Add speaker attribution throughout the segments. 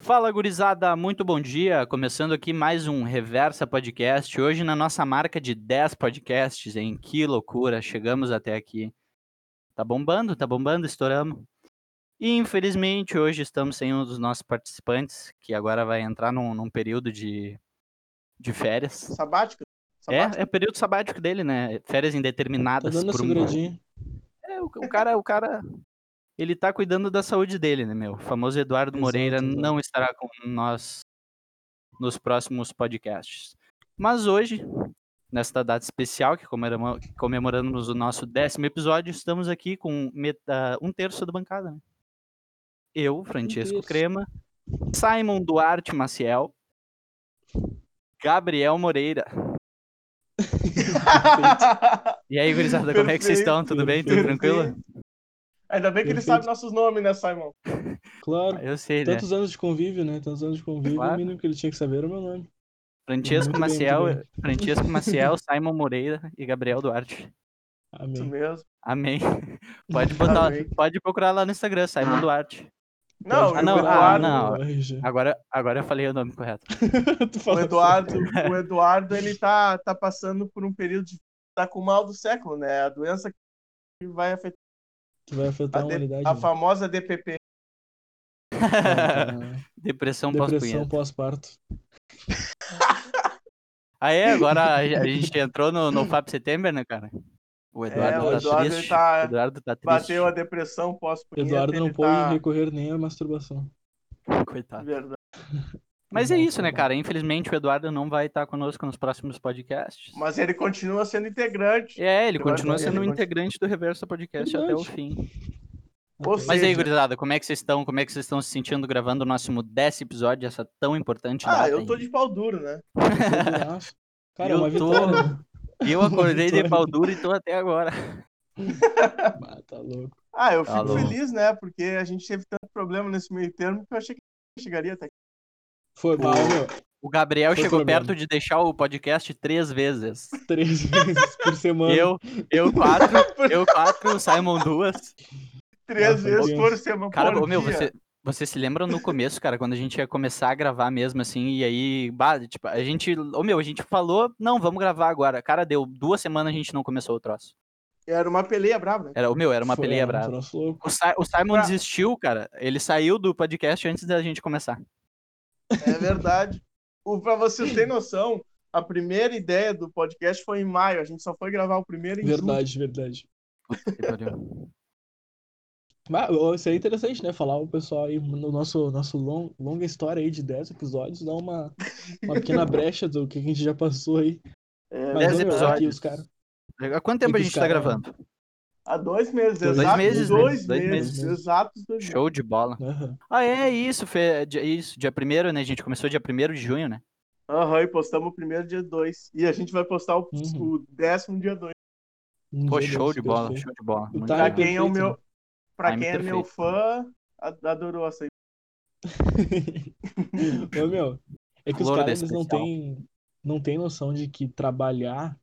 Speaker 1: Fala gurizada, muito bom dia. Começando aqui mais um Reversa Podcast. Hoje na nossa marca de 10 podcasts, hein? Que loucura, chegamos até aqui. Tá bombando, tá bombando, estouramos. E infelizmente hoje estamos sem um dos nossos participantes, que agora vai entrar num, num período de, de férias.
Speaker 2: Sabático?
Speaker 1: É, é o período sabático dele, né? Férias
Speaker 3: Tô
Speaker 1: indeterminadas.
Speaker 3: Tá dando uma
Speaker 1: por um...
Speaker 3: seguradinha.
Speaker 1: É, o, o cara, o cara, ele tá cuidando da saúde dele, né, meu? O famoso Eduardo
Speaker 3: Exato,
Speaker 1: Moreira
Speaker 3: exato.
Speaker 1: não estará com nós nos próximos podcasts. Mas hoje, nesta data especial que comemora- que comemoramos o nosso décimo episódio, estamos aqui com meta- um terço da bancada, né? Eu, Francesco
Speaker 3: terço.
Speaker 1: Crema, Simon Duarte Maciel, Gabriel Moreira. E aí, gurizada, como é que vocês estão? Tudo bem? Tudo
Speaker 2: Perfeito.
Speaker 1: tranquilo?
Speaker 2: Ainda bem que ele
Speaker 3: Perfeito.
Speaker 2: sabe nossos nomes, né, Simon?
Speaker 3: Claro.
Speaker 1: Eu sei, né?
Speaker 3: Tantos anos de convívio, né? Tantos anos de convívio,
Speaker 1: Claro.
Speaker 3: o mínimo que ele tinha que saber era o meu nome.
Speaker 1: Francesco
Speaker 3: Muito bem, muito
Speaker 1: Maciel,
Speaker 3: bem.
Speaker 1: Francesco Maciel, Simon Moreira e Gabriel Duarte.
Speaker 2: Isso
Speaker 3: Amém.
Speaker 2: mesmo.
Speaker 1: Amém. Pode botar,
Speaker 2: Amém.
Speaker 1: pode procurar lá no Instagram,
Speaker 3: Ah.
Speaker 1: Simon Duarte.
Speaker 2: Não,
Speaker 1: Ah, não,
Speaker 2: o Eduardo,
Speaker 1: ah, não.
Speaker 3: o RG.
Speaker 1: Agora, agora eu falei o nome correto.
Speaker 3: Tu assim,
Speaker 2: o
Speaker 3: falou
Speaker 2: Eduardo, o Eduardo, ele tá, tá passando por um período de tá com o mal do século, né? A doença que vai afetar
Speaker 3: que vai
Speaker 2: a,
Speaker 3: afetar a,
Speaker 2: tá de-
Speaker 3: humanidade.
Speaker 2: a
Speaker 3: né?
Speaker 2: famosa DPP.
Speaker 1: Depressão
Speaker 3: Depressão
Speaker 1: pós-punheta.
Speaker 3: pós-parto.
Speaker 1: Aí, agora a a gente entrou no, no Fab Setembro, né, cara? O Eduardo
Speaker 3: É, o
Speaker 1: tá
Speaker 2: É, Eduardo, ele
Speaker 1: triste.
Speaker 2: tá-
Speaker 1: O Eduardo tá triste.
Speaker 2: Bateu a depressão pós
Speaker 3: Eduardo não
Speaker 2: ele
Speaker 3: pôde
Speaker 2: tá...
Speaker 3: recorrer nem à masturbação.
Speaker 1: Coitado.
Speaker 2: Verdade.
Speaker 1: Mas é
Speaker 3: bom,
Speaker 1: isso,
Speaker 3: tá
Speaker 1: né,
Speaker 3: bom.
Speaker 1: cara? Infelizmente o Eduardo não vai estar conosco nos próximos podcasts.
Speaker 2: Mas ele continua sendo integrante.
Speaker 1: É, ele
Speaker 2: Eduardo,
Speaker 1: continua
Speaker 2: ele
Speaker 1: sendo um
Speaker 2: continua-
Speaker 1: integrante do Reverso Podcast até o
Speaker 3: Verdade.
Speaker 1: fim.
Speaker 2: Ou
Speaker 3: Até-
Speaker 1: Mas e aí,
Speaker 2: seja-
Speaker 1: gurizada, como é que vocês estão? Como é que vocês estão se sentindo gravando o nosso décimo episódio, essa tão importante
Speaker 2: Ah,
Speaker 1: data,
Speaker 2: eu
Speaker 1: hein?
Speaker 2: tô de pau duro, né?
Speaker 3: Doidaço. Cara,
Speaker 1: Eu
Speaker 3: uma
Speaker 1: tô-
Speaker 3: vitória. né?
Speaker 1: Eu acordei de
Speaker 3: Vitória.
Speaker 1: pau duro e tô até agora.
Speaker 3: Ah, tá louco.
Speaker 2: Ah, eu
Speaker 1: Tá
Speaker 2: fico
Speaker 1: louco.
Speaker 2: feliz, né? Porque a gente teve tanto problema nesse meio termo que eu achei que chegaria até aqui.
Speaker 3: Foi mal, meu.
Speaker 1: O Gabriel
Speaker 3: Foi
Speaker 1: chegou
Speaker 3: problema.
Speaker 1: perto de deixar o podcast três vezes.
Speaker 3: Três vezes por semana.
Speaker 1: Eu, eu quatro, eu quatro, o Simon duas.
Speaker 2: Três
Speaker 3: Nossa,
Speaker 2: vezes
Speaker 3: Deus.
Speaker 2: por semana.
Speaker 1: Cara,
Speaker 2: por
Speaker 1: ô, meu,
Speaker 2: dia.
Speaker 1: você, vocês se lembram no começo, cara, quando a gente ia começar a gravar mesmo, assim, e aí, bah, tipo, a gente, ô meu, a gente falou, não, vamos gravar agora. Cara, deu duas semanas a gente não começou o troço.
Speaker 2: Era uma peleia brava, né?
Speaker 1: Era, ô meu, era uma
Speaker 3: Foi,
Speaker 1: peleia
Speaker 3: um
Speaker 1: brava.
Speaker 3: troço louco.
Speaker 1: O, Si- o Simon
Speaker 2: Pra-
Speaker 1: desistiu, cara. Ele saiu do podcast antes da gente começar.
Speaker 2: É verdade. O, pra vocês terem noção, a primeira ideia do podcast foi em maio. A gente só foi gravar o primeiro em julho.
Speaker 3: Verdade, verdade. Mas, ó, isso aí é interessante, né? Falar o pessoal aí no nosso, nosso long, longa história aí de 10 episódios, dar uma, uma pequena brecha do que a gente já passou aí.
Speaker 2: É,
Speaker 3: Mas,
Speaker 1: Dez
Speaker 3: ô, meu,
Speaker 1: episódios.
Speaker 3: Aqui, os cara,
Speaker 1: Há quanto tempo a
Speaker 3: E que
Speaker 1: gente
Speaker 3: os
Speaker 1: tá
Speaker 3: cara-
Speaker 1: gravando?
Speaker 2: Há dois meses,
Speaker 3: Dois
Speaker 2: exatos.
Speaker 1: meses, né?
Speaker 2: dois
Speaker 1: Dois
Speaker 2: meses,
Speaker 3: meses.
Speaker 2: exatos. Dois meses.
Speaker 1: Show de bola.
Speaker 3: aham.
Speaker 1: Ah, é isso, Fê. Dia, isso, dia 1 né? A gente começou dia 1 de junho, né?
Speaker 2: Aham, e postamos o primeiro dia dois E a gente vai postar o,
Speaker 3: Uhum.
Speaker 2: o décimo dia dois
Speaker 3: Um
Speaker 1: Pô,
Speaker 3: dia
Speaker 1: show
Speaker 3: desse,
Speaker 1: de
Speaker 3: Deus
Speaker 1: bola,
Speaker 3: fez.
Speaker 1: show de bola. Muito
Speaker 3: Tá,
Speaker 2: Pra
Speaker 3: é
Speaker 1: bom.
Speaker 2: quem é o
Speaker 3: perfeito,
Speaker 2: meu. Pra
Speaker 1: Time
Speaker 2: quem é meu
Speaker 1: perfeito.
Speaker 2: fã, ad- adorou essa ideia.
Speaker 3: Ô, meu, é que os
Speaker 1: Flor
Speaker 3: caras
Speaker 1: desse
Speaker 3: eles não
Speaker 1: especial.
Speaker 3: têm, não têm noção de que trabalhar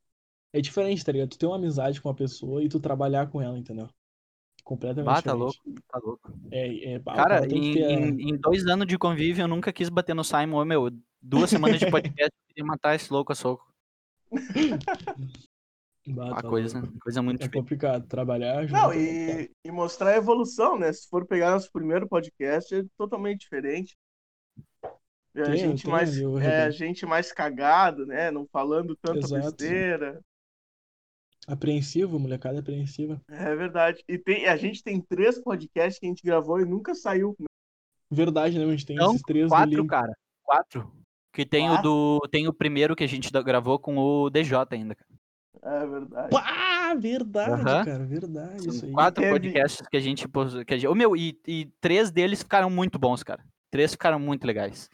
Speaker 3: é diferente, tá ligado? Tu tem uma amizade com uma pessoa e tu trabalhar com ela, entendeu? Completamente
Speaker 1: Ah, tá
Speaker 3: diferente.
Speaker 1: louco, tá louco.
Speaker 3: É, é, bah, o
Speaker 1: Cara,
Speaker 3: tem que
Speaker 1: em,
Speaker 3: ter a-
Speaker 1: em- em dois anos de convívio, eu nunca quis bater no Simon, ô, meu. Duas semanas de podcast, eu queria matar esse louco a soco.
Speaker 3: bah,
Speaker 1: Uma
Speaker 3: tá
Speaker 1: coisa, né? Tipo,
Speaker 3: louco.
Speaker 1: coisa muito
Speaker 3: É
Speaker 1: feia.
Speaker 3: complicado trabalhar
Speaker 2: Não,
Speaker 3: junto, é complicado.
Speaker 2: e, e mostrar a evolução, né? Se for pegar nosso primeiro podcast, é totalmente diferente. É
Speaker 3: Tem,
Speaker 2: gente
Speaker 3: tem
Speaker 2: mais,
Speaker 3: ali o
Speaker 2: é
Speaker 3: retorno.
Speaker 2: gente mais cagado, né? Não falando tanta
Speaker 3: Exato.
Speaker 2: besteira.
Speaker 3: Apreensivo, molecada apreensiva.
Speaker 2: É verdade. E tem, a gente tem três podcasts que a gente gravou e nunca saiu.
Speaker 3: Verdade, né? A gente tem
Speaker 1: Então,
Speaker 3: esses três do
Speaker 1: Quatro,
Speaker 3: Link.
Speaker 1: cara. Quatro. Que tem o do. Tem o primeiro que a gente da- gravou com o DJ ainda, cara.
Speaker 2: É verdade.
Speaker 3: Pá, verdade,
Speaker 1: Aham.
Speaker 3: cara, verdade. Isso
Speaker 1: São
Speaker 3: aí.
Speaker 1: quatro
Speaker 2: Teve-
Speaker 1: podcasts que a gente. pos- Que a gente... Ô, meu, e, e três deles ficaram muito bons, cara. Três ficaram muito legais.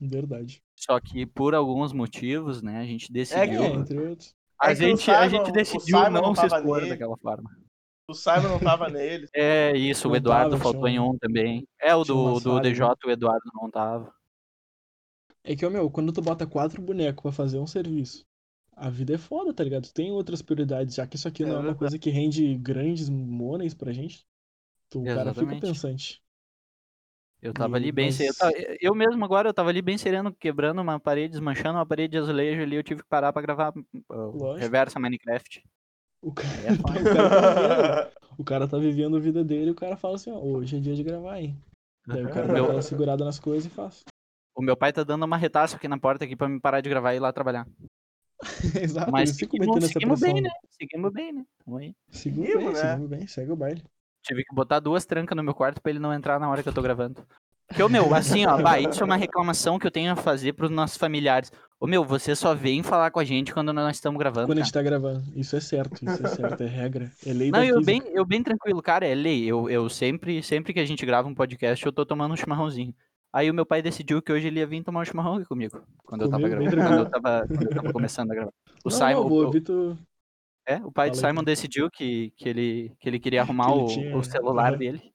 Speaker 3: Verdade.
Speaker 1: Só que por alguns motivos, né, a gente
Speaker 3: É,
Speaker 1: decidiu.
Speaker 3: entre outros.
Speaker 1: a,
Speaker 2: É que o
Speaker 1: gente, a
Speaker 2: Simon-
Speaker 1: gente
Speaker 2: o
Speaker 1: decidiu
Speaker 2: Simon
Speaker 1: não
Speaker 2: não
Speaker 1: se
Speaker 2: tava
Speaker 1: expor
Speaker 2: nele.
Speaker 1: daquela forma.
Speaker 2: O Simon não tava nele.
Speaker 1: É isso, o
Speaker 3: Não
Speaker 1: Eduardo
Speaker 3: tava,
Speaker 1: faltou em
Speaker 3: tinha um-
Speaker 1: um também. É o
Speaker 3: tinha uma
Speaker 1: do, do
Speaker 3: falha,
Speaker 1: DJ, o Eduardo não tava.
Speaker 3: É que, ó, meu, quando tu bota quatro bonecos pra fazer um serviço, a vida é foda, tá ligado? Tu tem outras prioridades, já que isso aqui
Speaker 2: É
Speaker 3: não é uma
Speaker 2: verdade.
Speaker 3: coisa que rende grandes monies pra gente. Tu, o cara fica
Speaker 1: Exatamente.
Speaker 3: pensante.
Speaker 1: Eu tava ali
Speaker 3: E-
Speaker 1: bem.
Speaker 3: mas-
Speaker 1: se- Eu, ta- eu mesmo agora, eu tava ali bem sereno, quebrando uma parede, desmanchando uma parede de azulejo ali. Eu tive que parar pra gravar uh,
Speaker 3: Lógico.
Speaker 1: reversa Minecraft.
Speaker 3: O cara,
Speaker 1: Aí é foda. né?
Speaker 3: o cara tá vivendo. O cara tá vivendo a vida dele e o cara fala assim, ó, hoje é dia de gravar, hein? Daí o cara
Speaker 1: Meu-
Speaker 3: dá aquela segurada nas coisas e faz.
Speaker 1: O meu pai tá dando uma retaça aqui na porta aqui pra me parar de gravar e ir lá trabalhar.
Speaker 3: Exato,
Speaker 1: Mas
Speaker 3: eles ficam
Speaker 1: seguimos,
Speaker 3: metendo essa
Speaker 1: seguimos
Speaker 3: pressão.
Speaker 1: bem, né? Seguimos bem, né? Tamo aí.
Speaker 3: Seguimos
Speaker 2: Seguimos,
Speaker 3: bem,
Speaker 2: né?
Speaker 3: seguimos bem, segue o baile.
Speaker 1: Tive que botar duas trancas no meu quarto pra ele não entrar na hora que eu tô gravando. Porque, ô meu, assim, ó, bah, isso é uma reclamação que eu tenho a fazer pros nossos familiares. Ô meu, você só vem falar com a gente quando nós estamos gravando.
Speaker 3: Quando a
Speaker 1: cara.
Speaker 3: gente tá gravando, isso é certo, isso é certo, é regra, é lei
Speaker 1: Não,
Speaker 3: da
Speaker 1: eu
Speaker 3: física.
Speaker 1: bem, eu bem tranquilo, cara, é lei. Eu, eu sempre, sempre que a gente grava um podcast, eu tô tomando um chimarrãozinho. Aí o meu pai decidiu que hoje ele ia vir tomar um chimarrão aqui comigo. Quando eu tava
Speaker 3: Comigo, bem
Speaker 1: gravando. Quando eu tava, quando eu tava começando a gravar. O
Speaker 3: Não,
Speaker 1: Simon.
Speaker 3: não, vou
Speaker 1: o-
Speaker 3: ouvir tu-
Speaker 1: É, o pai do
Speaker 3: Fala aí.
Speaker 1: Simon decidiu que, que, ele, que ele queria arrumar
Speaker 3: ele
Speaker 1: o,
Speaker 3: tinha-
Speaker 1: o celular
Speaker 3: aham.
Speaker 1: dele.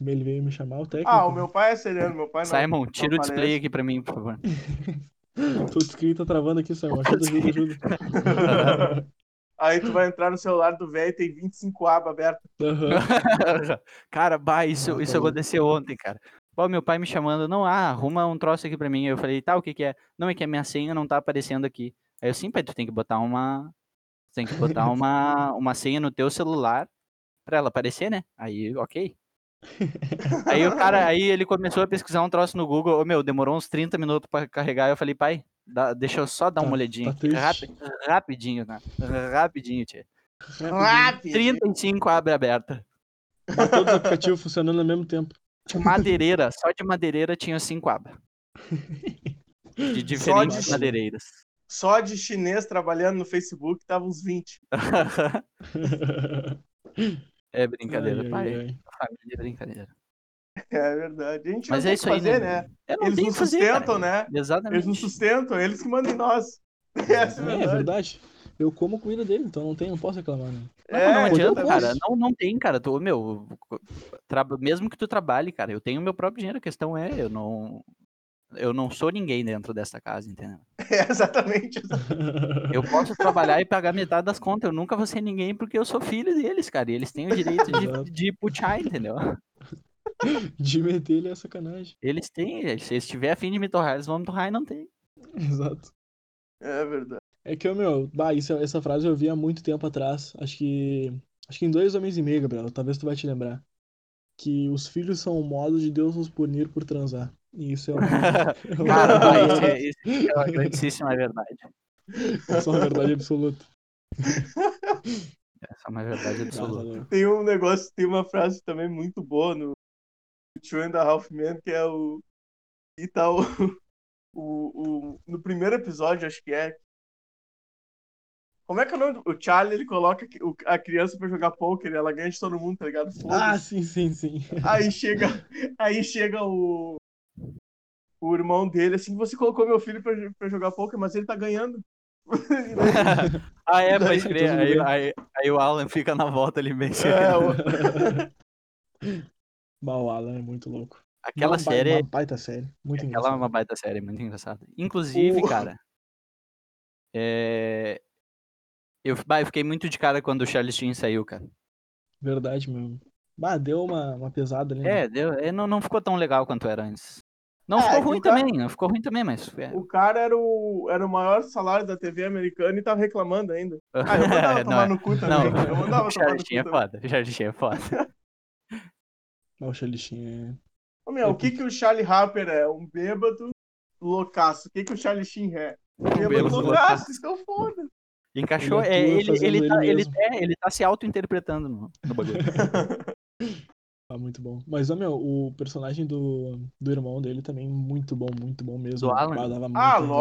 Speaker 3: ele veio me chamar, o técnico.
Speaker 2: Ah, o meu pai é sereno, meu pai não.
Speaker 1: Simon, tira o
Speaker 2: aparece.
Speaker 1: display aqui pra mim, por favor.
Speaker 3: Tô escrito, tá travando aqui, Samuel. Ajuda, ajuda, ajuda.
Speaker 2: Aí tu vai entrar no celular do velho e tem 25 abas abertas.
Speaker 3: Aham.
Speaker 1: cara, bah, isso,
Speaker 3: Ah,
Speaker 1: isso
Speaker 3: tá louco.
Speaker 1: aconteceu ontem, cara. Bah, meu pai me chamando, não, ah, arruma um troço aqui pra mim. Eu falei, tá, o que que é? Não, é que a minha senha não tá aparecendo aqui. Aí eu, sim, pai, tu tem que botar uma... tu Tem que botar uma, uma senha no teu celular pra ela aparecer, né? Aí, ok. Aí o cara, aí ele começou a pesquisar um troço no Google. Ô, meu, demorou uns 30 minutos pra carregar. Eu falei, pai, dá- deixa eu só dar
Speaker 3: Tá-
Speaker 1: uma olhadinha.
Speaker 3: tá
Speaker 1: aqui, rapi- rapidinho, né? Rapidinho, tia.
Speaker 2: Ah,
Speaker 1: 35 abre aberta.
Speaker 3: É, Tá Todos os aplicativos funcionando ao mesmo tempo.
Speaker 1: de madeireira, só de madeireira tinha cinco abas. De diferentes
Speaker 3: de-
Speaker 1: madeireiras.
Speaker 2: Só de chinês trabalhando no Facebook tava uns 20.
Speaker 1: é brincadeira,
Speaker 3: Ai,
Speaker 1: pai.
Speaker 3: ai, ai.
Speaker 1: Família é brincadeira.
Speaker 2: É verdade. A gente
Speaker 1: Mas
Speaker 2: não
Speaker 1: é
Speaker 2: tem o
Speaker 1: isso
Speaker 2: que
Speaker 1: aí,
Speaker 2: fazer,
Speaker 1: né?
Speaker 2: né?
Speaker 1: Eu não
Speaker 2: Eles
Speaker 1: tenho
Speaker 2: nos
Speaker 1: o que fazer. cara.
Speaker 2: sustentam, né? Eles nos
Speaker 1: Exatamente.
Speaker 2: sustentam, eles que mandam em nós. Essa é a
Speaker 3: É, é
Speaker 2: verdade.
Speaker 3: verdade. Eu como a comida dele, então não tem, não posso reclamar, né?
Speaker 1: Não, não
Speaker 2: É,
Speaker 1: adianta,
Speaker 3: eu
Speaker 1: cara.
Speaker 3: posso.
Speaker 1: Não, não tem, cara. Tu, meu, tra- mesmo que tu trabalhe, cara, eu tenho meu próprio dinheiro. A questão é, eu não. Eu não sou ninguém dentro dessa casa, entendeu?
Speaker 2: É, exatamente.
Speaker 1: Eu posso trabalhar e pagar metade das contas. Eu nunca vou ser ninguém porque eu sou filho deles, cara. E eles têm o direito de,
Speaker 3: Exato.
Speaker 1: de puxar, entendeu?
Speaker 3: De meter ele é sacanagem.
Speaker 1: Eles têm, gente. se eles tiverem afim de me torrar, eles vão me torrar e não tem.
Speaker 3: Exato.
Speaker 2: É verdade.
Speaker 3: É que, meu, bah, isso- é, essa frase eu vi há muito tempo atrás. Acho que. Acho que em dois homens e meio, Gabriel, talvez tu vai te lembrar. Que os filhos são o modo de Deus nos punir por transar. E isso é uma. é uma-
Speaker 1: Cara, vai, isso, é- isso é uma grandíssima verdade.
Speaker 3: Isso é uma verdade absoluta.
Speaker 1: Essa é uma verdade absoluta.
Speaker 3: Ah,
Speaker 2: Tem um negócio, tem uma frase também muito boa no Two and a Half Men, que é o. E tal. O, o, no primeiro episódio, acho que é. Como é que é o nome? do- O Charlie, ele coloca que- o- a criança pra jogar poker e ela ganha de todo mundo, tá ligado?
Speaker 3: Ah,
Speaker 2: Foda-se.
Speaker 3: sim, sim, sim.
Speaker 2: Aí chega, aí chega o, o irmão dele, assim, você colocou meu filho pra, pra jogar poker, mas ele tá ganhando.
Speaker 1: Ah, é,
Speaker 3: Daí
Speaker 1: pode
Speaker 3: tá
Speaker 1: crer.
Speaker 3: tudo
Speaker 1: Aí,
Speaker 3: bem.
Speaker 1: aí, aí o Alan fica na volta ali bem
Speaker 2: É,
Speaker 1: sério.
Speaker 2: o-
Speaker 3: Bah, o Alan é muito louco.
Speaker 1: Aquela
Speaker 3: Uma ba-
Speaker 1: série, é
Speaker 3: Uma baita série. Muito
Speaker 1: aquela é
Speaker 3: engraçado.
Speaker 1: uma baita série, muito engraçada. Inclusive, cara, é, eu, bah, eu fiquei muito de cara quando o Charles Sheen saiu, cara.
Speaker 2: Uhum.
Speaker 3: Verdade mesmo. Bah, deu uma, uma pesada ali. né?
Speaker 1: É, deu, é, não, não ficou tão legal quanto era antes. Não
Speaker 2: É,
Speaker 1: ficou
Speaker 2: que o
Speaker 1: ruim
Speaker 2: cara-
Speaker 1: também, não ficou ruim também, mas... é.
Speaker 2: o cara era o, era o maior salário da TV americana e tava reclamando ainda. Ah, eu mandava
Speaker 1: não, é-
Speaker 2: tomar no cu
Speaker 1: não,
Speaker 2: também. eu mandava
Speaker 1: o
Speaker 2: tomar no
Speaker 1: Charles
Speaker 2: cu
Speaker 1: Sheen é
Speaker 2: também.
Speaker 1: foda, o Charles Sheen é foda.
Speaker 3: Bah, o Xalixinho é.
Speaker 2: Ô, meu, o que que o Charlie Harper é? Um bêbado loucaço. O que que o Charlie Sheen é? Um bêbado,
Speaker 1: bêbado loucaço.
Speaker 2: loucaço, isso é o foda.
Speaker 1: Encaixou,
Speaker 3: Ele
Speaker 1: é,
Speaker 3: atua
Speaker 1: ele,
Speaker 3: fazendo
Speaker 1: ele, tá,
Speaker 3: ele
Speaker 1: ele,
Speaker 3: mesmo.
Speaker 1: é, ele tá se auto-interpretando no, no bagulho.
Speaker 3: Bah, Tá muito bom. Mas, ó, meu, o personagem do, do irmão dele também, muito bom, muito bom mesmo.
Speaker 1: Do Alan?
Speaker 3: Bah, dava muito
Speaker 2: Ah,
Speaker 3: risada. O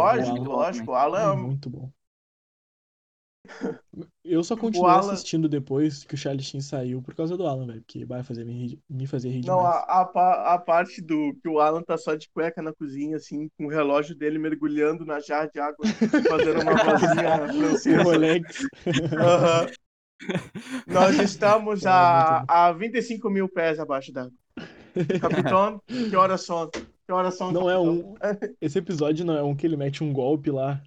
Speaker 2: lógico, lógico.
Speaker 3: Alan
Speaker 2: O
Speaker 3: é
Speaker 1: Uhum.
Speaker 2: Alan um
Speaker 3: muito bom. Eu só continuei
Speaker 2: Alan-
Speaker 3: assistindo depois que o Xalixinho saiu por causa do Alan, velho. Porque vai fazer me, rir- me fazer rir
Speaker 2: Não,
Speaker 3: demais.
Speaker 2: a, a, pa- a parte do que o Alan tá só de cueca na cozinha, assim, com o relógio dele mergulhando na jarra de água, fazendo uma vozinha
Speaker 3: O
Speaker 2: francesa.
Speaker 3: Rolex.
Speaker 2: Aham. Nós estamos
Speaker 3: Cara,
Speaker 2: a, a 25 mil pés abaixo d'água. Capitão, que horas são? Que horas são?
Speaker 3: Não é
Speaker 2: capitão?
Speaker 3: um. Esse episódio não é um que ele mete um golpe lá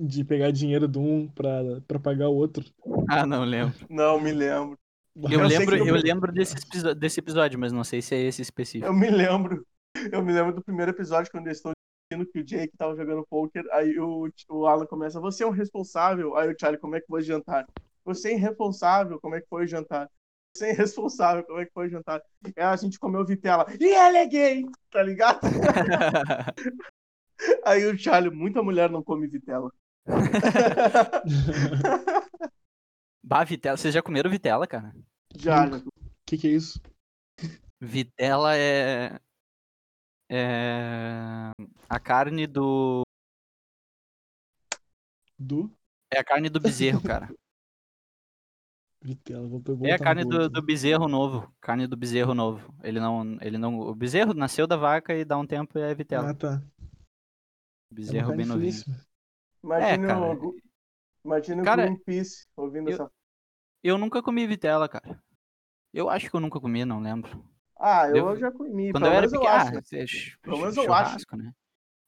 Speaker 3: de pegar dinheiro de um pra, pra pagar o outro.
Speaker 1: ah, não lembro.
Speaker 2: Não, me lembro.
Speaker 1: Eu
Speaker 2: Eu sei
Speaker 1: lembro,
Speaker 2: que no-
Speaker 1: eu lembro desse, episo- desse episódio, mas não sei se é esse específico.
Speaker 2: Eu me lembro. Eu me lembro do primeiro episódio quando eles estão dizendo que o Jake tava jogando poker. Aí o, o Alan começa: Você é o responsável. Aí o Charlie, como é que foi o jantar? Você é irresponsável, como é que foi o jantar? Você é irresponsável, como é que foi o jantar? Aí a gente comeu vitela. E ele é gay, tá ligado? Aí o Charlie, muita mulher não come vitela.
Speaker 1: bah, vitela. Vocês já comeram vitela, cara?
Speaker 2: Já,
Speaker 3: Nunca.
Speaker 2: já.
Speaker 3: que que é isso?
Speaker 1: Vitela é. É. A carne do.
Speaker 3: Do
Speaker 1: É a carne do bezerro, cara.
Speaker 3: Vitela. Vou pegar
Speaker 1: É a carne do, do bezerro novo. Carne do bezerro novo. Ele não, ele não. O bezerro nasceu da vaca e dá um tempo e é vitela.
Speaker 3: Ah, tá. É uma
Speaker 1: bezerro
Speaker 3: carne
Speaker 1: bem novinho.
Speaker 3: finíssima.
Speaker 2: Imagina,
Speaker 1: É, cara.
Speaker 2: o, imagina
Speaker 1: Cara,
Speaker 2: o um Greenpeace ouvindo
Speaker 1: eu-
Speaker 2: essa.
Speaker 1: Eu nunca comi vitela, cara. Eu acho que eu nunca comi, não lembro.
Speaker 2: Ah, eu,
Speaker 1: eu-
Speaker 2: já comi.
Speaker 1: Quando
Speaker 2: pelo
Speaker 1: eu era
Speaker 2: menos eu
Speaker 1: pequeno.
Speaker 2: acho, né?
Speaker 1: ah, é chu-
Speaker 2: Pelo
Speaker 1: chu-
Speaker 2: menos eu acho.
Speaker 1: churrasco, né?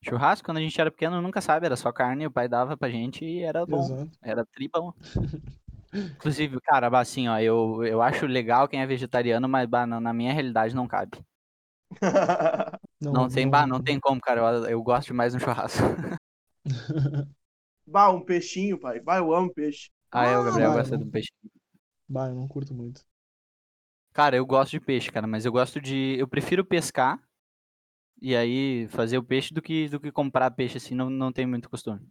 Speaker 1: Churrasco, quando a gente era pequeno, nunca sabe, era só carne, o pai dava pra gente e era
Speaker 2: Tá
Speaker 1: bom.
Speaker 3: Exato.
Speaker 1: Era tribão. Inclusive, cara, bah, assim, ó, eu, eu acho legal quem é vegetariano, mas bah, na, na minha realidade não cabe. Não, tem,
Speaker 3: é.
Speaker 1: bah, não tem como, cara. Eu, eu gosto demais de um churrasco.
Speaker 2: Bah, um peixinho, pai. Bah, eu amo peixe.
Speaker 1: Ah, é, o Gabriel
Speaker 3: Ah,
Speaker 1: gosta
Speaker 3: não.
Speaker 1: do peixe.
Speaker 3: Bah, eu não curto muito.
Speaker 1: Cara, eu gosto de peixe, cara, mas eu gosto de. Eu prefiro pescar e aí fazer o peixe do que, do que comprar peixe, assim, não, não tem muito costume.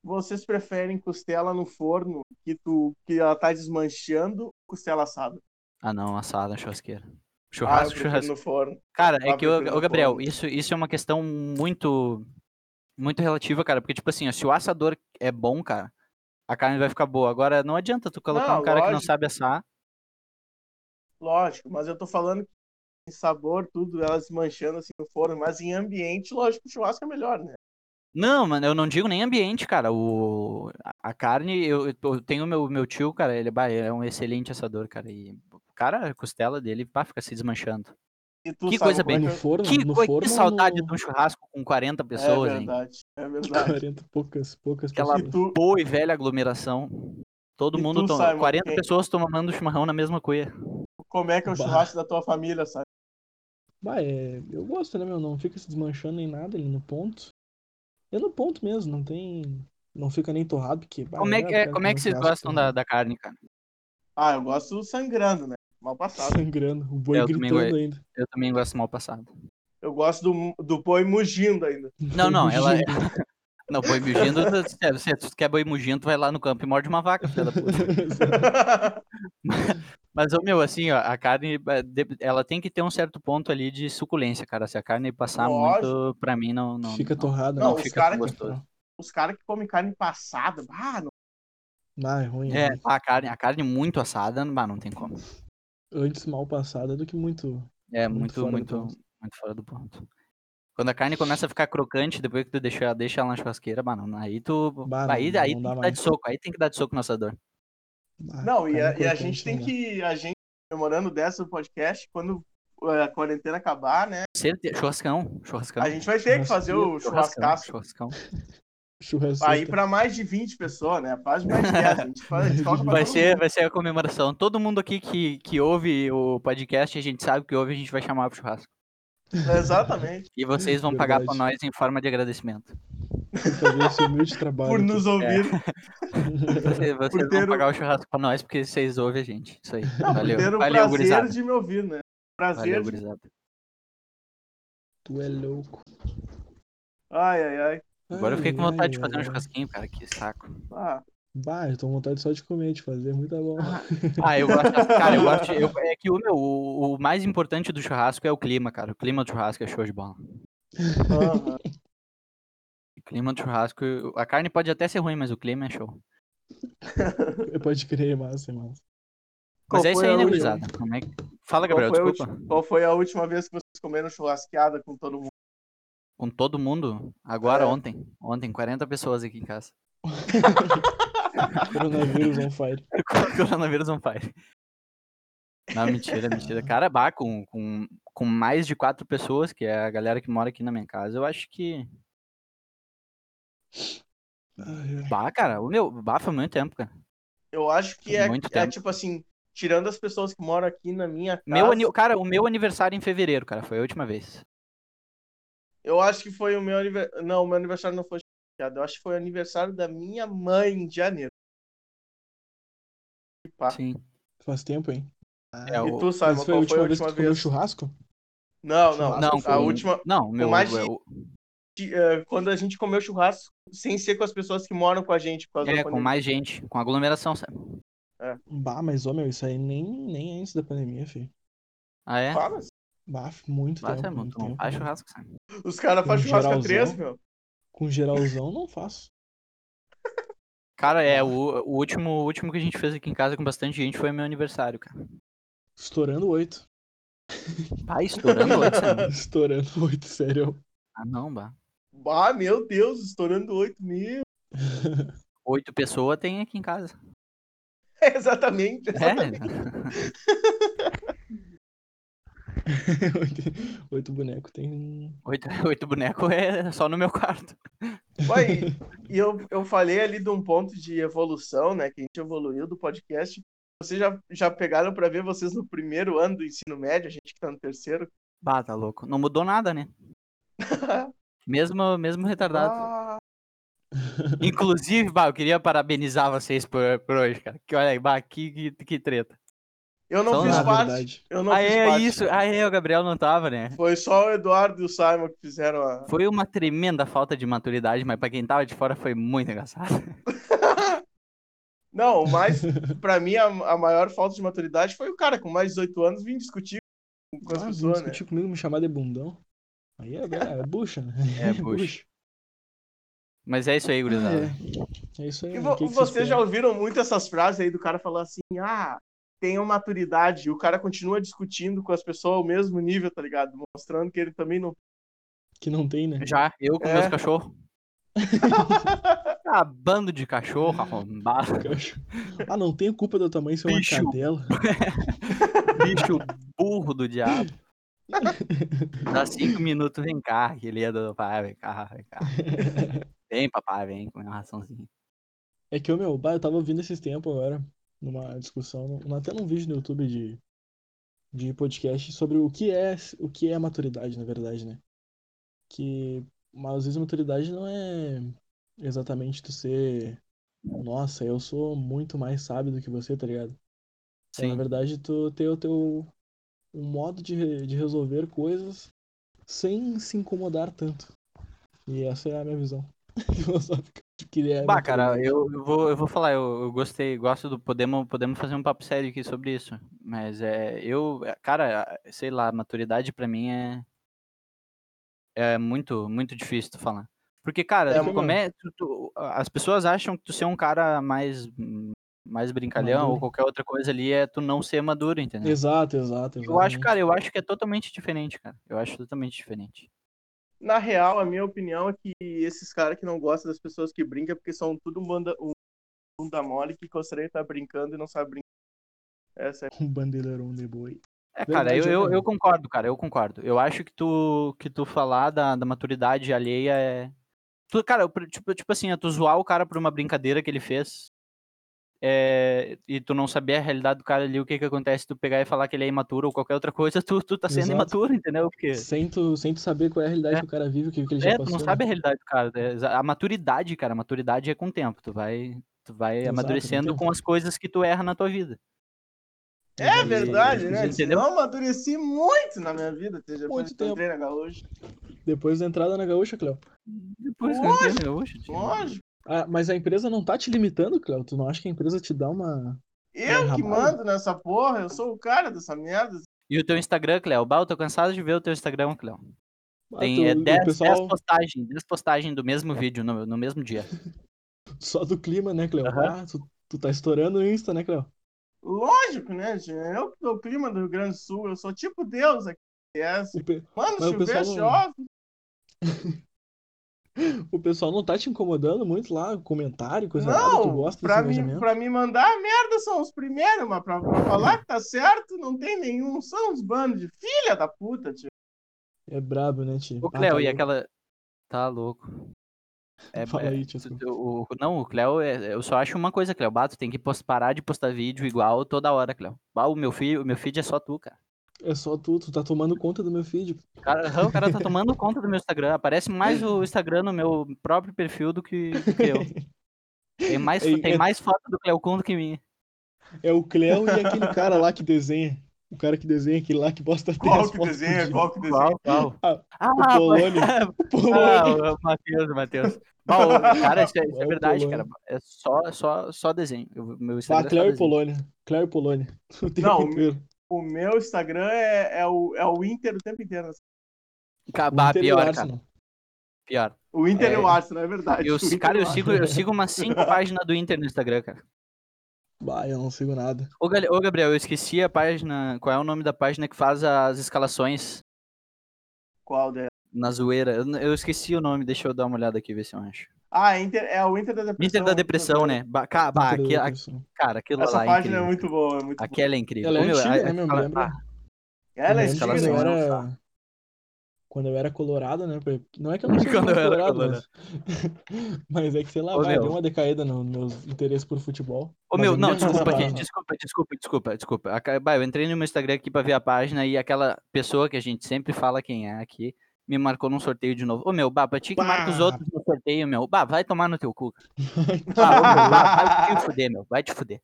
Speaker 2: Vocês preferem costela no forno que tu que ela tá desmanchando ou costela assada?
Speaker 1: Ah, não, assada, churrasqueira.
Speaker 2: Ah, eu
Speaker 1: Churrasco,
Speaker 2: prefiro
Speaker 1: churrasco.
Speaker 2: no forno.
Speaker 1: Cara,
Speaker 2: Ah,
Speaker 1: é que, ô
Speaker 2: prefiro
Speaker 1: ô,
Speaker 2: no
Speaker 1: Gabriel,
Speaker 2: forno.
Speaker 1: isso, isso é uma questão muito muito relativa, cara, porque, tipo assim, ó, se o assador é bom, cara, a carne vai ficar boa. Agora, não adianta tu colocar
Speaker 2: Não,
Speaker 1: um cara que não
Speaker 2: lógico.
Speaker 1: sabe assar.
Speaker 2: Lógico, mas eu tô falando que em sabor, tudo, ela desmanchando assim no forno, mas em ambiente, lógico, o churrasco é melhor, né?
Speaker 1: Não, mano, eu não digo nem ambiente, cara. O, a- a carne, eu, eu eu tenho meu, meu tio, cara, ele, bah, ele é um excelente assador, cara. E, cara, a costela dele, pá, fica se desmanchando.
Speaker 2: E tu
Speaker 1: Que
Speaker 2: sabe
Speaker 1: coisa
Speaker 2: como é
Speaker 1: bem-
Speaker 3: No
Speaker 2: que-
Speaker 3: forno?
Speaker 1: Que,
Speaker 3: no
Speaker 1: coi-
Speaker 3: forno
Speaker 1: que saudade
Speaker 3: ou
Speaker 1: de
Speaker 3: no...
Speaker 1: um churrasco com 40 pessoas,
Speaker 2: É
Speaker 1: hein?
Speaker 2: verdade, é verdade.
Speaker 3: 40 e poucas, poucas
Speaker 1: Aquela-
Speaker 2: E
Speaker 3: pessoas.
Speaker 2: tu,
Speaker 1: Boa e velha aglomeração. Todo
Speaker 2: E
Speaker 1: mundo,
Speaker 2: tu,
Speaker 1: to-
Speaker 2: Simon,
Speaker 1: 40
Speaker 2: quem-
Speaker 1: pessoas tomando chimarrão na mesma cuia.
Speaker 2: como é que é o
Speaker 3: Bah.
Speaker 2: churrasco da tua família, sabe?
Speaker 3: Bah, é... eu gosto, né, meu? Não fica se desmanchando nem nada ali no ponto. É no ponto mesmo, não tem. Não fica nem torrado, porque. bah,
Speaker 1: Como é que, é-
Speaker 3: ficar
Speaker 1: como é que vocês
Speaker 3: um fiasco
Speaker 1: gostam da, da carne, cara?
Speaker 2: Ah, eu gosto sangrando, né? Mal passado.
Speaker 3: Sangrando, o boi
Speaker 1: É, eu também
Speaker 3: gritando
Speaker 1: gosto.
Speaker 3: ainda.
Speaker 1: Eu também gosto mal passado.
Speaker 2: Eu gosto do, do boi mugindo ainda.
Speaker 1: Não, não, ela é.
Speaker 3: Fugindo.
Speaker 1: Não, boi mugindo, tu- se- se tu quer boi mugindo, tu vai lá no campo e morde uma vaca, filha da puta. Mas, ô, meu, assim, ó, a carne, eh, de- ela tem que ter um certo ponto ali de suculência, cara. Se a carne passar muito, pra mim, não... não
Speaker 3: Fica
Speaker 1: não.
Speaker 3: torrada,
Speaker 2: Não,
Speaker 3: né?
Speaker 2: os
Speaker 3: Fica
Speaker 2: cara
Speaker 3: com
Speaker 1: que-
Speaker 3: gostoso.
Speaker 2: Os caras que comem carne passada, ah, não.
Speaker 3: Ah, é ruim.
Speaker 1: É,
Speaker 3: ruim.
Speaker 1: a carne, a carne muito assada, bah, não tem como.
Speaker 3: Antes mal passada do que muito.
Speaker 1: É
Speaker 3: Muito
Speaker 1: muito,
Speaker 3: fora do
Speaker 1: muito, muito,
Speaker 3: ponto.
Speaker 1: fora do ponto. Quando a carne começa a ficar crocante, depois que tu deixa, deixa ela na churrasqueira, bah, não, aí tu.
Speaker 3: Bah, não,
Speaker 1: aí aí
Speaker 3: não dá
Speaker 1: tem que dar
Speaker 3: mais.
Speaker 1: de soco, aí tem que dar de soco no assador.
Speaker 3: Ah,
Speaker 2: Não, e a,
Speaker 3: carne
Speaker 2: e a
Speaker 3: crocante,
Speaker 2: gente tem
Speaker 3: não dá.
Speaker 2: que. A gente, comemorando dessa do podcast, quando eh, a quarentena acabar, né?
Speaker 1: Certe- Churrascão, churrascão.
Speaker 2: A gente vai ter que fazer o
Speaker 1: Churrascão,
Speaker 2: churrascaço.
Speaker 1: churrascão.
Speaker 3: Churrasco. é
Speaker 1: tá?
Speaker 2: Aí pra mais de 20 pessoas, né? Faz mais de 10. A gente faz, a gente toca pra
Speaker 1: Vai
Speaker 2: todo
Speaker 1: ser, vai ser a comemoração. Todo mundo aqui que, que ouve o podcast, a gente sabe que ouve, a gente vai chamar pro churrasco.
Speaker 2: mundo. Exatamente.
Speaker 1: E vocês vão pagar pra
Speaker 3: Verdade.
Speaker 1: nós em forma de agradecimento.
Speaker 3: fazer esse humilde trabalho.
Speaker 2: Por
Speaker 3: aqui.
Speaker 2: nos ouvir,
Speaker 1: Vocês, vocês
Speaker 2: ter
Speaker 1: vão
Speaker 2: o-
Speaker 1: pagar o churrasco pra nós porque vocês ouvem a gente. Isso aí. Valeu,
Speaker 2: ter o
Speaker 1: valeu,
Speaker 2: prazer
Speaker 1: gurizada.
Speaker 2: de me ouvir, né? Prazer.
Speaker 1: Valeu,
Speaker 2: de...
Speaker 1: gurizada.
Speaker 3: Tu é louco.
Speaker 2: Ai, ai, ai.
Speaker 1: Agora eu fiquei com
Speaker 3: Ai,
Speaker 1: vontade de
Speaker 3: ai,
Speaker 1: fazer um
Speaker 3: ai.
Speaker 1: churrasquinho, cara, que saco.
Speaker 2: Ah,
Speaker 3: Bah, eu tô com vontade só de comer, de fazer, muito bom.
Speaker 1: Ah, eu gosto, cara, eu gosto, de- eu- é que o meu, o, o mais importante do churrasco é o clima, cara, o clima do churrasco é show de bola.
Speaker 2: aham.
Speaker 1: O clima do churrasco, a carne pode até ser ruim, mas o clima é show.
Speaker 3: Pode crer, massa, massa.
Speaker 1: Mas
Speaker 2: Qual
Speaker 1: é isso
Speaker 2: foi
Speaker 1: aí,
Speaker 2: a
Speaker 1: né,
Speaker 2: última?
Speaker 1: gurizada? Como é que- Fala,
Speaker 2: Qual
Speaker 1: Gabriel,
Speaker 2: foi a
Speaker 1: desculpa.
Speaker 2: Qual foi a última vez que vocês comeram churrasqueada com todo mundo?
Speaker 1: Com todo mundo, agora,
Speaker 2: É.
Speaker 1: ontem, ontem, 40 pessoas aqui em casa.
Speaker 3: Coronavírus on fire.
Speaker 1: Coronavírus on fire. Não, mentira, mentira. Cara, bah, com, com, com mais de quatro pessoas, que é a galera que mora aqui na minha casa, eu acho que...
Speaker 3: Ai, ai.
Speaker 1: Bah, cara, o meu, bah, foi muito tempo, cara.
Speaker 2: Eu acho que
Speaker 1: Por
Speaker 2: é,
Speaker 1: muito
Speaker 2: é
Speaker 1: tempo.
Speaker 2: tipo assim, Tirando as pessoas que moram aqui na minha casa.
Speaker 1: Meu ani- Cara, o meu aniversário é em fevereiro, cara, foi a última vez.
Speaker 2: Eu acho que foi o meu aniversário. Não, o meu aniversário não foi chateado. Eu acho que foi o aniversário da minha mãe em janeiro. E pá.
Speaker 1: Sim.
Speaker 3: Faz tempo, hein?
Speaker 1: É,
Speaker 2: Ah, E
Speaker 1: o...
Speaker 2: tu,
Speaker 3: Mas
Speaker 2: Simon,
Speaker 3: foi
Speaker 2: Tá,
Speaker 3: a
Speaker 2: qual foi
Speaker 3: última
Speaker 2: a
Speaker 3: vez que
Speaker 2: última
Speaker 3: tu comeu
Speaker 2: vez?
Speaker 3: churrasco?
Speaker 2: Não, não.
Speaker 1: Não,
Speaker 2: a
Speaker 1: com-
Speaker 2: última.
Speaker 1: Não, meu. é,
Speaker 2: mais de-
Speaker 1: eu-
Speaker 2: eh, Quando a gente comeu churrasco, sem ser com as pessoas que moram com a gente. Por causa
Speaker 1: É,
Speaker 2: da
Speaker 1: com
Speaker 2: pandemia.
Speaker 1: mais gente, com aglomeração, sabe?
Speaker 3: Bah, mas, ô, meu, isso aí nem, nem é antes da pandemia, filho.
Speaker 1: Ah, é?
Speaker 2: Fala,
Speaker 3: Bah, muito
Speaker 1: Mas
Speaker 3: tempo,
Speaker 1: é
Speaker 3: muito
Speaker 1: muito bom.
Speaker 3: tempo.
Speaker 1: Faz
Speaker 3: né?
Speaker 1: churrasco, sabe?
Speaker 2: Os caras fazem
Speaker 3: Um
Speaker 2: churrasco a
Speaker 3: geralzão.
Speaker 2: três, meu.
Speaker 3: Com geralzão, não faço.
Speaker 1: Cara, é, o, o último, o último que a gente fez aqui em casa com bastante gente foi meu aniversário, cara.
Speaker 3: Estourando oito.
Speaker 2: Tá
Speaker 1: Vai estourando oito,
Speaker 2: né?
Speaker 1: sabe?
Speaker 3: Estourando oito, sério.
Speaker 1: Ah, não, bah.
Speaker 2: Ah, meu Deus, estourando 8 mil.
Speaker 1: Oito pessoas tem aqui em casa.
Speaker 2: É, exatamente.
Speaker 1: É,
Speaker 3: Oito- oito bonecos tem. um
Speaker 2: Então,
Speaker 1: oito, oito bonecos é só no meu quarto.
Speaker 2: Ué, e eu, eu falei ali de um ponto de evolução, né? Que a gente evoluiu do podcast. Vocês já, já pegaram pra ver vocês no primeiro ano do ensino médio, a gente que tá no terceiro.
Speaker 1: Bah, tá louco. Não mudou nada, né? Mesmo, mesmo retardado.
Speaker 2: Ah,
Speaker 1: Inclusive, bah, eu queria parabenizar vocês por, por hoje, cara. Que olha aí, bah, que, que, que treta.
Speaker 2: eu não
Speaker 1: Então,
Speaker 2: fiz
Speaker 1: na
Speaker 2: parte.
Speaker 3: verdade.
Speaker 2: Eu não
Speaker 1: Ah,
Speaker 2: fiz
Speaker 1: é
Speaker 2: parte.
Speaker 1: isso. Ah, é, o Gabriel não tava, né?
Speaker 2: Foi só o Eduardo e o Simon que fizeram a.
Speaker 1: Foi uma tremenda falta de maturidade, mas pra quem tava de fora foi muito engraçado.
Speaker 2: Não, mas pra mim a, a maior falta de maturidade foi o cara com mais de 18 anos vir discutir com as
Speaker 3: Ah, vim
Speaker 2: pessoas, né?
Speaker 3: discutir comigo, me chamar de bundão. Aí é, é, é bucha, né?
Speaker 1: É, bucha. Mas é isso aí, gurizada.
Speaker 3: É, é isso aí.
Speaker 2: E
Speaker 3: né?
Speaker 2: vo-
Speaker 3: O que que se
Speaker 2: vocês já
Speaker 3: espera?
Speaker 2: ouviram muito essas frases aí do cara falar assim, ah, tenham maturidade, e o cara continua discutindo com as pessoas ao mesmo nível, tá ligado? Mostrando que ele também não.
Speaker 3: Que não tem, né?
Speaker 1: Já, eu com
Speaker 2: É.
Speaker 1: meus cachorros. ah, bando de cachorro, arrombado.
Speaker 3: Cachorro. Ah, não tem culpa da tua mãe ser é uma
Speaker 1: Bicho.
Speaker 3: cadela.
Speaker 1: Bicho burro do diabo. Dá cinco minutos, vem cá, querida do pai, vem cá, vem cá. Vem, papai, vem, comer uma raçãozinha.
Speaker 3: É que eu, meu, bah, eu tava ouvindo esses tempos agora, numa discussão, num- até num vídeo no YouTube de, de podcast sobre o que é o que é maturidade, na verdade, né? Que mas às vezes maturidade não é exatamente tu ser, nossa, eu sou muito mais sábio do que você, tá ligado? É, na
Speaker 1: Sim,
Speaker 3: verdade, tu ter o teu um modo de, re- de resolver coisas sem se incomodar tanto. E essa é a minha visão filosófica de que é
Speaker 1: Bah, cara,
Speaker 3: maturidade.
Speaker 1: eu, eu vou, eu vou falar, eu, eu gostei, gosto do. Podemos, podemos fazer um papo sério aqui sobre isso. Mas é, eu, cara, sei lá, maturidade pra mim é. É muito, muito difícil tu falar. Porque, cara,
Speaker 2: É,
Speaker 1: tu
Speaker 2: mano.
Speaker 1: come- tu- tu- as pessoas acham que tu ser um cara mais, mais brincalhão ou
Speaker 3: Maduro.
Speaker 1: qualquer outra coisa ali é tu não ser maduro, entendeu?
Speaker 3: Exato, exato,
Speaker 1: é. Eu acho,
Speaker 3: exatamente.
Speaker 1: cara, eu acho que é totalmente diferente, cara. Eu acho totalmente diferente.
Speaker 2: Na real, a minha opinião é que esses caras que não gostam das pessoas que brincam, é porque são tudo banda, um bunda mole que gostaria de estar brincando e não sabe brincar. Essa é...
Speaker 3: Um bandeirão de boi.
Speaker 1: É, cara, eu,
Speaker 3: Verdade,
Speaker 1: eu,
Speaker 3: Otávio.
Speaker 1: eu concordo, cara, eu concordo. Eu acho que tu, que tu falar da, da maturidade alheia é. Tu, cara, eu pre- tipo, tipo assim, é tu zoar o cara por uma brincadeira que ele fez é, e tu não saber a realidade do cara ali, o que que acontece, tu pegar e falar que ele é imaturo ou qualquer outra coisa, tu, tu tá sendo
Speaker 3: Exato.
Speaker 1: imaturo, entendeu? Porque.
Speaker 3: Sem tu, sem tu saber qual é a realidade
Speaker 1: É.
Speaker 3: que o cara vive, o que, que ele já
Speaker 1: É, tu
Speaker 3: passou.
Speaker 1: não sabe a realidade do cara. né? Exa- A maturidade, cara, a maturidade é com o tempo. Tu vai, tu vai
Speaker 3: Exato, com o
Speaker 1: amadurecendo
Speaker 3: tempo.
Speaker 1: com as coisas que tu erra na tua vida.
Speaker 3: né?
Speaker 2: é verdade, né?
Speaker 1: Entendeu?
Speaker 2: Eu amadureci muito na minha vida, até já
Speaker 3: Muito
Speaker 2: que eu entrei na gaúcha.
Speaker 3: Depois da entrada na gaúcha, Cléo.
Speaker 1: Depois que eu entrei no gaúcho, tio.
Speaker 2: Lógico.
Speaker 3: Ah, mas a empresa não tá te limitando, Cléo? Tu não acha que a empresa te dá uma.
Speaker 2: Eu
Speaker 3: É,
Speaker 2: que
Speaker 3: rapaz.
Speaker 2: mando nessa porra, eu sou o cara dessa merda.
Speaker 1: E o teu Instagram, Cléo? Bah, eu tô cansado de ver o teu Instagram, Cléo.
Speaker 3: Ah,
Speaker 1: Tem
Speaker 3: tu-
Speaker 1: é,
Speaker 3: o
Speaker 1: 10,
Speaker 3: pessoal
Speaker 1: postagens, 10 postagens do mesmo vídeo no, no mesmo dia.
Speaker 3: só do clima, né, Cléo?
Speaker 1: Aham.
Speaker 3: Ah, tu, tu tá estourando o Insta, né, Cléo?
Speaker 2: Lógico, né, gente? Eu que sou o clima do Rio Grande do Sul, eu sou tipo Deus aqui. É,
Speaker 3: O, pe-
Speaker 2: Mano,
Speaker 3: Mas o
Speaker 2: chover,
Speaker 3: pessoal não-
Speaker 2: chove.
Speaker 3: o pessoal não tá te incomodando muito lá? Comentário, coisa errada, é, tu
Speaker 2: Não,
Speaker 3: gosta desse
Speaker 2: pra, me,
Speaker 3: engajamento?
Speaker 2: pra me mandar a merda são os primeiros, mas pra, pra falar que tá certo, não tem nenhum. São os bandos de filha da puta, tio.
Speaker 3: É brabo, né, tio?
Speaker 1: Ô,
Speaker 3: Ah,
Speaker 1: Cléo,
Speaker 3: tá
Speaker 1: e
Speaker 3: louco.
Speaker 1: aquela. Tá louco. É,
Speaker 3: Fala
Speaker 1: é-
Speaker 3: aí, tio. Scooby.
Speaker 1: o, o- não, o Cléo, é- eu só acho uma coisa, Cléo. Bato, tem que post- parar de postar vídeo igual toda hora, Cléo. Bah, o meu, fi, o meu feed é só tu, cara.
Speaker 3: É só tu, tu tá tomando conta do meu feed.
Speaker 1: O cara, aham, o cara tá tomando conta do meu Instagram. Aparece mais o Instagram no meu próprio perfil do que, do que eu. Tem mais,
Speaker 3: Ei,
Speaker 1: tem
Speaker 3: é-
Speaker 1: mais foto do Cléo Kun do que mim.
Speaker 3: É o Cleo e aquele cara lá que desenha. O cara que desenha, aquele lá que posta
Speaker 2: Qual
Speaker 3: três
Speaker 2: que
Speaker 3: fotos por
Speaker 2: desenha?
Speaker 3: dia.
Speaker 2: Qual que desenha?
Speaker 1: Qual, qual?
Speaker 3: Ah,
Speaker 1: Ah,
Speaker 3: o Polônio. O
Speaker 1: Ah,
Speaker 3: Polônio.
Speaker 1: o- o Matheus, o Matheus. Bah, o- cara, isso é, isso é
Speaker 3: É o
Speaker 1: verdade,
Speaker 3: Polônio.
Speaker 1: cara. É só, só, só desenho. Eu- meu
Speaker 3: Ah,
Speaker 1: Instagram é só
Speaker 3: Cleo e
Speaker 1: desenho.
Speaker 3: Polônia. Cleo e Polônia. O tempo
Speaker 2: Não,
Speaker 3: inteiro.
Speaker 2: O meu Instagram é, é o, é o Inter o tempo inteiro. assim.
Speaker 1: Ca-
Speaker 3: O
Speaker 1: Ah, bah,
Speaker 3: Inter e o
Speaker 1: pior, cara.
Speaker 3: Arsenal.
Speaker 1: Pior.
Speaker 2: O Inter
Speaker 1: É.
Speaker 2: é. eu acho, não é verdade.
Speaker 1: Eu,
Speaker 2: O Inter
Speaker 1: cara,
Speaker 2: é
Speaker 1: eu
Speaker 2: o Arsenal.
Speaker 1: sigo, eu sigo umas cinco páginas do Inter no Instagram, cara.
Speaker 3: Bah, eu não sigo nada.
Speaker 1: Ô, Gal- ô, Gabriel, eu esqueci a página. Qual é o nome da página que faz as escalações
Speaker 2: Qual dela?
Speaker 1: na zoeira? Eu, eu esqueci o nome, deixa eu dar uma olhada aqui, ver se eu acho.
Speaker 2: Ah, Inter, é o Inter da Depressão.
Speaker 1: Inter da Depressão, né? Bah, ca- bah,
Speaker 3: Inter e
Speaker 1: aqui- a-
Speaker 3: Arsenal.
Speaker 1: cara, aquilo
Speaker 2: Essa
Speaker 1: lá é
Speaker 2: página é
Speaker 1: incrível.
Speaker 2: muito boa, é muito boa.
Speaker 1: Aquela é incrível.
Speaker 3: Ela é
Speaker 1: Ô, meu,
Speaker 3: antiga,
Speaker 1: a-
Speaker 3: né, meu? Me
Speaker 1: aquela-
Speaker 3: lembra?
Speaker 1: ah,
Speaker 2: Ela é
Speaker 1: Essa
Speaker 2: antiga,
Speaker 1: escalação
Speaker 3: quando eu
Speaker 2: né?
Speaker 1: não
Speaker 3: era... Quando eu era colorado, né? porque- Não é que eu não sou
Speaker 1: Quando
Speaker 3: mais
Speaker 1: eu era
Speaker 3: colorado, mas... mas é que, sei lá,
Speaker 1: Ô,
Speaker 3: vai,
Speaker 1: meu.
Speaker 3: deu uma decaída no meu interesse por futebol.
Speaker 1: Ô,
Speaker 3: Mas é
Speaker 1: meu,
Speaker 3: eu
Speaker 1: não,
Speaker 3: ia nessa
Speaker 1: desculpa aqui,
Speaker 3: página.
Speaker 1: desculpa, desculpa, desculpa, desculpa. Aca- bah, eu entrei no meu Instagram aqui pra ver a página e aquela pessoa que a gente sempre fala quem é aqui me marcou num sorteio de novo. Ô, meu, bah, pra ti que marca os
Speaker 3: Bah.
Speaker 1: outros no sorteio, meu. Bah, vai tomar no teu cu. cara. Bah, ô, meu, bah, vai te fuder, meu, vai te fuder.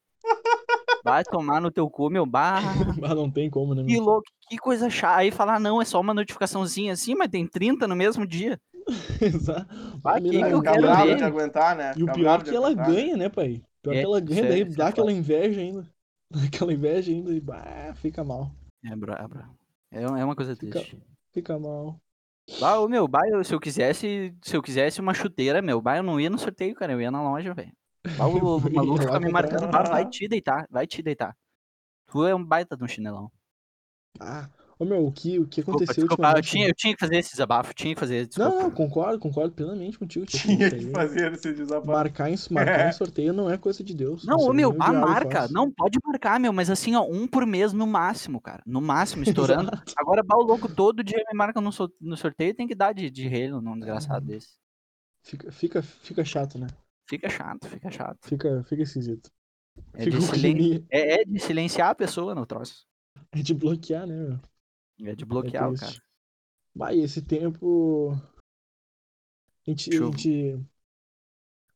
Speaker 1: Vai tomar no teu cu, meu, bah.
Speaker 3: Mas não tem como, né?
Speaker 1: Que
Speaker 3: meu?
Speaker 1: louco, que coisa chata. Aí falar, não, é só uma notificaçãozinha assim, mas tem 30 no mesmo dia.
Speaker 3: Exato.
Speaker 2: Ah,
Speaker 1: Vai,
Speaker 3: Ali
Speaker 1: quem
Speaker 3: na-
Speaker 1: que eu
Speaker 2: Ficar
Speaker 1: quero
Speaker 2: bravo
Speaker 1: ver?
Speaker 2: de aguentar, né?
Speaker 3: E o
Speaker 2: Ficar
Speaker 3: pior
Speaker 2: bravo
Speaker 3: é
Speaker 2: de
Speaker 3: que ela
Speaker 2: aguentar, né?
Speaker 3: ganha, né, pai? Pior
Speaker 1: É,
Speaker 3: que ela ganha,
Speaker 1: isso é-
Speaker 3: daí
Speaker 1: isso é
Speaker 3: dá aquela inveja ainda. Dá aquela inveja ainda e bah, fica mal.
Speaker 1: É, brabo. É, é uma coisa
Speaker 3: Fica-
Speaker 1: triste.
Speaker 3: Fica mal.
Speaker 1: Bah, ô, meu, bah, eu- se eu quisesse, se eu quisesse uma chuteira, meu, bah, eu não ia no sorteio, cara, eu ia na loja, velho. Bah, o o maluco
Speaker 3: Ia lá
Speaker 1: fica me
Speaker 3: comprar.
Speaker 1: marcando, bah, vai te deitar, vai te deitar. Tu é um baita de um chinelão.
Speaker 3: Ah, ô meu, o que, o que
Speaker 1: Desculpa,
Speaker 3: aconteceu
Speaker 1: desculpa, eu
Speaker 3: ultimamente- né?
Speaker 1: tinha, eu tinha que fazer esse desabafo, tinha que fazer,
Speaker 3: Não,
Speaker 1: desculpa.
Speaker 3: não, concordo, concordo plenamente contigo. Tio.
Speaker 2: Tinha
Speaker 3: Isso
Speaker 2: que
Speaker 3: aí,
Speaker 2: fazer esse desabafo.
Speaker 3: Marcar em, marcar em sorteio não é coisa de Deus.
Speaker 1: Não,
Speaker 3: Isso
Speaker 1: ô,
Speaker 3: aí
Speaker 1: meu,
Speaker 3: o
Speaker 1: bah,
Speaker 3: diabo
Speaker 1: marca,
Speaker 3: faz.
Speaker 1: não, pode marcar, meu, mas assim, ó, um por mês no máximo, cara, no máximo, estourando. Agora, bah, o louco todo dia me marca no, so- no sorteio, tem que dar de, de relo num desgraçado
Speaker 3: Uhum.
Speaker 1: desse.
Speaker 3: Fica, fica, fica chato, né?
Speaker 1: Fica chato, fica chato.
Speaker 3: Fica, fica esquisito.
Speaker 1: É
Speaker 3: fica
Speaker 1: de,
Speaker 3: um
Speaker 1: silen-
Speaker 3: climinha-
Speaker 1: é- é de silenciar a pessoa no troço.
Speaker 3: É de bloquear, né, meu?
Speaker 1: É de bloquear o
Speaker 3: triste.
Speaker 1: cara.
Speaker 3: Bah, e esse tempo. A gente.
Speaker 1: Deixa eu-
Speaker 3: A gente...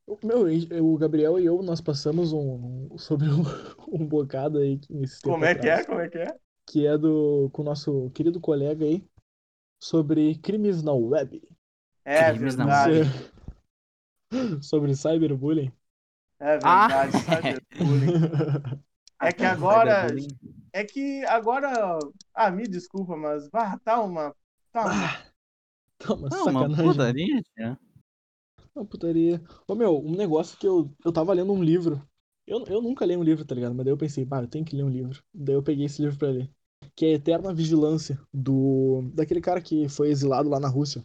Speaker 3: O- Meu, a gente- o Gabriel e eu, nós passamos um, um- sobre um, um bocado aí que- nesse tempo
Speaker 2: Como é que
Speaker 3: atrás,
Speaker 2: é? Como é que é?
Speaker 3: que é do com o nosso querido colega aí sobre crimes na web,
Speaker 2: É
Speaker 1: Crimes na
Speaker 2: verdade.
Speaker 3: sobre cyberbullying.
Speaker 2: É
Speaker 1: Ah.
Speaker 2: verdade. sabe? Bullying. É que agora. É que agora. Ah, me desculpa, mas. Bah, tá uma. Tá uma
Speaker 3: Tá uma
Speaker 1: Não, uma
Speaker 3: sacanagem.
Speaker 1: putaria, né?
Speaker 3: Uma putaria. Ô, meu, um negócio que eu, eu tava lendo um livro. Eu, eu nunca leio um livro, tá ligado? Mas daí eu pensei, pá, eu tenho que ler um livro. Daí eu peguei esse livro pra ler. Que é Eterna Vigilância, do daquele cara que foi exilado lá na Rússia.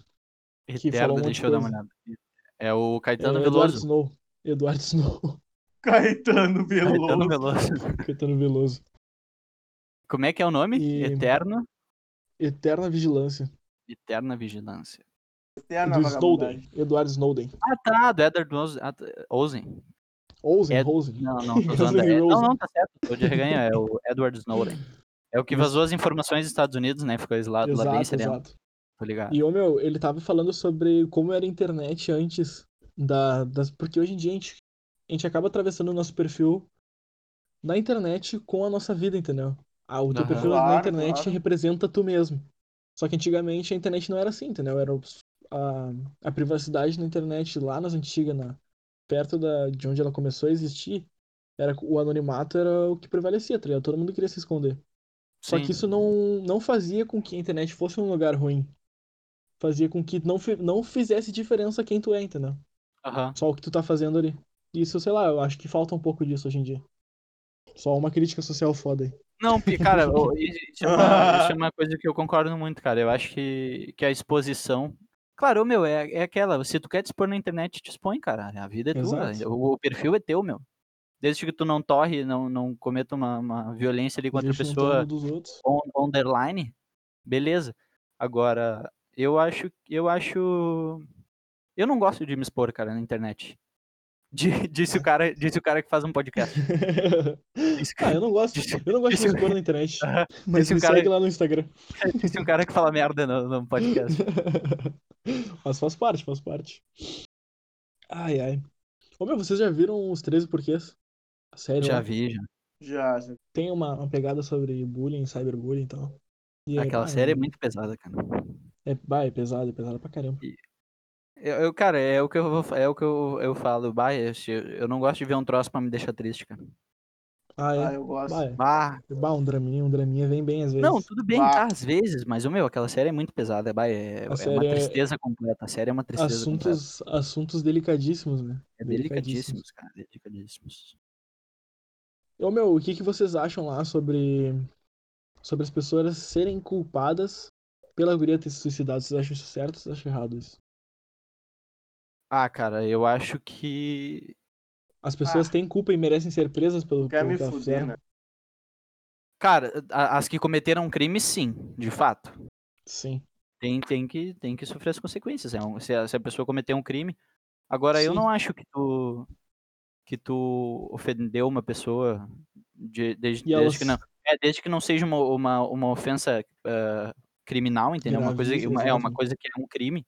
Speaker 3: Que falou
Speaker 1: Eterno,
Speaker 3: um monte
Speaker 1: deixa
Speaker 3: de
Speaker 1: eu dar uma
Speaker 3: coisa.
Speaker 1: olhada. É o Caetano
Speaker 3: É, Eduardo
Speaker 1: Veloso.
Speaker 3: Snow. Eduardo Snow.
Speaker 1: Caetano
Speaker 2: Caetano Veloso.
Speaker 1: Veloso.
Speaker 3: Caetano Veloso.
Speaker 1: Como é que é o nome?
Speaker 3: E-
Speaker 1: Eterno.
Speaker 3: Eterna Vigilância,
Speaker 1: Eterna Vigilância.
Speaker 2: Eterna
Speaker 3: do
Speaker 2: vagabundagem.
Speaker 3: Snowden. Eduardo Snowden.
Speaker 1: Ah, tá, do Edward Oz- ah, tá, Ozen.
Speaker 3: Ozen,
Speaker 1: É-
Speaker 3: Rosen.
Speaker 1: Não, não, tô zoando.
Speaker 3: Ozen
Speaker 1: É- não,
Speaker 3: Rosen.
Speaker 1: não, tá certo. Tô de reganho, é o Edward Snowden. É o que vazou as informações dos Estados Unidos, né? Ficou exilado lá
Speaker 3: Exato,
Speaker 1: bem sereno,
Speaker 3: exato.
Speaker 1: tô ligado.
Speaker 3: E, ô, meu, ele tava falando sobre como era a internet antes da, das... Porque hoje em dia a gente, a gente acaba atravessando o nosso perfil na internet com a nossa vida, entendeu? Ah, o teu
Speaker 1: Aham.
Speaker 3: perfil na
Speaker 2: Claro,
Speaker 3: internet
Speaker 2: claro.
Speaker 3: representa tu mesmo. Só que antigamente a internet não era assim, entendeu? Era os- a, a privacidade na internet lá nas antigas, na, perto da, de onde ela começou a existir, era, o anonimato era o que prevalecia, tá ligado? Todo mundo queria se esconder. Só
Speaker 1: Sim.
Speaker 3: que isso não, não fazia com que a internet fosse um lugar ruim. Fazia com que não, fi- não fizesse diferença quem tu é, entendeu?
Speaker 1: Aham.
Speaker 3: Só o que tu tá fazendo ali. Isso, sei lá, eu acho que falta um pouco disso hoje em dia. Só uma crítica social foda aí.
Speaker 1: Não, porque, cara, eu- isso é, uma, isso é uma coisa que eu concordo muito, cara. Eu acho que, que a exposição. Claro, meu, é, é aquela. Se tu quer te expor na internet, te expõe, cara. A vida é tua.
Speaker 3: Exato.
Speaker 1: O, o perfil é teu, meu. Desde que tu não torre, não, não cometa uma, uma violência ali com outra
Speaker 3: Deixa no
Speaker 1: pessoa
Speaker 3: termo dos outros.
Speaker 1: on- underline, beleza. Agora, eu acho, eu acho Eu não gosto de me expor, cara, na internet. Di- Disse o cara, disse o cara que faz um podcast. Disse, o
Speaker 3: Ah,
Speaker 1: cara-
Speaker 3: eu não gosto. Eu não gosto de me expor na internet. Mas
Speaker 1: Esse
Speaker 3: me
Speaker 1: cara-
Speaker 3: segue lá no Instagram.
Speaker 1: disse o cara que fala merda no, no podcast.
Speaker 3: Mas faz parte, faz parte. Ai, ai. Ô meu, vocês já viram os 13 porquês? A série
Speaker 1: Já
Speaker 3: lá?
Speaker 1: vi, já.
Speaker 2: Já, já.
Speaker 3: tem uma, uma pegada sobre bullying, cyberbullying e tal. E é-
Speaker 1: Aquela
Speaker 3: ah,
Speaker 1: série é
Speaker 3: é,
Speaker 1: muito pesada, cara.
Speaker 3: é, bah, é pesado, é pesado pra caramba.
Speaker 1: Eu, eu, cara, é o que eu, vou- é o que eu, eu falo. Bah, eu, eu não gosto de ver um troço pra me deixar triste, cara.
Speaker 3: Ah,
Speaker 2: Ah,
Speaker 3: é.
Speaker 2: eu gosto.
Speaker 3: Bah, é.
Speaker 1: Bah,
Speaker 3: Bah, um draminha, um draminha vem bem às vezes.
Speaker 1: Não, tudo bem,
Speaker 2: Bah.
Speaker 1: tá, às vezes, mas, o meu, aquela série é muito pesada, bah, é, é uma
Speaker 3: série é-
Speaker 1: tristeza completa, a série é uma tristeza completa.
Speaker 3: assuntos, assuntos delicadíssimos, né?
Speaker 1: É delicadíssimos, cara, delicadíssimos.
Speaker 3: Ô meu, o que que vocês acham lá sobre sobre as pessoas serem culpadas pela guria ter se suicidado? Vocês acham isso certo ou vocês acham errado isso?
Speaker 1: Ah, cara, eu acho que...
Speaker 3: As pessoas
Speaker 2: Ah.
Speaker 3: têm culpa e merecem ser presas pelo,
Speaker 2: Quer
Speaker 3: pelo
Speaker 2: me
Speaker 3: que elas
Speaker 2: fuder,
Speaker 3: fizeram?
Speaker 2: né?
Speaker 1: Cara, a- as que cometeram um crime, sim, de fato.
Speaker 3: Sim.
Speaker 1: Tem, tem, que, tem que sofrer as consequências, é um- se, a, se a pessoa cometer um crime. Agora, eu
Speaker 3: Sim.
Speaker 1: não acho que tu, que tu ofendeu uma pessoa, de- desde,
Speaker 3: E
Speaker 1: desde que não...
Speaker 3: elas-
Speaker 1: É, desde que não seja uma, uma, uma ofensa ah, criminal, entendeu? Uma coisa,
Speaker 3: Gravíssima,
Speaker 1: uma- é uma
Speaker 3: exato.
Speaker 1: coisa que é um crime.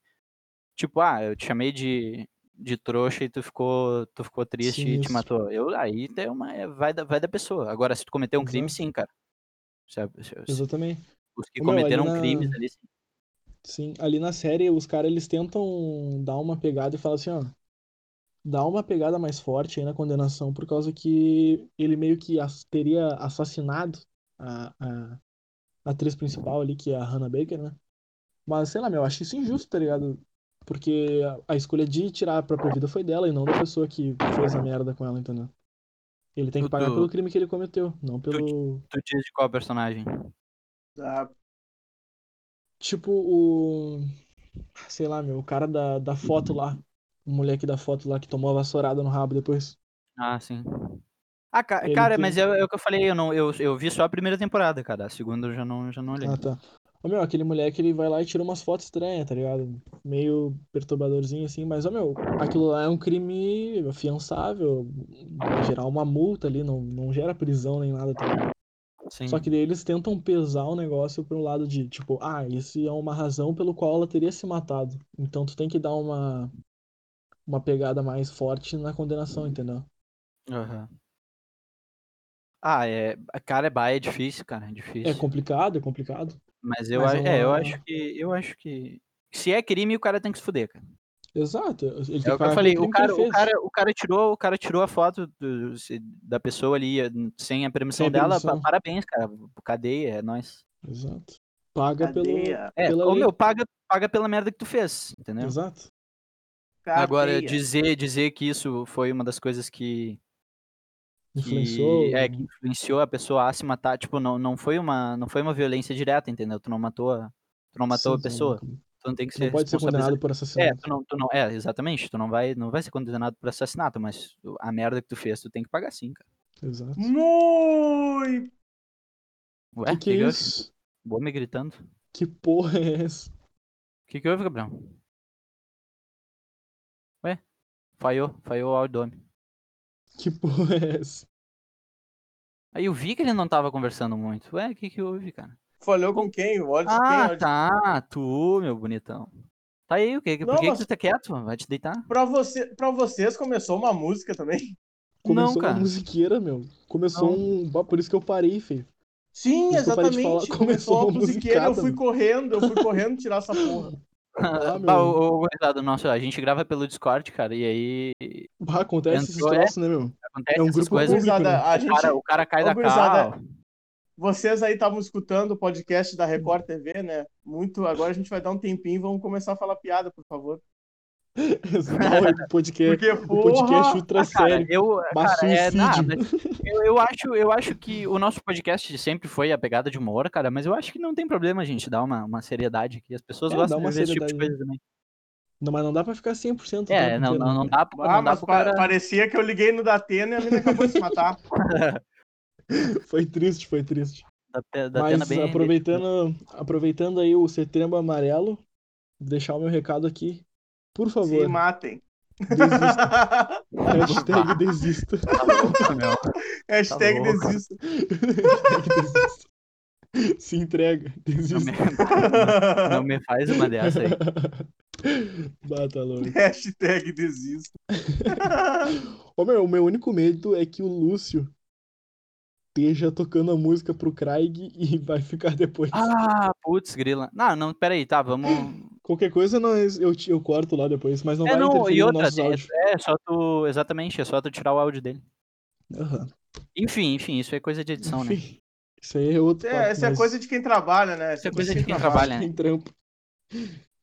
Speaker 1: Tipo, ah, eu te chamei de, de trouxa e tu ficou, tu ficou triste e te
Speaker 3: Sinistro.
Speaker 1: matou. Eu, aí é uma, é- vai, da, vai da pessoa. Agora, se tu cometeu um crime,
Speaker 3: Exato.
Speaker 1: sim, cara. Sabe, se- se-
Speaker 3: Exatamente.
Speaker 1: os que
Speaker 3: Ô, meu, ali
Speaker 1: cometeram
Speaker 3: na-
Speaker 1: crimes ali, sim.
Speaker 3: Sim, ali na série os caras eles tentam dar uma pegada e falam assim, ó, dá uma pegada mais forte aí na condenação por causa que ele meio que as- teria assassinado a, a, a atriz principal ali, que é a Hannah Baker, né? Mas sei lá, meu, eu acho isso injusto, tá ligado? Porque a, a escolha de tirar a própria vida foi dela e não da pessoa que fez a merda com ela, entendeu? Ele tem que pagar
Speaker 1: Dudu.
Speaker 3: pelo crime que ele cometeu, não pelo.
Speaker 1: Tu diz de qual personagem?
Speaker 2: Ah,
Speaker 3: Tipo o. Sei lá, meu, o cara da, da foto lá. O moleque da foto lá que tomou a vassourada no rabo depois.
Speaker 1: Ah, sim. Ah, ca-
Speaker 3: Ele
Speaker 1: cara,
Speaker 3: tem-
Speaker 1: mas é, é o que eu falei, eu, não, eu, eu vi só a primeira temporada, cara. A segunda eu já não, já não olhei.
Speaker 3: Ah, tá. Ô, meu, aquele moleque ele vai lá e tira umas fotos estranhas, tá ligado? Meio perturbadorzinho assim, mas, ô, meu, aquilo lá é um crime afiançável. Vai gerar uma multa ali, não, não gera prisão nem nada, tá ligado?
Speaker 1: Sim.
Speaker 3: Só que daí eles tentam pesar o negócio pro lado de, tipo, ah, isso é uma razão pelo qual ela teria se matado. Então tu tem que dar uma uma pegada mais forte na condenação, entendeu?
Speaker 1: Aham. Ah, é. Cara, é bah, é difícil, cara. É difícil.
Speaker 3: É complicado, é complicado.
Speaker 1: Mas eu,
Speaker 3: Mas
Speaker 1: acho,
Speaker 3: é
Speaker 1: é, eu
Speaker 3: uma-
Speaker 1: acho que. Eu acho que. Se é crime, o cara tem que se fuder, cara.
Speaker 3: Exato. Ele tem
Speaker 1: É o que eu
Speaker 3: pagar
Speaker 1: falei.
Speaker 3: pelo
Speaker 1: O
Speaker 3: crime
Speaker 1: cara,
Speaker 3: que ele
Speaker 1: o,
Speaker 3: fez.
Speaker 1: cara, o, cara tirou, o cara tirou a foto do- se- da pessoa ali eh, sem a permissão
Speaker 3: Sem a
Speaker 1: dela. pa-
Speaker 3: permissão.
Speaker 1: Parabéns, cara. Cadeia, é nóis.
Speaker 3: Exato. Paga pelo.
Speaker 2: cadeia.
Speaker 1: É,
Speaker 3: Pela
Speaker 1: ô
Speaker 3: lei.
Speaker 1: meu, paga, paga pela merda que tu fez, entendeu?
Speaker 3: Exato.
Speaker 2: Cadeia.
Speaker 1: Agora, é dizer, dizer que isso foi uma das coisas que,
Speaker 3: Influenciou. né?
Speaker 1: que, é, que influenciou a pessoa a se matar, tipo, não, não, foi uma, não foi uma violência direta, entendeu? Tu não matou a, tu não matou
Speaker 3: Sim,
Speaker 1: a pessoa.
Speaker 3: Tu não-
Speaker 1: Tu não tem que
Speaker 3: tu
Speaker 1: ser
Speaker 3: não pode ser
Speaker 1: responsabilizado
Speaker 3: condenado por
Speaker 1: É,
Speaker 3: assassinato.
Speaker 1: tu não, tu não, é, exatamente. Tu não vai, não vai ser condenado por assassinato, mas tu- a merda que tu fez, tu tem que pagar sim, cara.
Speaker 3: Exato.
Speaker 1: Hum,
Speaker 2: Muito.
Speaker 1: Ué,
Speaker 3: Que
Speaker 1: o
Speaker 3: que é isso?
Speaker 1: Boa me gritando. O
Speaker 3: Que porra é essa?
Speaker 1: que, que houve, Gabriel? Ué? Falhou, falhou o áudio do homem.
Speaker 3: Que porra é essa?
Speaker 1: Aí eu vi que ele não tava conversando muito. Ué, o que, que houve, cara?
Speaker 2: Falhou com quem?
Speaker 3: é
Speaker 2: O Odyssey,
Speaker 1: Ah,
Speaker 2: quem? Odyssey?
Speaker 1: tá. Tu, meu bonitão. Tá aí, o que? que- Por
Speaker 2: Não,
Speaker 1: que, que
Speaker 2: mas-
Speaker 1: tu tá quieto? Vai te deitar?
Speaker 2: Pra, você, pra vocês começou uma música também?
Speaker 3: Começou
Speaker 1: não,
Speaker 3: uma
Speaker 1: cara.
Speaker 3: musiqueira, meu. Começou um. Bah, Por isso que eu parei, feio.
Speaker 2: Sim,
Speaker 3: Isso que eu parei de
Speaker 2: exatamente.
Speaker 3: falar, começou
Speaker 2: uma
Speaker 3: uma
Speaker 2: musiqueira, eu fui
Speaker 3: musicada.
Speaker 2: correndo, eu fui correndo tirar essa porra.
Speaker 3: Ah,
Speaker 1: Bah,
Speaker 3: meu.
Speaker 1: ô, ô, gurizada, nossa, a gente grava pelo Discord, cara, e aí
Speaker 3: Bah, acontece esses
Speaker 1: Entrou, é?
Speaker 3: troços, né, meu?
Speaker 1: acontece
Speaker 3: É um
Speaker 1: essas
Speaker 3: grupo
Speaker 1: coisas.
Speaker 3: público, né?
Speaker 2: Gurizada, a
Speaker 1: O
Speaker 2: gente,
Speaker 1: cara, o cara cai
Speaker 2: Ô,
Speaker 1: da
Speaker 2: gurizada,
Speaker 3: é
Speaker 1: cal.
Speaker 2: vocês aí estavam escutando o podcast da
Speaker 3: Hum.
Speaker 2: Record TV, né? Muito. Agora a gente vai dar um tempinho e vamos começar a falar piada, por favor.
Speaker 3: Olha, o podcast,
Speaker 2: Porque,
Speaker 3: o podcast
Speaker 2: porra,
Speaker 3: ultra
Speaker 1: Cara,
Speaker 3: sério.
Speaker 1: eu,
Speaker 3: Mas
Speaker 1: cara, é,
Speaker 3: suicídio.
Speaker 1: nada, eu, eu acho, eu acho que o nosso podcast sempre foi a pegada de humor, cara, mas eu acho que não tem problema a gente dar uma, uma seriedade aqui. As pessoas
Speaker 3: É,
Speaker 1: gostam
Speaker 3: dá uma
Speaker 1: de ver esse tipo de
Speaker 3: seriedade,
Speaker 1: coisa também.
Speaker 3: Não, mas não dá pra ficar 100% o
Speaker 1: É,
Speaker 3: tempo
Speaker 1: não,
Speaker 3: inteiro,
Speaker 1: não,
Speaker 3: né,
Speaker 1: não
Speaker 3: cara?
Speaker 1: dá, pra-
Speaker 2: ah,
Speaker 1: não dá
Speaker 2: mas
Speaker 1: pro
Speaker 2: pa-
Speaker 1: cara.
Speaker 2: parecia que eu liguei no Datena e a mina acabou de se matar.
Speaker 3: Foi triste, foi triste.
Speaker 1: Da, da, Atena
Speaker 3: Mas
Speaker 1: bem-
Speaker 3: aproveitando, aproveitando aí o setembro amarelo, deixar o meu recado aqui Por
Speaker 2: Se
Speaker 3: favor,
Speaker 2: matem.
Speaker 3: desista. Tá Hashtag desista.
Speaker 1: Tá louco, meu.
Speaker 2: Hashtag
Speaker 1: louco.
Speaker 2: desista.
Speaker 3: Hashtag desista. Se entrega,
Speaker 1: Não
Speaker 3: desista.
Speaker 1: me, não me faz uma dessa aí.
Speaker 3: Bata tá louco.
Speaker 2: Hashtag desista.
Speaker 3: Ô, meu, o meu único medo é que o Lúcio esteja tocando a música pro Craig e vai ficar depois.
Speaker 1: Ah, putz, grila. Não, não, peraí, tá, vamos.
Speaker 3: Qualquer coisa nós, eu, te- eu corto lá depois, mas não
Speaker 1: É,
Speaker 3: vai
Speaker 1: não,
Speaker 3: interferir
Speaker 1: e
Speaker 3: no
Speaker 1: outra,
Speaker 3: nosso áudio.
Speaker 1: é, é só tu. Exatamente, é só tu tirar o áudio dele.
Speaker 3: Aham.
Speaker 1: Enfim, enfim, isso é coisa de edição, né?
Speaker 3: Enfim, isso aí é outro papo,
Speaker 2: É, essa é
Speaker 3: mas
Speaker 2: coisa de quem trabalha, né?
Speaker 1: Isso é coisa de quem
Speaker 3: quem
Speaker 1: trabalha, né?
Speaker 3: trampa.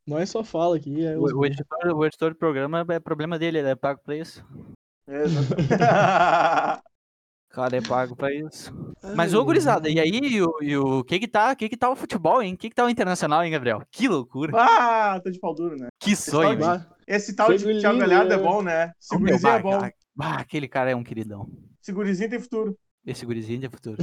Speaker 3: Nós só fala aqui, é os-
Speaker 1: O, o editor, o editor do programa é problema dele, ele é pago pra isso.
Speaker 2: É, exatamente.
Speaker 1: Cara, é pago pra isso. Mas,
Speaker 3: Ai,
Speaker 1: ô, gurizada, e aí, e o, e o que que tá, que que tá o futebol, hein? Que que tá o internacional, hein, Gabriel? Que loucura,
Speaker 2: ah, tá de pau duro, né?
Speaker 1: que sonho, hein?
Speaker 3: bah,
Speaker 2: Esse tal de
Speaker 3: Segundo
Speaker 2: Thiago
Speaker 3: lindo,
Speaker 2: Galhardo é
Speaker 3: né?
Speaker 2: bom, né?
Speaker 1: Ô, meu,
Speaker 2: Segurizinho é
Speaker 1: bah,
Speaker 2: bom.
Speaker 1: cara, bah, aquele cara é um queridão.
Speaker 2: Segurizinho tem futuro.
Speaker 1: Esse gurizinho de futuro.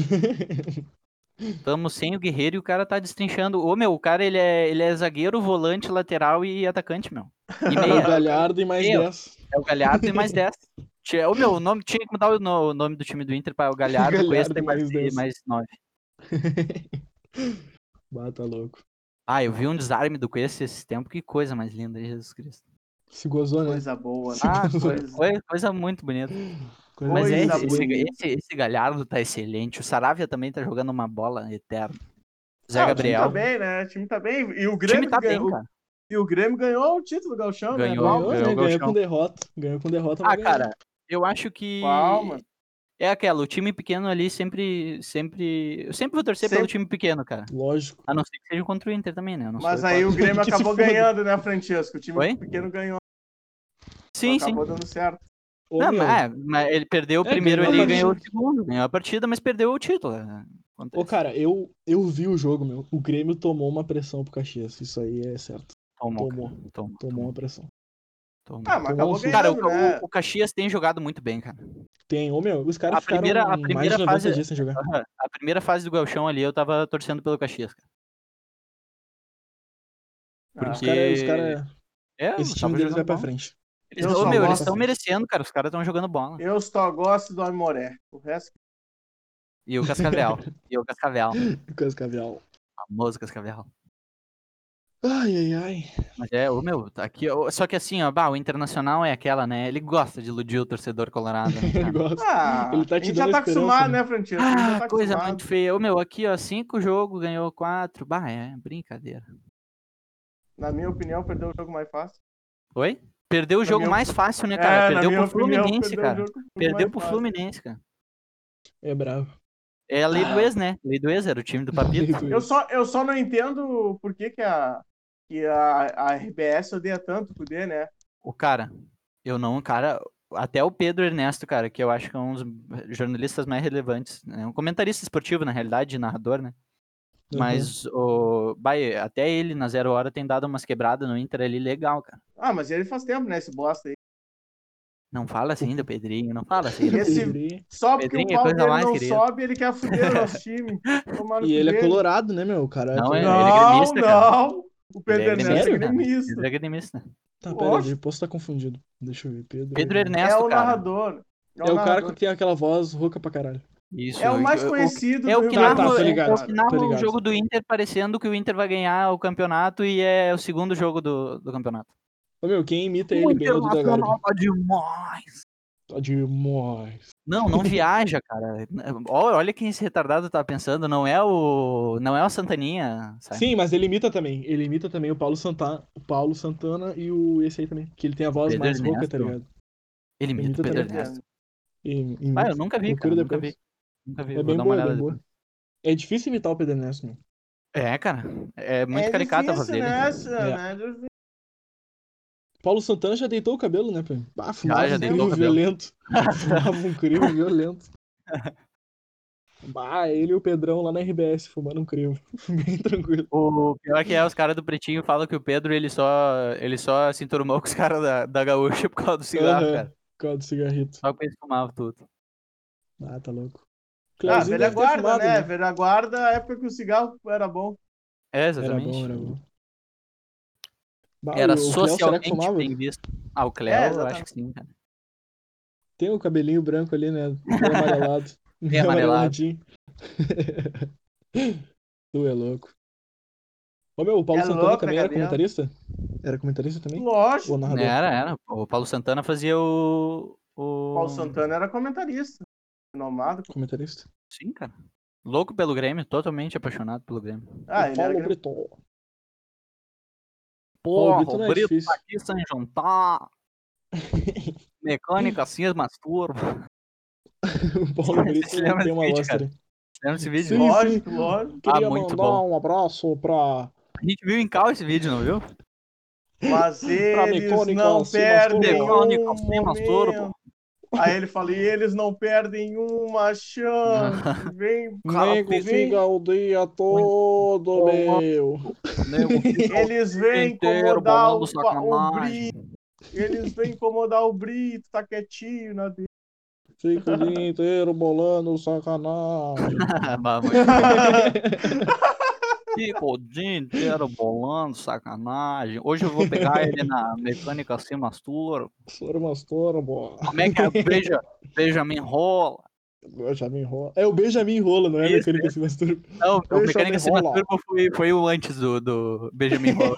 Speaker 1: Estamos sem o Guerreiro e o cara tá destrinchando. Ô, meu, o cara, ele é, ele é zagueiro, volante, lateral e atacante, meu. E
Speaker 3: é o
Speaker 1: meia.
Speaker 3: Galhardo e mais
Speaker 1: Meu.
Speaker 3: 10.
Speaker 1: É o Galhardo e mais 10. Tinha- Ô, meu, o nome, tinha que mudar o, no- o nome do time do Inter para o Galhardo,
Speaker 3: Galhardo
Speaker 1: Cuesta e mais,
Speaker 3: mais 10.
Speaker 1: e mais 9.
Speaker 3: Bata tá louco.
Speaker 1: Ah, eu vi um desarme do Cuesta esse tempo. Que coisa mais linda, Jesus Cristo.
Speaker 3: Se gozou, né?
Speaker 2: Coisa boa, né?
Speaker 1: Ah,
Speaker 2: coisa.
Speaker 1: foi coisa muito bonita.
Speaker 3: Coisa
Speaker 1: Mas
Speaker 3: mais
Speaker 1: é,
Speaker 2: Coisa
Speaker 1: esse, esse,
Speaker 2: bonita.
Speaker 1: esse, esse Galhardo tá excelente. O Saravia também tá jogando uma bola eterna. Zé
Speaker 2: Ah, O
Speaker 1: Gabriel.
Speaker 2: time tá bem, né? O time tá bem. E o
Speaker 1: O
Speaker 2: Grêmio,
Speaker 1: time tá bem,
Speaker 2: ganhou,
Speaker 1: cara.
Speaker 2: E o Grêmio ganhou o título do Galchão, né?
Speaker 1: Ganhou,
Speaker 3: Ganhou,
Speaker 2: Palmas.
Speaker 1: ganhou,
Speaker 3: né? Ganhou
Speaker 1: Gauchão.
Speaker 3: com derrota. Ganhou com derrota, mas
Speaker 1: Ah,
Speaker 3: ganhou.
Speaker 1: cara, eu acho que.
Speaker 2: Palmas.
Speaker 1: É aquela, o time pequeno ali sempre. sempre eu sempre vou torcer pelo
Speaker 2: Sempre.
Speaker 1: time pequeno, cara.
Speaker 3: Lógico.
Speaker 1: A não ser que seja contra o Inter também, né? Eu não sou
Speaker 2: Mas
Speaker 1: o
Speaker 2: aí o
Speaker 1: Pato.
Speaker 2: Grêmio
Speaker 3: Que se
Speaker 2: acabou
Speaker 3: foda.
Speaker 2: ganhando, né, Francesco? O time
Speaker 1: Oi?
Speaker 2: pequeno ganhou.
Speaker 1: Sim, sim.
Speaker 2: acabou dando certo.
Speaker 3: Ô,
Speaker 1: Não,
Speaker 3: meu,
Speaker 1: mas, mas ele perdeu o
Speaker 3: É,
Speaker 1: primeiro
Speaker 3: ganhou
Speaker 1: ali
Speaker 3: a
Speaker 1: e ganhou o segundo. Ganhou a partida, mas perdeu o título. né?
Speaker 3: ô,
Speaker 1: Acontece.
Speaker 3: cara, eu, eu vi o jogo, meu. O Grêmio tomou uma pressão pro Caxias. Isso aí é certo.
Speaker 1: tomou, cara,
Speaker 3: tomou.
Speaker 1: tomou,
Speaker 3: Tomou uma pressão.
Speaker 1: tomou.
Speaker 2: Ah, mas acabou
Speaker 3: Nossa.
Speaker 2: ganhando,
Speaker 1: Cara, o,
Speaker 2: né?
Speaker 1: o- o Caxias tem jogado muito bem, cara.
Speaker 3: Tem, ô, meu, os caras
Speaker 1: A
Speaker 3: ficaram
Speaker 1: primeira- a
Speaker 3: mais de
Speaker 1: primeira
Speaker 3: 90
Speaker 1: fase-
Speaker 3: dias sem jogar.
Speaker 1: Aham, A primeira fase do Galchão ali, eu tava torcendo pelo Caxias, cara.
Speaker 3: Os
Speaker 1: Porque-
Speaker 3: caras, os cara,
Speaker 1: É,
Speaker 3: esse
Speaker 1: eu
Speaker 3: time
Speaker 1: Ah, tava
Speaker 3: deles vai
Speaker 1: jogando
Speaker 3: pra
Speaker 1: bom.
Speaker 3: frente.
Speaker 1: Eles,
Speaker 2: Eu
Speaker 1: ô,
Speaker 2: só
Speaker 1: meu, eles
Speaker 2: gosto-
Speaker 1: estão merecendo, cara. Os caras estão jogando bola.
Speaker 2: Ah, Eu só gosto do Amoré. O resto.
Speaker 1: E o Cascavel. e o Cascavel.
Speaker 3: Coisa cavial.
Speaker 1: Famoso Cascavel.
Speaker 3: Ai, ai, ai.
Speaker 1: Mas é, o meu, tá aqui. ô, Só que assim, ó, bah, o Internacional é aquela, né? Ele gosta de iludir o torcedor colorado, né,
Speaker 3: Ele
Speaker 1: cara?
Speaker 3: gosta.
Speaker 2: Ah,
Speaker 3: Ele tá te
Speaker 2: a gente já
Speaker 3: dando
Speaker 2: tá
Speaker 3: esperança,
Speaker 2: acostumado,
Speaker 3: né?
Speaker 2: né, Francesco? A gente já
Speaker 1: Ah,
Speaker 2: tá
Speaker 1: coisa
Speaker 2: acostumado.
Speaker 1: muito feia. Ô, meu, aqui, ó, cinco jogos, ganhou quatro. Bah, é brincadeira.
Speaker 2: Na minha opinião, perdeu o jogo mais fácil.
Speaker 1: Oi? Perdeu o jogo
Speaker 2: minha
Speaker 1: mais fácil, né,
Speaker 2: É,
Speaker 1: cara?
Speaker 2: na
Speaker 1: perdeu
Speaker 2: minha
Speaker 1: pro
Speaker 2: opinião,
Speaker 1: Fluminense,
Speaker 2: perdeu o
Speaker 1: cara.
Speaker 2: jogo
Speaker 1: Perdeu
Speaker 2: mais
Speaker 1: pro
Speaker 2: fácil.
Speaker 1: Fluminense, cara.
Speaker 3: É bravo.
Speaker 1: É a lei do
Speaker 2: Ah.
Speaker 1: ex, né? Lei do ex, era o time do Papito.
Speaker 2: Eu só, eu só não entendo por que, que, a, que a, a RBS odeia tanto o Kudê, né?
Speaker 1: O cara, eu não, cara, até o Pedro Ernesto, cara, que eu acho que é um dos jornalistas mais relevantes, né? Um comentarista esportivo, na realidade, narrador, né?
Speaker 3: Uhum.
Speaker 1: Mas o vai, até ele na zero hora tem dado umas quebradas no Inter ali legal, cara.
Speaker 2: Ah, mas ele faz tempo, né? Esse bosta aí.
Speaker 1: Não fala assim do Pedrinho, não fala assim. do-
Speaker 2: Esse-
Speaker 3: E
Speaker 2: Só porque
Speaker 1: Pedrinho é
Speaker 2: o pau
Speaker 1: coisa
Speaker 2: dele
Speaker 1: mais,
Speaker 2: não
Speaker 1: querido.
Speaker 2: sobe, ele quer fuder o nosso time. Tomar no cu
Speaker 3: ele é
Speaker 2: dele.
Speaker 3: colorado, né, meu? O cara
Speaker 1: Não,
Speaker 3: é
Speaker 1: é-
Speaker 3: colorado.
Speaker 1: ele
Speaker 2: Não,
Speaker 1: gremista, cara.
Speaker 2: não. O Pedro
Speaker 1: Ele é
Speaker 2: Ernesto
Speaker 1: gremista,
Speaker 2: é
Speaker 1: cara.
Speaker 2: gremista.
Speaker 1: Pedro é gremista.
Speaker 3: Tá, pera,
Speaker 2: Oxe.
Speaker 3: eu posso estar confundido. Deixa eu ver. Pedro,
Speaker 1: Pedro
Speaker 3: Ernesto.
Speaker 2: É
Speaker 1: Ernesto,
Speaker 2: o
Speaker 1: cara.
Speaker 2: narrador.
Speaker 3: É o cara que
Speaker 2: narrador.
Speaker 3: tem aquela voz rouca pra caralho.
Speaker 1: Isso.
Speaker 2: É o mais
Speaker 1: eu- eu-
Speaker 2: conhecido
Speaker 1: É
Speaker 2: do
Speaker 1: o que
Speaker 2: Rio Grande
Speaker 1: narra,
Speaker 3: Tá,
Speaker 2: do
Speaker 3: tô
Speaker 1: é
Speaker 2: Sul,
Speaker 1: o
Speaker 3: ligado,
Speaker 2: cara.
Speaker 1: que narra
Speaker 3: tô
Speaker 1: o
Speaker 3: ligado.
Speaker 1: jogo do Inter parecendo que o Inter vai ganhar o campeonato e é o segundo jogo do, do campeonato.
Speaker 3: Ô, meu, quem imita
Speaker 1: o
Speaker 3: ele bem é o Duda Garbi.
Speaker 1: Internacional tá demais.
Speaker 3: Tá demais.
Speaker 1: Não, não viaja, cara. Ó, Olha quem esse retardado tá pensando, não é o. Não é o Santaninha, sabe?
Speaker 3: Sim, mas ele imita também. Ele imita também o Paulo Santana, o Paulo Santana e o esse aí também. Que ele tem a voz
Speaker 1: Pedro
Speaker 3: mais rouca,
Speaker 1: Ernesto.
Speaker 3: tá ligado?
Speaker 1: Ele imita
Speaker 3: Imita
Speaker 1: o Pedro
Speaker 3: também.
Speaker 1: Ernesto.
Speaker 3: E, e
Speaker 1: Ah,
Speaker 3: imita.
Speaker 1: eu nunca vi,
Speaker 3: Procura
Speaker 1: cara. Nunca
Speaker 3: depois.
Speaker 1: vi. Nunca vi.
Speaker 3: É
Speaker 1: Vou
Speaker 3: bem
Speaker 1: dar uma
Speaker 3: boa, é
Speaker 1: olhada
Speaker 3: bem
Speaker 1: depois.
Speaker 3: boa. É difícil imitar o Pedro Ernesto, meu.
Speaker 1: É, cara. É muito
Speaker 2: é
Speaker 1: caricata a voz
Speaker 2: difícil,
Speaker 1: dele.
Speaker 2: né? essa,
Speaker 3: É.
Speaker 2: né? Difícil.
Speaker 3: Paulo Santana já deitou o cabelo, né, pai? Ah, fumava
Speaker 1: Já, já
Speaker 3: um
Speaker 1: deitou o
Speaker 3: crime
Speaker 1: cabelo.
Speaker 3: violento. fumava um crime violento. Bah, ele e o Pedrão lá na RBS fumando um crivo. Bem tranquilo.
Speaker 1: O pior que é, os caras do Pretinho falam que o Pedro ele só, ele só se enturmou com os caras da, da gaúcha por causa do cigarro,
Speaker 3: Aham.
Speaker 1: cara.
Speaker 3: Por causa do cigarrito.
Speaker 1: Só que eles fumavam tudo.
Speaker 3: Ah, tá louco.
Speaker 2: Ah,
Speaker 3: Cleuzinho
Speaker 2: velha
Speaker 3: deve ter
Speaker 2: guarda,
Speaker 3: fumado,
Speaker 2: né? Velha guarda, a época que o cigarro era bom.
Speaker 1: É,
Speaker 3: Era
Speaker 1: exatamente.
Speaker 3: bom, era bom. Bah,
Speaker 1: Era
Speaker 3: Ah, o- o Cleo, será que
Speaker 1: socialmente
Speaker 3: fumava?
Speaker 1: bem visto. Ah, o Cleo,
Speaker 2: É,
Speaker 1: eu
Speaker 2: exatamente.
Speaker 1: acho que sim, cara.
Speaker 3: Tem o cabelinho branco ali, né? Meio amarelado. Meio
Speaker 1: amarelado.
Speaker 3: amareladinho. tu é louco. Ô meu, o Paulo
Speaker 2: É
Speaker 3: Santana
Speaker 2: louco,
Speaker 3: também
Speaker 2: né,
Speaker 3: era
Speaker 2: Gabriel?
Speaker 3: comentarista? Era comentarista também?
Speaker 2: Lógico,
Speaker 3: Ou narrador?
Speaker 1: Era, era. O Paulo Santana fazia o. o...
Speaker 2: Paulo Santana era comentarista. Renomado.
Speaker 3: Comentarista.
Speaker 1: Sim, cara. Louco pelo Grêmio, totalmente apaixonado pelo Grêmio.
Speaker 2: Ah,
Speaker 3: o
Speaker 2: ele
Speaker 3: Paulo
Speaker 2: era grande.
Speaker 3: Breton.
Speaker 1: Porra,
Speaker 3: Brito
Speaker 1: o
Speaker 3: não é
Speaker 1: Brito
Speaker 3: difícil.
Speaker 1: tá aqui sem jantar. Tá. Mecânica assim, as masturba.
Speaker 3: O Paulo Brito
Speaker 1: Você lembra desse
Speaker 3: tem uma
Speaker 1: vídeo,
Speaker 3: lostra.
Speaker 1: Lembra desse vídeo?
Speaker 3: Sim,
Speaker 2: Lógico, lógico.
Speaker 3: Queria
Speaker 1: muito
Speaker 3: mandar
Speaker 1: bom.
Speaker 3: um abraço pra,
Speaker 1: A gente viu em cal esse vídeo, não viu?
Speaker 2: Mas eles
Speaker 3: Mecônica
Speaker 2: não
Speaker 3: se
Speaker 2: perdem
Speaker 3: masturbou.
Speaker 2: um
Speaker 1: Mecânica assim, masturba.
Speaker 2: momento. Aí ele fala, e eles não perdem uma chance. Vem,
Speaker 1: Cara,
Speaker 3: Nego
Speaker 1: tem-
Speaker 3: fica o dia todo,
Speaker 1: Muito bom.
Speaker 3: meu.
Speaker 1: Nego fica o
Speaker 2: eles
Speaker 1: dia
Speaker 2: vêm
Speaker 1: inteiro
Speaker 2: incomodar
Speaker 1: bolando
Speaker 2: o, pa- o Brito.
Speaker 1: sacanagem.
Speaker 2: Eles vêm incomodar o Brito, tá quietinho na dele.
Speaker 3: Fica o dia inteiro bolando sacanagem.
Speaker 1: Bah, muito Fica o dia inteiro bolando, sacanagem. Hoje eu vou pegar ele na mecânica sem masturba.
Speaker 3: Sormas turbo.
Speaker 1: Como é que é? Beija, Benjamin rola.
Speaker 3: Benjamin Rola. É o Benjamin Rola, não é
Speaker 1: Isso,
Speaker 3: mecânica se masturba.
Speaker 1: Não, o
Speaker 3: Benjamin
Speaker 1: mecânica sem
Speaker 3: rola.
Speaker 1: masturba foi, foi o antes do, do Benjamin rola.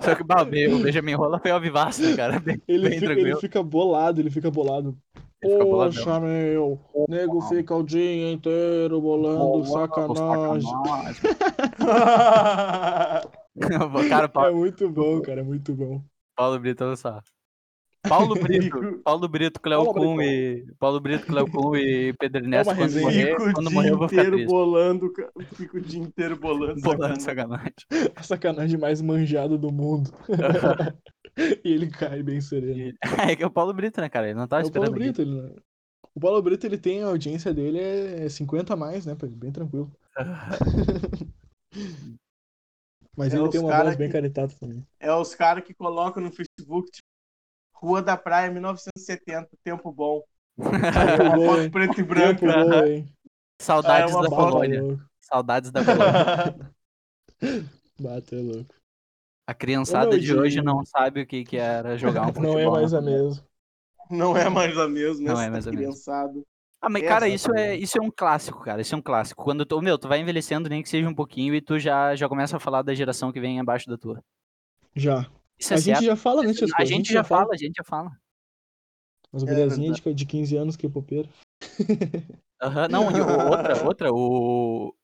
Speaker 1: Só que bah, o Benjamin rola foi o vivaço, né, cara. Bem,
Speaker 3: Ele,
Speaker 1: bem
Speaker 3: fica, ele
Speaker 1: tranquilo.
Speaker 3: fica bolado, ele fica bolado.
Speaker 1: Ele fica boladão.
Speaker 3: Poxa, meu. Nego fica o dia inteiro bolando
Speaker 1: Bolando,
Speaker 3: sacanagem.
Speaker 1: sacanagem. cara, o
Speaker 3: É
Speaker 1: Paulo,
Speaker 3: muito bom, cara, é muito bom.
Speaker 1: Paulo Brito, olha só. Paulo Brito,
Speaker 2: Rico,
Speaker 1: Paulo Brito, Cleo
Speaker 3: Paulo É
Speaker 1: Kuhn e. Paulo Brito, Cleo Kuhn e Pedro Ernesto,
Speaker 3: uma
Speaker 1: quando
Speaker 3: resenha.
Speaker 1: morrer,
Speaker 2: fico o
Speaker 1: quando
Speaker 2: dia
Speaker 1: morrer eu vou ficar
Speaker 2: inteiro
Speaker 1: triste. tá
Speaker 2: bolando, ca- fico o dia inteiro bolando.
Speaker 1: Bolando,
Speaker 2: sacanagem.
Speaker 1: sacanagem.
Speaker 3: A sacanagem mais manjada do mundo. e ele cai bem sereno.
Speaker 1: É que é o Paulo Brito, né, cara? Ele não
Speaker 3: É
Speaker 1: tava
Speaker 3: o Paulo
Speaker 1: esperando.
Speaker 3: Brito, ele não- é. O Paulo Brito, ele tem a audiência dele é 50 a mais, né? pra ele, Bem tranquilo. Mas
Speaker 2: É,
Speaker 3: ele
Speaker 2: os
Speaker 3: tem uma
Speaker 2: cara
Speaker 3: voz bem
Speaker 2: que-
Speaker 3: caritata também.
Speaker 2: É os caras que colocam no Facebook, tipo, Rua da Praia 1970, tempo bom. Aí uma
Speaker 3: Tempo bom,
Speaker 2: foto
Speaker 3: hein?
Speaker 2: preto e branco.
Speaker 3: Tempo bom, hein?
Speaker 1: Saudades
Speaker 2: Ah, é uma
Speaker 1: da
Speaker 2: bola.
Speaker 1: Polônia. Saudades da Polônia.
Speaker 3: Bateu louco.
Speaker 1: A criançada
Speaker 3: Ô,
Speaker 1: de
Speaker 3: meu,
Speaker 1: hoje
Speaker 3: de-
Speaker 1: não sabe o que, que era jogar um futebol.
Speaker 3: Não é mais
Speaker 1: né?
Speaker 3: a mesma.
Speaker 2: Não é mais a mesma,
Speaker 1: Não é
Speaker 2: essa
Speaker 1: mais a mesma.
Speaker 2: criançada.
Speaker 1: Ah, mas
Speaker 2: É,
Speaker 1: cara, isso é,
Speaker 2: exatamente.
Speaker 1: isso é um clássico, cara. Isso é um clássico. Quando tu, meu, tu vai envelhecendo nem que seja um pouquinho e tu já, já começa a falar da geração que vem abaixo da tua.
Speaker 3: Já.
Speaker 1: Isso é
Speaker 3: A
Speaker 1: certo.
Speaker 3: gente já fala, né, Tias
Speaker 1: a
Speaker 3: Coisas?
Speaker 1: gente já fala, a gente já fala.
Speaker 3: Mas o
Speaker 2: É
Speaker 3: guriazinha de, de 15 anos que é popeiro.
Speaker 1: Aham, Não, e o- outra, outra, o.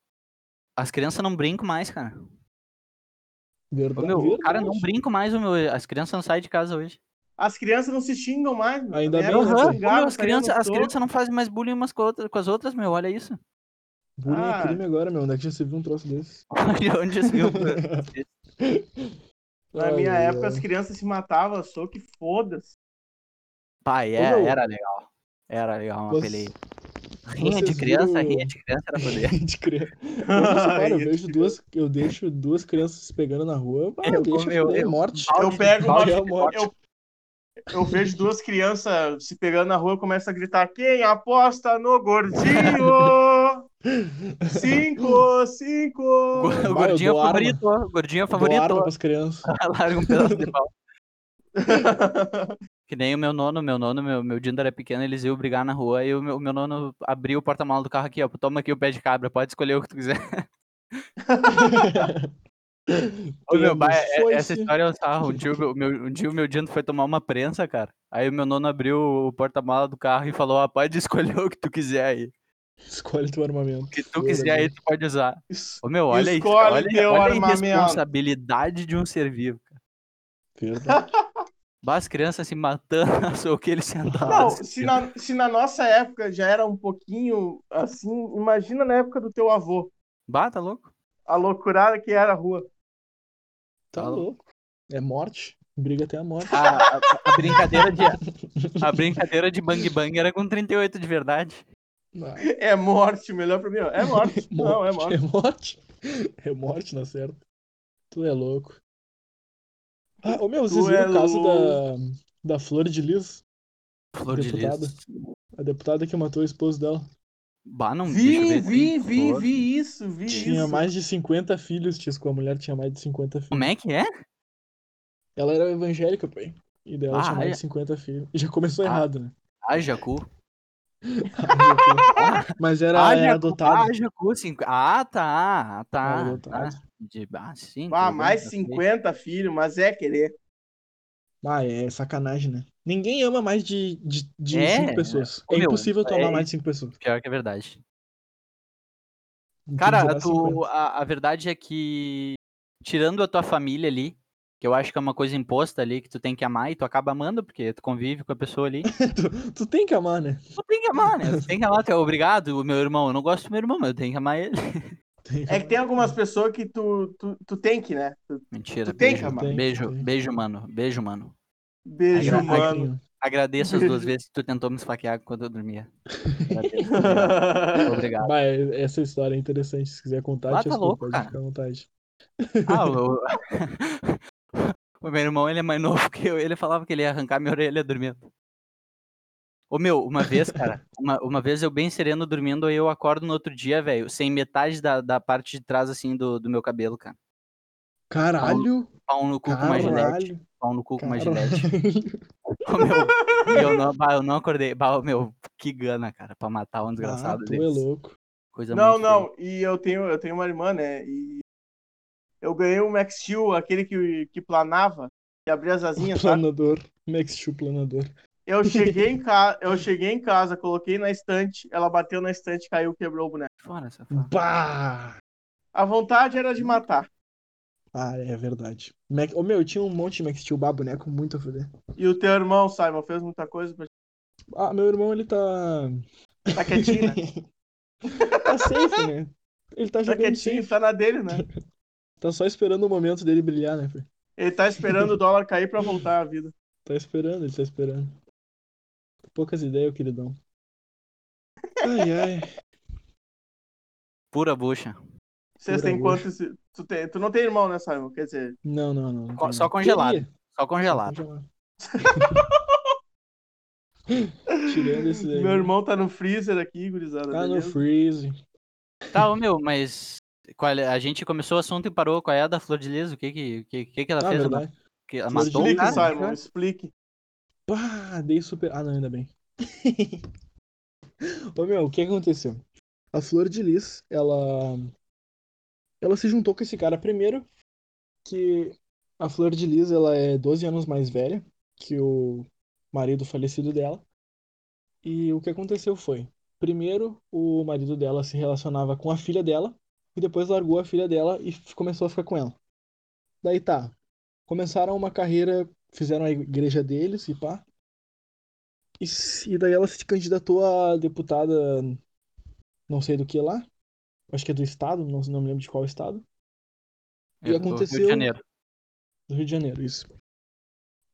Speaker 1: As crianças não brincam mais, cara. Ô,
Speaker 3: Verdade.
Speaker 1: meu, o
Speaker 3: verdade.
Speaker 1: cara não brinca mais, o meu. As crianças não saem de casa hoje.
Speaker 2: As crianças não se xingam mais. um meu.
Speaker 3: Ainda
Speaker 2: Também
Speaker 3: bem,
Speaker 2: elas
Speaker 1: Aham,
Speaker 2: não
Speaker 3: né, Zé?
Speaker 1: ô,
Speaker 2: se
Speaker 1: meu,
Speaker 2: xingavam,
Speaker 1: as
Speaker 2: saíam
Speaker 1: crianças
Speaker 2: no
Speaker 1: as
Speaker 2: soco.
Speaker 1: crianças não fazem mais bullying umas com, a outra- com as outras, meu. Olha isso.
Speaker 3: Bullying é
Speaker 2: Ah.
Speaker 3: crime agora, meu. Onde é que já se viu um troço desse?
Speaker 1: Olha onde isso viu.
Speaker 2: Na
Speaker 3: Ai,
Speaker 2: minha
Speaker 3: ai,
Speaker 2: época,
Speaker 3: ai.
Speaker 2: as crianças se matavam, só que foda-se.
Speaker 1: Pai,
Speaker 3: Ô,
Speaker 1: é,
Speaker 3: meu.
Speaker 1: era legal. Era legal uma
Speaker 3: Você-
Speaker 1: peleia. Rinha de
Speaker 3: vocês
Speaker 1: criança,
Speaker 3: viram-
Speaker 1: rinha de criança era
Speaker 3: assim,
Speaker 1: poder.
Speaker 3: de criança. Eu, não separo, eu
Speaker 2: Ai,
Speaker 3: vejo duas, eu deixo duas crianças se pegando na rua. Ah,
Speaker 1: Eu-
Speaker 3: deixa
Speaker 1: eu-
Speaker 3: eu,
Speaker 1: eu-
Speaker 3: morte.
Speaker 1: Balde de-
Speaker 2: pego uma-
Speaker 1: balde de
Speaker 3: eu-
Speaker 1: pote.
Speaker 2: eu- Eu vejo duas crianças se pegando na rua, começa a gritar: quem aposta no gordinho? Cinco,
Speaker 1: O
Speaker 2: cinco.
Speaker 1: go-
Speaker 3: eu
Speaker 1: O gordinho é o
Speaker 3: dou arma.
Speaker 1: favorito, ó, o gordinho é o
Speaker 3: Dou arma
Speaker 1: favorito.
Speaker 3: pras crianças.
Speaker 1: ó. Larga um pedaço de pau. Que nem o meu nono, meu nono, meu, meu Dindo era pequeno, eles iam brigar na rua e o meu, meu nono abriu o porta-malas do carro aqui, ó. Toma aqui o pé de cabra, pode escolher o que tu quiser. Ô, meu
Speaker 3: Temos
Speaker 1: pai, é-
Speaker 3: foice.
Speaker 1: essa história é um sarro. Um dia, o meu- meu, um dia o meu Dindo foi tomar uma prensa, cara. Aí o meu nono abriu o porta-malas do carro e falou: ah, pode escolher o que tu quiser aí.
Speaker 3: Escolhe teu armamento.
Speaker 1: O que tu quiser aí, tu pode usar.
Speaker 2: Isso.
Speaker 1: Ô, meu, olha isso.
Speaker 2: Escolhe
Speaker 1: cara. Olha,
Speaker 2: teu
Speaker 1: olha a
Speaker 2: armamento.
Speaker 1: responsabilidade de um ser vivo.
Speaker 3: Verdade.
Speaker 1: Bah, As crianças se matando, sou o que eles sentaram.
Speaker 2: Não,
Speaker 1: assim,
Speaker 2: se na, se na nossa época já era um pouquinho assim, imagina na época do teu avô,
Speaker 1: Bah, tá louco?
Speaker 2: a loucurada que era a rua.
Speaker 3: Tá
Speaker 1: Fala.
Speaker 3: louco. É morte. Briga até a morte.
Speaker 1: A, a- a brincadeira de, a brincadeira de bang bang era com 38 de verdade.
Speaker 3: Não.
Speaker 2: É morte, melhor pra mim. ó. É morte. Não, é morte.
Speaker 3: É morte. É morte, na certa. Tu é louco. Ah, ô meu, vocês
Speaker 2: Tu
Speaker 3: viram
Speaker 2: é
Speaker 3: o caso da, da Flor de Lis,
Speaker 1: Flor de
Speaker 3: Deputado.
Speaker 1: lis.
Speaker 3: a deputada que matou o esposo dela?
Speaker 1: Bah, não deixa
Speaker 2: Vi,
Speaker 1: eu ver
Speaker 2: vi,
Speaker 1: se-
Speaker 2: vi,
Speaker 1: Flor.
Speaker 2: vi isso, vi
Speaker 3: Tinha
Speaker 2: isso.
Speaker 3: mais de 50 filhos, tis, com a mulher tinha mais de 50 filhos.
Speaker 1: Como é que é?
Speaker 3: Ela era evangélica, pai. E daí ela
Speaker 1: Ah,
Speaker 3: tinha mais
Speaker 1: é.
Speaker 3: de 50 filhos. E já começou
Speaker 1: Ah.
Speaker 3: errado, né?
Speaker 1: Haja cu.
Speaker 3: Mas era, era
Speaker 1: Haja cu,
Speaker 3: adotado.
Speaker 1: haja cu, cinqu- Ah, tá, tá.
Speaker 3: Era
Speaker 1: tá.
Speaker 3: adotado.
Speaker 1: De... Ah, sim.
Speaker 2: Ah,
Speaker 1: tudo
Speaker 2: mais
Speaker 1: bem, tá ok.
Speaker 2: 50 filhos, mas é querer.
Speaker 3: Ah, é sacanagem, né? Ninguém ama mais de, de, de
Speaker 1: É,
Speaker 3: cinco pessoas. É
Speaker 1: meu,
Speaker 3: impossível tu
Speaker 1: é-
Speaker 3: amar mais de cinco pessoas.
Speaker 1: Pior que é verdade.
Speaker 3: Tem que
Speaker 1: Cara,
Speaker 3: zerar
Speaker 1: tu-
Speaker 3: 50.
Speaker 1: a, a verdade é que, tirando a tua família ali, que eu acho que é uma coisa imposta ali, que tu tem que amar e tu acaba amando, porque tu convive com a pessoa ali.
Speaker 3: Tu, tu tem que amar, né?
Speaker 1: tu tem que amar, né? Tu tem que amar, tu é obrigado, o meu irmão. Eu não gosto do meu irmão, mas eu tenho que amar ele.
Speaker 3: Tem
Speaker 2: É que tem
Speaker 1: Uhum.
Speaker 2: algumas pessoas que tu, tu, tu tem que, né? Tu-
Speaker 1: Mentira.
Speaker 2: Tu tem que
Speaker 1: beijo,
Speaker 2: amar.
Speaker 3: Tem,
Speaker 1: Beijo,
Speaker 3: tem.
Speaker 1: beijo, mano. Beijo, mano.
Speaker 3: um
Speaker 2: Beijo,
Speaker 1: Agra-
Speaker 2: humano.
Speaker 1: Agradeço as duas vezes que tu tentou me esfaquear quando eu dormia. Agradeço, obrigado. obrigado.
Speaker 3: Mas essa história é interessante. Se quiser contar,
Speaker 1: Ah,
Speaker 3: te
Speaker 1: tá
Speaker 3: escuto,
Speaker 1: louco,
Speaker 3: pode
Speaker 1: cara.
Speaker 3: ficar à vontade.
Speaker 1: Ah, o- Ah, o meu irmão, ele é mais novo que eu. Ele falava que ele ia arrancar minha orelha dormindo. Ô, meu, uma vez, cara, uma, uma vez eu bem sereno dormindo, aí eu acordo no outro dia, velho, sem metade da, da parte de trás, assim, do, do meu cabelo, cara.
Speaker 3: Caralho!
Speaker 1: Pau no cu com uma gilete.
Speaker 3: Caralho!
Speaker 1: Pau no cu com uma gilete.
Speaker 3: Caralho!
Speaker 1: Ô, meu, e eu não, bah, eu não acordei. Bah, ô, meu, que gana, cara, pra matar um
Speaker 3: Ah,
Speaker 1: desgraçado
Speaker 3: tu é
Speaker 1: desse.
Speaker 3: louco.
Speaker 1: Coisa
Speaker 2: Não,
Speaker 1: muito feia.
Speaker 2: não. E eu tenho, eu tenho uma irmã, né? E eu ganhei o Max Steel, aquele que, que planava, que abria as asinhas, sabe?
Speaker 3: Planador. é Max Chu Planador.
Speaker 2: Eu cheguei em casa, eu cheguei em casa, coloquei na estante, ela bateu na estante, caiu, quebrou o boneco.
Speaker 1: Fora essa
Speaker 3: Bah!
Speaker 2: A vontade era de matar.
Speaker 3: Ah, é verdade. Mac... Ô, meu, tinha um monte de Max Steel, bah, boneco muito a fuder.
Speaker 2: E o teu irmão, Simon, fez muita coisa pra
Speaker 3: Ah, meu irmão, ele tá.
Speaker 2: ti. Tá quietinho, né?
Speaker 3: tá safe, né? Ele tá
Speaker 2: Tá
Speaker 3: jogando
Speaker 2: quietinho,
Speaker 3: safe.
Speaker 2: tá na dele, né?
Speaker 3: Tá só esperando o momento dele brilhar, né, filho?
Speaker 2: Ele tá esperando o dólar cair pra voltar à vida.
Speaker 3: Tá esperando, ele tá esperando. Poucas ideias, queridão. Ai, ai.
Speaker 1: Pura bucha.
Speaker 2: Vocês
Speaker 3: Pura
Speaker 2: têm
Speaker 3: bucha.
Speaker 2: quantos. Tu, tem... tu não tem irmão, né, Simon? Quer dizer,
Speaker 3: Não, não, não. não
Speaker 1: Co-
Speaker 3: tem
Speaker 1: só
Speaker 3: não.
Speaker 1: congelado,
Speaker 3: Teria,
Speaker 1: Só
Speaker 3: só
Speaker 1: congelado.
Speaker 3: congelado. Tirando esse daí.
Speaker 2: meu irmão tá no freezer aqui, gurizada.
Speaker 3: Tá no
Speaker 2: beleza?
Speaker 3: freeze.
Speaker 1: Tá, ô meu, mas qual é- a gente começou o assunto e parou. Qual é a da Flor de Lis? O que que, o que, que, que ela
Speaker 3: Na
Speaker 1: fez? Ela
Speaker 3: Ah, Tá verdade.
Speaker 1: ma- que- ela
Speaker 3: Flor de
Speaker 1: matou um
Speaker 3: Lis,
Speaker 2: Explique,
Speaker 1: cara?
Speaker 2: Simon, explique.
Speaker 3: Pá, dei super. Ah, não, ainda bem. Ô meu, o que aconteceu? A Flor de Lis, ela. Ela se juntou com esse cara primeiro, que a Flor de Lis, ela é 12 anos mais velha que o marido falecido dela. E o que aconteceu foi, primeiro o marido dela se relacionava com a filha dela, e depois largou a filha dela e f- começou a ficar com ela. Daí tá, começaram uma carreira, fizeram a igreja deles e pá. E, s- e daí ela se candidatou a deputada, não sei do que lá. Acho que é do estado, não, não me lembro de qual estado. E
Speaker 1: Eu- do Rio
Speaker 3: aconteceu-
Speaker 1: de Janeiro.
Speaker 3: Do Rio de Janeiro, isso.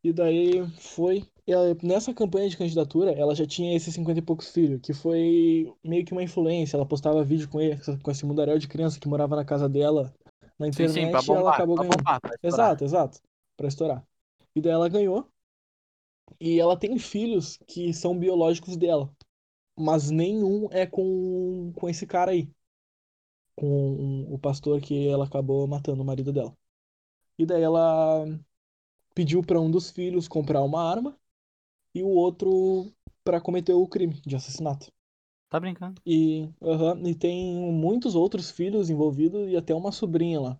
Speaker 3: E daí foi. ela- nessa campanha de candidatura, ela já tinha esses 50 e poucos filhos, que foi meio que uma influência. Ela postava vídeo com ele, com esse mundaréu de criança que morava na casa dela, na
Speaker 1: Sim,
Speaker 3: internet,
Speaker 1: sim, pra
Speaker 3: e ela
Speaker 1: bombar. Pra
Speaker 3: acabou ganhando.
Speaker 1: bombar pra estourar.
Speaker 3: Exato, exato. Pra estourar. E daí ela ganhou. E ela tem filhos que são biológicos dela. Mas nenhum é com, com esse cara aí. Com o pastor que ela acabou matando o marido dela. E daí ela pediu pra um dos filhos comprar uma arma e o outro pra cometer o crime de assassinato.
Speaker 1: Tá brincando?
Speaker 3: E, aham, e tem muitos outros filhos envolvidos e até uma sobrinha lá.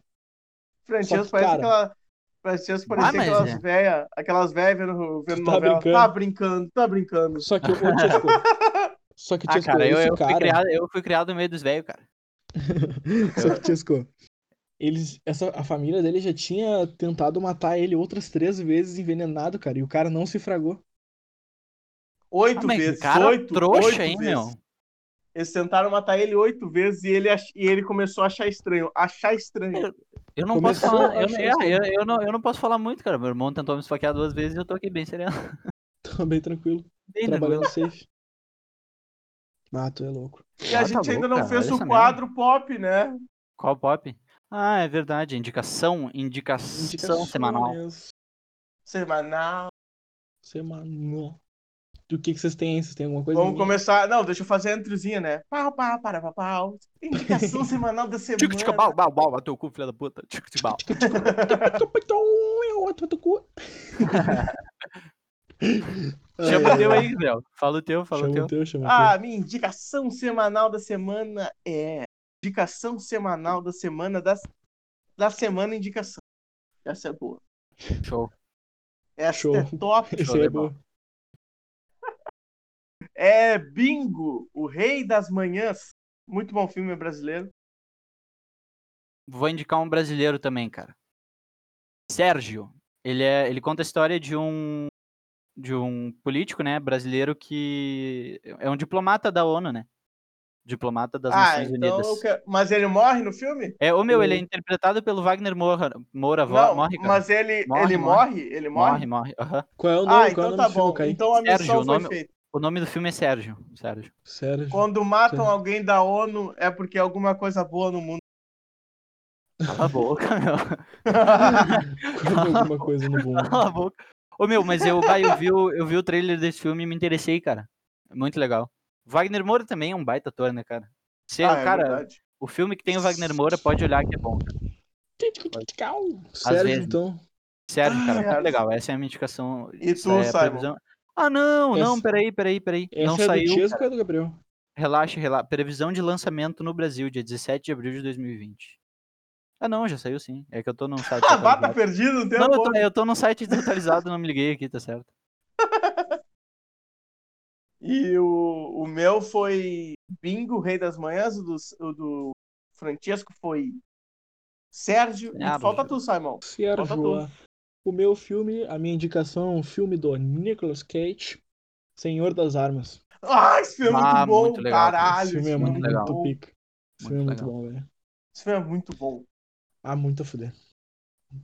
Speaker 2: Francesco
Speaker 3: que,
Speaker 2: parece
Speaker 3: cara-
Speaker 2: aquela. Francesco
Speaker 1: Ah,
Speaker 2: parecia
Speaker 1: mas
Speaker 2: aquelas
Speaker 1: é.
Speaker 2: velhas, aquelas velhas vendo, vendo
Speaker 3: Tá
Speaker 2: novela.
Speaker 3: brincando.
Speaker 2: Tá brincando, tá brincando.
Speaker 3: Só que o Tiesco. Só que
Speaker 1: Ah,
Speaker 3: Tiesco,
Speaker 1: cara, eu,
Speaker 3: esse
Speaker 1: eu, fui
Speaker 3: cara.
Speaker 1: criado, eu fui criado no meio dos velhos, cara.
Speaker 3: Só que Tiesco. Eles, essa, a família dele já tinha tentado matar ele outras três vezes envenenado, cara. E o cara não se fragou.
Speaker 1: Ah,
Speaker 2: Oito
Speaker 1: mas que
Speaker 2: vezes.
Speaker 1: cara
Speaker 2: oito,
Speaker 1: trouxa,
Speaker 2: oito
Speaker 1: hein,
Speaker 2: vezes.
Speaker 1: meu?
Speaker 2: Eles tentaram matar ele oito vezes e ele, ach- e ele começou a achar estranho. Achar estranho.
Speaker 1: Eu não
Speaker 3: Começou
Speaker 1: posso falar.
Speaker 3: a
Speaker 1: Eu,
Speaker 3: achar
Speaker 1: é,
Speaker 3: isso.
Speaker 1: eu- eu não, eu não posso falar muito, cara. Meu irmão tentou me esfaquear duas vezes e eu tô aqui bem sereno.
Speaker 3: Tô bem tranquilo.
Speaker 1: Bem tranquilo.
Speaker 3: trabalhando safe. Ah, tu é louco.
Speaker 2: E a
Speaker 1: Ah, tá
Speaker 2: gente
Speaker 1: louco,
Speaker 2: ainda não
Speaker 1: cara,
Speaker 2: fez
Speaker 1: olha
Speaker 2: o
Speaker 1: essa
Speaker 2: quadro pop, né?
Speaker 1: Qual pop? Ah, é verdade. Indicação, indicação,
Speaker 3: Indicações
Speaker 1: semanal.
Speaker 2: Semanal.
Speaker 3: Semanal. do que, que vocês têm aí. Vocês têm alguma coisa?
Speaker 2: Vamos
Speaker 3: Ninguém-
Speaker 2: começar. Não, deixa eu fazer a entrozinha, né? Pau, pau, para, pau, pau. Indicação semanal da semana.
Speaker 1: Tico, tico, bal, bal, bal, bateu o cu, filha da puta. Tico, tico, bal.
Speaker 3: Capitão, é o outro do cu.
Speaker 1: Chama o
Speaker 3: Ai,
Speaker 1: teu
Speaker 3: ai,
Speaker 1: aí, Léo. Fala o teu,
Speaker 3: ai.
Speaker 1: fala o teu.
Speaker 3: Chama o teu, chama o teu.
Speaker 2: Ah, minha indicação semanal da semana é. Indicação semanal da semana da, da semana indicação. Essa é boa.
Speaker 1: Show.
Speaker 2: Essa
Speaker 3: Show.
Speaker 2: é top.
Speaker 3: Esse aí é bom.
Speaker 2: É Bingo, o Rei das Manhãs. Muito bom filme brasileiro.
Speaker 1: Vou indicar um brasileiro também, cara. Sérgio. Ele, é, ele conta a história de um de um político, né, brasileiro que é um diplomata da ONU, né? Diplomata das
Speaker 2: ah,
Speaker 1: Nações
Speaker 2: então.
Speaker 1: Unidas.
Speaker 2: eu quero- Mas ele morre no filme?
Speaker 1: É, o meu, ele é
Speaker 3: Eu-
Speaker 1: interpretado pelo Wagner Moura, Moura vo-
Speaker 2: Não,
Speaker 1: morre, cara.
Speaker 2: mas ele
Speaker 1: Morre,
Speaker 2: ele
Speaker 1: morre.
Speaker 2: morre? Ele morre?
Speaker 1: morre, morre. aham.
Speaker 3: Qual é o nome?
Speaker 2: Ah,
Speaker 3: Qual é o
Speaker 2: então
Speaker 3: nome
Speaker 2: tá
Speaker 3: do filme,
Speaker 2: bom.
Speaker 3: Caí?
Speaker 2: Então a missão
Speaker 1: Sérgio, o
Speaker 2: foi
Speaker 1: nome-
Speaker 2: feita.
Speaker 1: O nome do filme é Sérgio. Sérgio.
Speaker 3: Sérgio.
Speaker 2: Quando matam
Speaker 3: Sim.
Speaker 2: alguém da ONU é porque é alguma coisa boa no mundo.
Speaker 1: Cala a boca, meu.
Speaker 2: Ah,
Speaker 3: Quando alguma coisa no mundo.
Speaker 1: Cala a boca. Ô meu, mas eu, bah, eu, vi o, eu vi o trailer desse filme e me interessei, cara. É Muito legal. Wagner Moura também é um baita ator, né, cara? Se,
Speaker 2: Ah, é
Speaker 1: cara,
Speaker 2: verdade.
Speaker 1: o filme que tem o Wagner Moura, pode olhar que é bom. cara.
Speaker 3: Sérgio,
Speaker 1: vezes.
Speaker 3: então.
Speaker 1: Sério, cara, muito
Speaker 2: Sérgio.
Speaker 1: legal. Essa é a minha indicação.
Speaker 2: E
Speaker 1: essa
Speaker 2: Ah, tu,
Speaker 1: é a
Speaker 2: Simon?
Speaker 1: Ah, não, não,
Speaker 3: Essa-
Speaker 1: peraí, peraí, peraí. não
Speaker 3: Essa é do
Speaker 1: saiu.
Speaker 3: Chesco ou é do Gabriel?
Speaker 1: Relaxa, relaxa. Previsão de lançamento no Brasil, dia 17 de abril de 2020. Ah, não, já saiu sim. É que eu tô num site.
Speaker 2: Ah, vá,
Speaker 1: atualizado.
Speaker 2: tá perdido o
Speaker 1: Não,
Speaker 2: tempo.
Speaker 1: eu tô, eu tô num site desatualizado, não me liguei aqui, tá certo.
Speaker 2: E o, o meu foi Bingo, Rei das Manhãs, o do, o do Francesco foi Sérgio. E
Speaker 1: Ah,
Speaker 2: falta
Speaker 1: bicho.
Speaker 2: tu, Simon. Falta
Speaker 3: Sérgio.
Speaker 2: tu.
Speaker 3: ó. O meu filme, a minha indicação é um filme do Nicolas Cage, Senhor das Armas.
Speaker 2: Ah, esse filme é muito
Speaker 1: Ah,
Speaker 2: bom,
Speaker 1: muito legal, cara.
Speaker 2: caralho.
Speaker 3: Esse filme é
Speaker 1: filme é
Speaker 3: muito,
Speaker 1: muito legal.
Speaker 2: bom.
Speaker 3: pica. Esse filme é
Speaker 1: Muito
Speaker 3: muito bom, velho.
Speaker 2: Esse filme é muito bom.
Speaker 3: Ah, muito a fuder.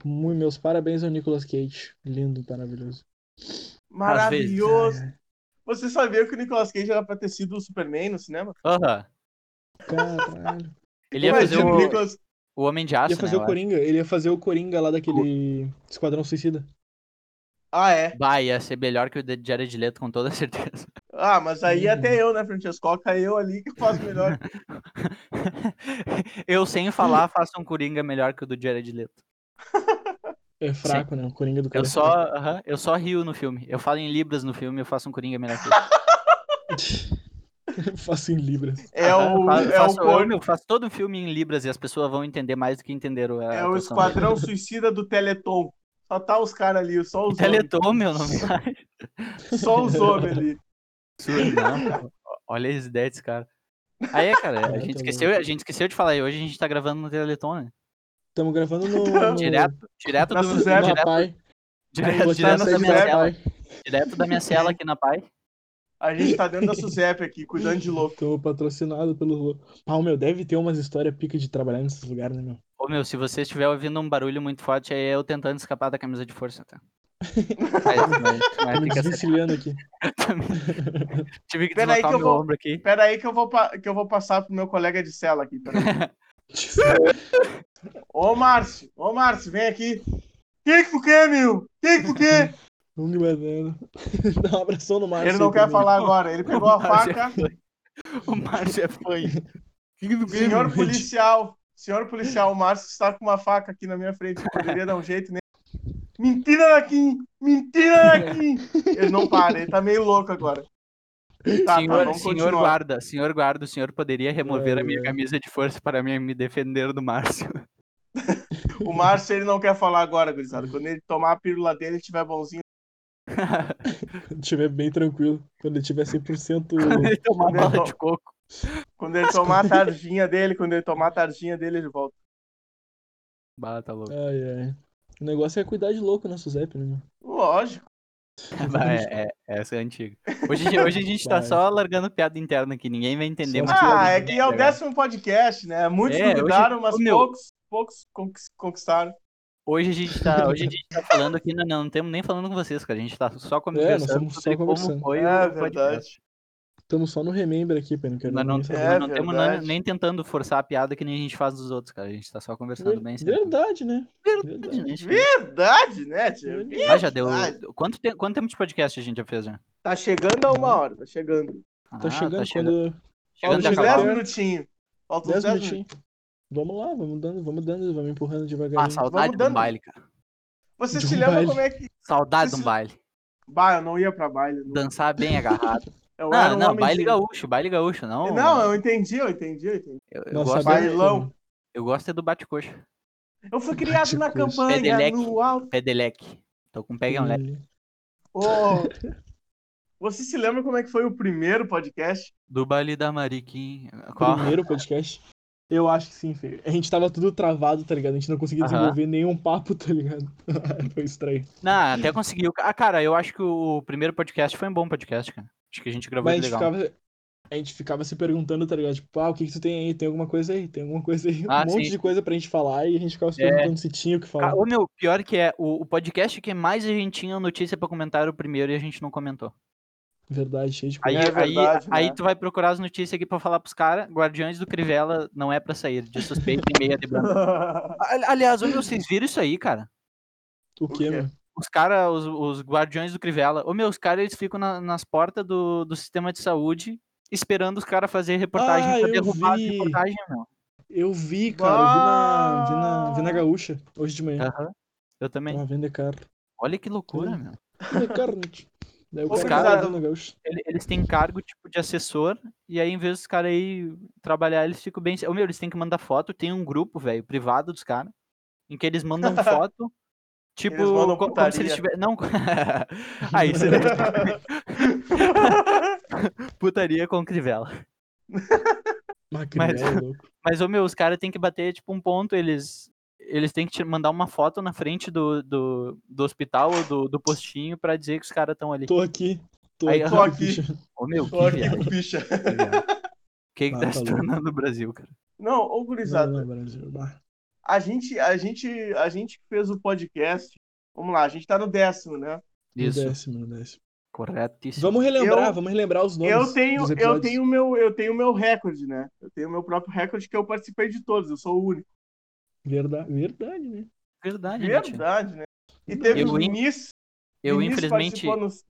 Speaker 3: Mu- Meus parabéns ao Nicolas Cage. Lindo, maravilhoso. É,
Speaker 2: Maravilhoso.
Speaker 1: é.
Speaker 3: Ai, ai.
Speaker 2: Você sabia que o Nicolas Cage era pra ter sido o Superman no cinema?
Speaker 1: Aham.
Speaker 3: Caralho.
Speaker 1: Ele ia
Speaker 2: Imagina
Speaker 1: fazer
Speaker 2: o
Speaker 1: o,
Speaker 2: Nicolas...
Speaker 1: o Homem de
Speaker 3: Ia
Speaker 1: Aço,
Speaker 3: fazer
Speaker 1: né?
Speaker 3: o Coringa. Ele ia fazer o Coringa lá daquele Esquadrão Suicida.
Speaker 2: Ah, é.
Speaker 1: Vai, ia ser melhor que o de Jared Leto, com toda certeza.
Speaker 2: Ah, mas aí
Speaker 3: Hum.
Speaker 2: até eu, né, Francesco? Coloca eu ali que eu faço melhor.
Speaker 1: Eu, sem falar, faço um Coringa melhor que o do Jared Leto.
Speaker 3: É fraco, né? O Coringa do
Speaker 1: Eu
Speaker 3: cara.
Speaker 1: só, aham, eu só rio no filme. Eu falo em libras no filme, eu faço um Coringa melhor que ele.
Speaker 3: Faço em libras.
Speaker 2: É
Speaker 1: Aham,
Speaker 2: o,
Speaker 1: faço,
Speaker 2: é o,
Speaker 1: faço- eu,
Speaker 2: cor-
Speaker 1: meu, faço todo o filme em libras e as pessoas vão entender mais do que entenderam a
Speaker 2: é o
Speaker 1: atuação
Speaker 2: Esquadrão Suicida do Teleton. Só tá os caras ali, só
Speaker 1: dele.
Speaker 2: os homens.
Speaker 1: Teleton, meu nome.
Speaker 2: Só os homens ali.
Speaker 1: Absurdo, não. Olha as ideias desse cara. Aí é, cara, a
Speaker 3: Cara,
Speaker 1: gente,
Speaker 3: tá
Speaker 1: esqueceu, a gente esqueceu de falar. E hoje a gente tá gravando no Teleton, né?
Speaker 3: Estamos gravando no.
Speaker 2: Então,
Speaker 3: no...
Speaker 1: Direto, direto do.
Speaker 2: Na
Speaker 3: no
Speaker 2: Suzep.
Speaker 1: direto-
Speaker 3: Rapai.
Speaker 1: Direto,
Speaker 3: Botar
Speaker 1: direto
Speaker 3: na
Speaker 1: da
Speaker 3: sede
Speaker 1: minha
Speaker 3: do
Speaker 1: cela.
Speaker 3: Rapai.
Speaker 1: Direto
Speaker 2: É.
Speaker 1: da minha cela aqui na Pai.
Speaker 2: A gente tá dentro da Suzep aqui, cuidando de louco.
Speaker 3: Tô patrocinado pelo. Pau, meu, deve ter umas histórias pica de trabalhar nesses lugares, né, meu?
Speaker 1: Ô meu, se você estiver ouvindo um barulho muito forte, aí é eu tentando escapar da camisa de força, tá? Mas, mas,
Speaker 3: Tô
Speaker 1: mas tem que
Speaker 3: me
Speaker 1: acertar
Speaker 3: desvencilhando aqui.
Speaker 1: também. Tive que
Speaker 2: Pera
Speaker 1: deslocar
Speaker 2: aí que
Speaker 1: o
Speaker 2: eu
Speaker 1: meu
Speaker 2: vou-
Speaker 1: ombro aqui.
Speaker 2: Pera aí que eu vou, pa- que eu vou passar pro meu colega de cela aqui. pera aí. Ô, Márcio. Ô, Márcio, vem aqui. Que que tu quer, meu? Que que tu quer?
Speaker 3: Não me mandando. Dá um abração no Márcio.
Speaker 2: Ele não
Speaker 3: aí,
Speaker 2: quer
Speaker 3: pelo menos.
Speaker 2: falar agora. Ele pegou a faca.
Speaker 1: O Márcio é fã.
Speaker 2: Senhor policial, senhor policial, o Márcio está com uma faca aqui na minha frente. Poderia dar um jeito nele. Mentira daqui! Mentira daqui! Ele não para, ele tá meio louco agora. Tá, tá,
Speaker 1: senhor,
Speaker 2: vamos
Speaker 1: senhor
Speaker 2: continuar.
Speaker 1: guarda, senhor guarda, o senhor poderia remover a minha
Speaker 3: Ai, ai.
Speaker 1: camisa de força para me, me defender do Márcio.
Speaker 2: O Márcio ele não quer falar agora, gurizada. Quando ele tomar a pílula dele, ele estiver bonzinho.
Speaker 3: Quando estiver bem tranquilo. Quando ele tiver 100%.
Speaker 1: Ele tomar
Speaker 2: Entendeu?
Speaker 1: bala de coco.
Speaker 2: Quando ele tomar a tarjinha dele, quando ele tomar a tarjinha dele, ele volta.
Speaker 1: Bah, tá louco.
Speaker 3: ai, ai. O negócio é cuidar de louco na Suzep, né, meu?
Speaker 2: Lógico.
Speaker 1: Bah, é, é- essa é antiga. Hoje, a gente- hoje a gente tá
Speaker 3: Vai.
Speaker 1: só largando piada interna aqui, ninguém vai entender.
Speaker 3: Só
Speaker 1: mas-
Speaker 2: Ah,
Speaker 3: piada
Speaker 2: é que é o
Speaker 1: legal.
Speaker 2: décimo podcast, né? Muitos
Speaker 1: É, hoje-
Speaker 2: duvidaram, mas
Speaker 1: Ô, meu.
Speaker 2: poucos, poucos conquis- conquistaram.
Speaker 1: Hoje a gente tá, hoje a gente tá falando aqui, não, não estamos nem falando com vocês, cara. A gente tá só conversando
Speaker 3: estamos só
Speaker 1: sobre como
Speaker 3: conversando.
Speaker 1: foi o
Speaker 2: é
Speaker 1: podcast.
Speaker 2: verdade.
Speaker 3: Estamos só no Remember aqui, pena. Quero
Speaker 1: Nós não, tá
Speaker 3: nem
Speaker 1: nós
Speaker 3: saber.
Speaker 2: É
Speaker 1: não estamos nem,
Speaker 2: verdade.
Speaker 1: nem tentando forçar a piada que nem a gente faz dos outros, cara. A gente tá só conversando bem. sempre.
Speaker 3: Verdade, né?
Speaker 1: Verdade, né, gente?
Speaker 2: Verdade, né, tio?
Speaker 3: Verdade.
Speaker 1: Ah, já deu.
Speaker 2: Verdade.
Speaker 1: Quanto, te- quanto tempo de podcast a gente já fez, já?
Speaker 2: Tá chegando a uma hora, tá chegando.
Speaker 3: Tá
Speaker 1: Ah,
Speaker 3: chegando
Speaker 1: tá chegando.
Speaker 3: quando.
Speaker 1: chegando
Speaker 2: Faltam
Speaker 1: da
Speaker 2: uns 10
Speaker 1: cavalo.
Speaker 2: minutinhos. Faltam uns
Speaker 3: 10
Speaker 2: 10 minutinhos.
Speaker 3: minutinhos. Vamos lá, vamos dando, vamos dando, vamos empurrando
Speaker 1: Ah,
Speaker 3: devagarinho.
Speaker 1: saudade de um
Speaker 2: dando.
Speaker 1: baile, cara.
Speaker 2: Você
Speaker 3: De
Speaker 2: se
Speaker 3: um
Speaker 2: lembra
Speaker 3: baile.
Speaker 2: como é que.
Speaker 1: Saudade de um
Speaker 2: Preciso-
Speaker 1: baile.
Speaker 2: Bah, eu não ia pra baile. não.
Speaker 1: Dançar bem agarrado.
Speaker 2: Eu
Speaker 1: Não,
Speaker 2: era um
Speaker 1: Ah, não,
Speaker 2: homem
Speaker 1: baile
Speaker 2: de-
Speaker 1: gaúcho, baile gaúcho, não.
Speaker 2: Não, eu entendi, eu entendi, eu entendi.
Speaker 1: eu, eu
Speaker 3: Nós
Speaker 1: gosto,
Speaker 3: sabemos
Speaker 2: Bailão.
Speaker 3: como.
Speaker 1: eu gosto é do bate-coxa.
Speaker 2: Eu fui criado na
Speaker 3: Bate-coxa.
Speaker 2: campanha,
Speaker 1: Pedelec.
Speaker 2: no alto.
Speaker 1: Pedelec. Tô com
Speaker 2: Hum.
Speaker 1: pega um leque.
Speaker 2: Ô, Você se lembra como é que foi o primeiro podcast?
Speaker 1: Do baile da Mariquinha. Qual?
Speaker 3: Primeiro podcast. Eu acho que sim, feio. A gente tava tudo travado, tá ligado? A gente não conseguia
Speaker 1: Aham.
Speaker 3: desenvolver nenhum papo, tá ligado? Foi estranho.
Speaker 1: Não, até conseguiu. Ah, cara, eu acho que o primeiro podcast foi um bom podcast, cara. Acho que a gente gravou
Speaker 3: Mas a
Speaker 1: ele
Speaker 3: gente
Speaker 1: legal.
Speaker 3: ficava. A gente ficava se perguntando, tá ligado? Tipo, ah, o que que tu tem aí? Tem alguma coisa aí? Tem alguma coisa aí? Um
Speaker 1: Ah,
Speaker 3: monte
Speaker 1: sim.
Speaker 3: de coisa pra gente falar e a gente ficava se
Speaker 1: É.
Speaker 3: perguntando se tinha o que falar.
Speaker 1: Ca- Ô, meu, pior que é, o, o podcast que mais a gente tinha notícia pra comentar era o primeiro e a gente não comentou.
Speaker 3: Verdade, cheio de
Speaker 1: Aí,
Speaker 3: coisa.
Speaker 2: É verdade,
Speaker 1: aí, aí
Speaker 2: né?
Speaker 1: tu vai procurar as notícias aqui pra falar pros caras. Guardiões do Crivella não é pra sair, de suspeita e meia de branco. Ali- Aliás, ô, meu, vocês viram isso aí, cara?
Speaker 3: O
Speaker 2: quê?
Speaker 3: quê, mano?
Speaker 1: Os caras, os, os guardiões do Crivella. Ô, meu, os caras, eles ficam na- nas portas do, do sistema de saúde esperando os caras fazer reportagem
Speaker 3: Ah,
Speaker 1: pra
Speaker 3: eu
Speaker 1: derrubar
Speaker 3: vi.
Speaker 1: as reportagens, meu.
Speaker 3: Eu vi, cara. Eu vi na, vi, na, vi na Gaúcha hoje de manhã. Ah,
Speaker 1: Aham. Eu também.
Speaker 3: Tava vendo de carne.
Speaker 1: Olha que loucura,
Speaker 3: Sim.
Speaker 1: meu.
Speaker 3: De carne. né? Daí o
Speaker 2: Ô,
Speaker 3: cara
Speaker 1: cara.
Speaker 3: tava vendo na Gaúcha.
Speaker 1: Ele- Eles têm cargo tipo de assessor, e aí, em vez dos caras aí trabalhar, eles ficam bem. Ô, meu, eles têm que mandar foto. Tem um grupo, velho, privado dos caras, em que eles mandam foto. Tipo,
Speaker 2: Eles mandam
Speaker 1: co- como se eles
Speaker 2: putaria.
Speaker 1: tivessem. Não. aí, você putaria com crivela.
Speaker 3: Ah, que Mas... louco.
Speaker 1: Mas, ô, meu, os caras têm que bater, tipo, um ponto, eles... Eles têm que te mandar uma foto na frente do, do, do hospital ou do, do postinho pra dizer que os caras estão ali.
Speaker 3: Tô aqui. Tô
Speaker 1: Aí,
Speaker 3: aqui.
Speaker 2: tô aqui.
Speaker 3: bicho.
Speaker 1: Ô, meu, que
Speaker 2: Tô aqui
Speaker 1: viagem,
Speaker 2: com ficha.
Speaker 1: que viagem. O que que
Speaker 3: Ah,
Speaker 1: tá
Speaker 3: tá
Speaker 1: se
Speaker 3: louco.
Speaker 1: tornando o Brasil, cara?
Speaker 2: Não, ô
Speaker 3: Não,
Speaker 2: gurizada,
Speaker 3: não, Brasil. Bah.
Speaker 2: a gente, a gente, a gente que fez o podcast. Vamos lá, a gente tá no décimo, né?
Speaker 3: No
Speaker 1: Isso,
Speaker 3: décimo, no décimo.
Speaker 1: corretíssimo.
Speaker 3: Vamos relembrar,
Speaker 2: Eu-
Speaker 3: vamos relembrar os nomes.
Speaker 2: Eu tenho,
Speaker 3: dos
Speaker 2: eu
Speaker 3: episódios.
Speaker 2: tenho meu, eu tenho meu recorde, né? Eu tenho meu próprio recorde que eu participei de todos, eu sou o único.
Speaker 3: Verdade, verdade, né?
Speaker 1: Verdade, gente.
Speaker 2: Verdade, né? E teve
Speaker 1: Eu,
Speaker 2: o
Speaker 1: in-
Speaker 2: Vinícius.
Speaker 1: Eu,
Speaker 2: Vinícius
Speaker 1: infelizmente...
Speaker 2: participou nos-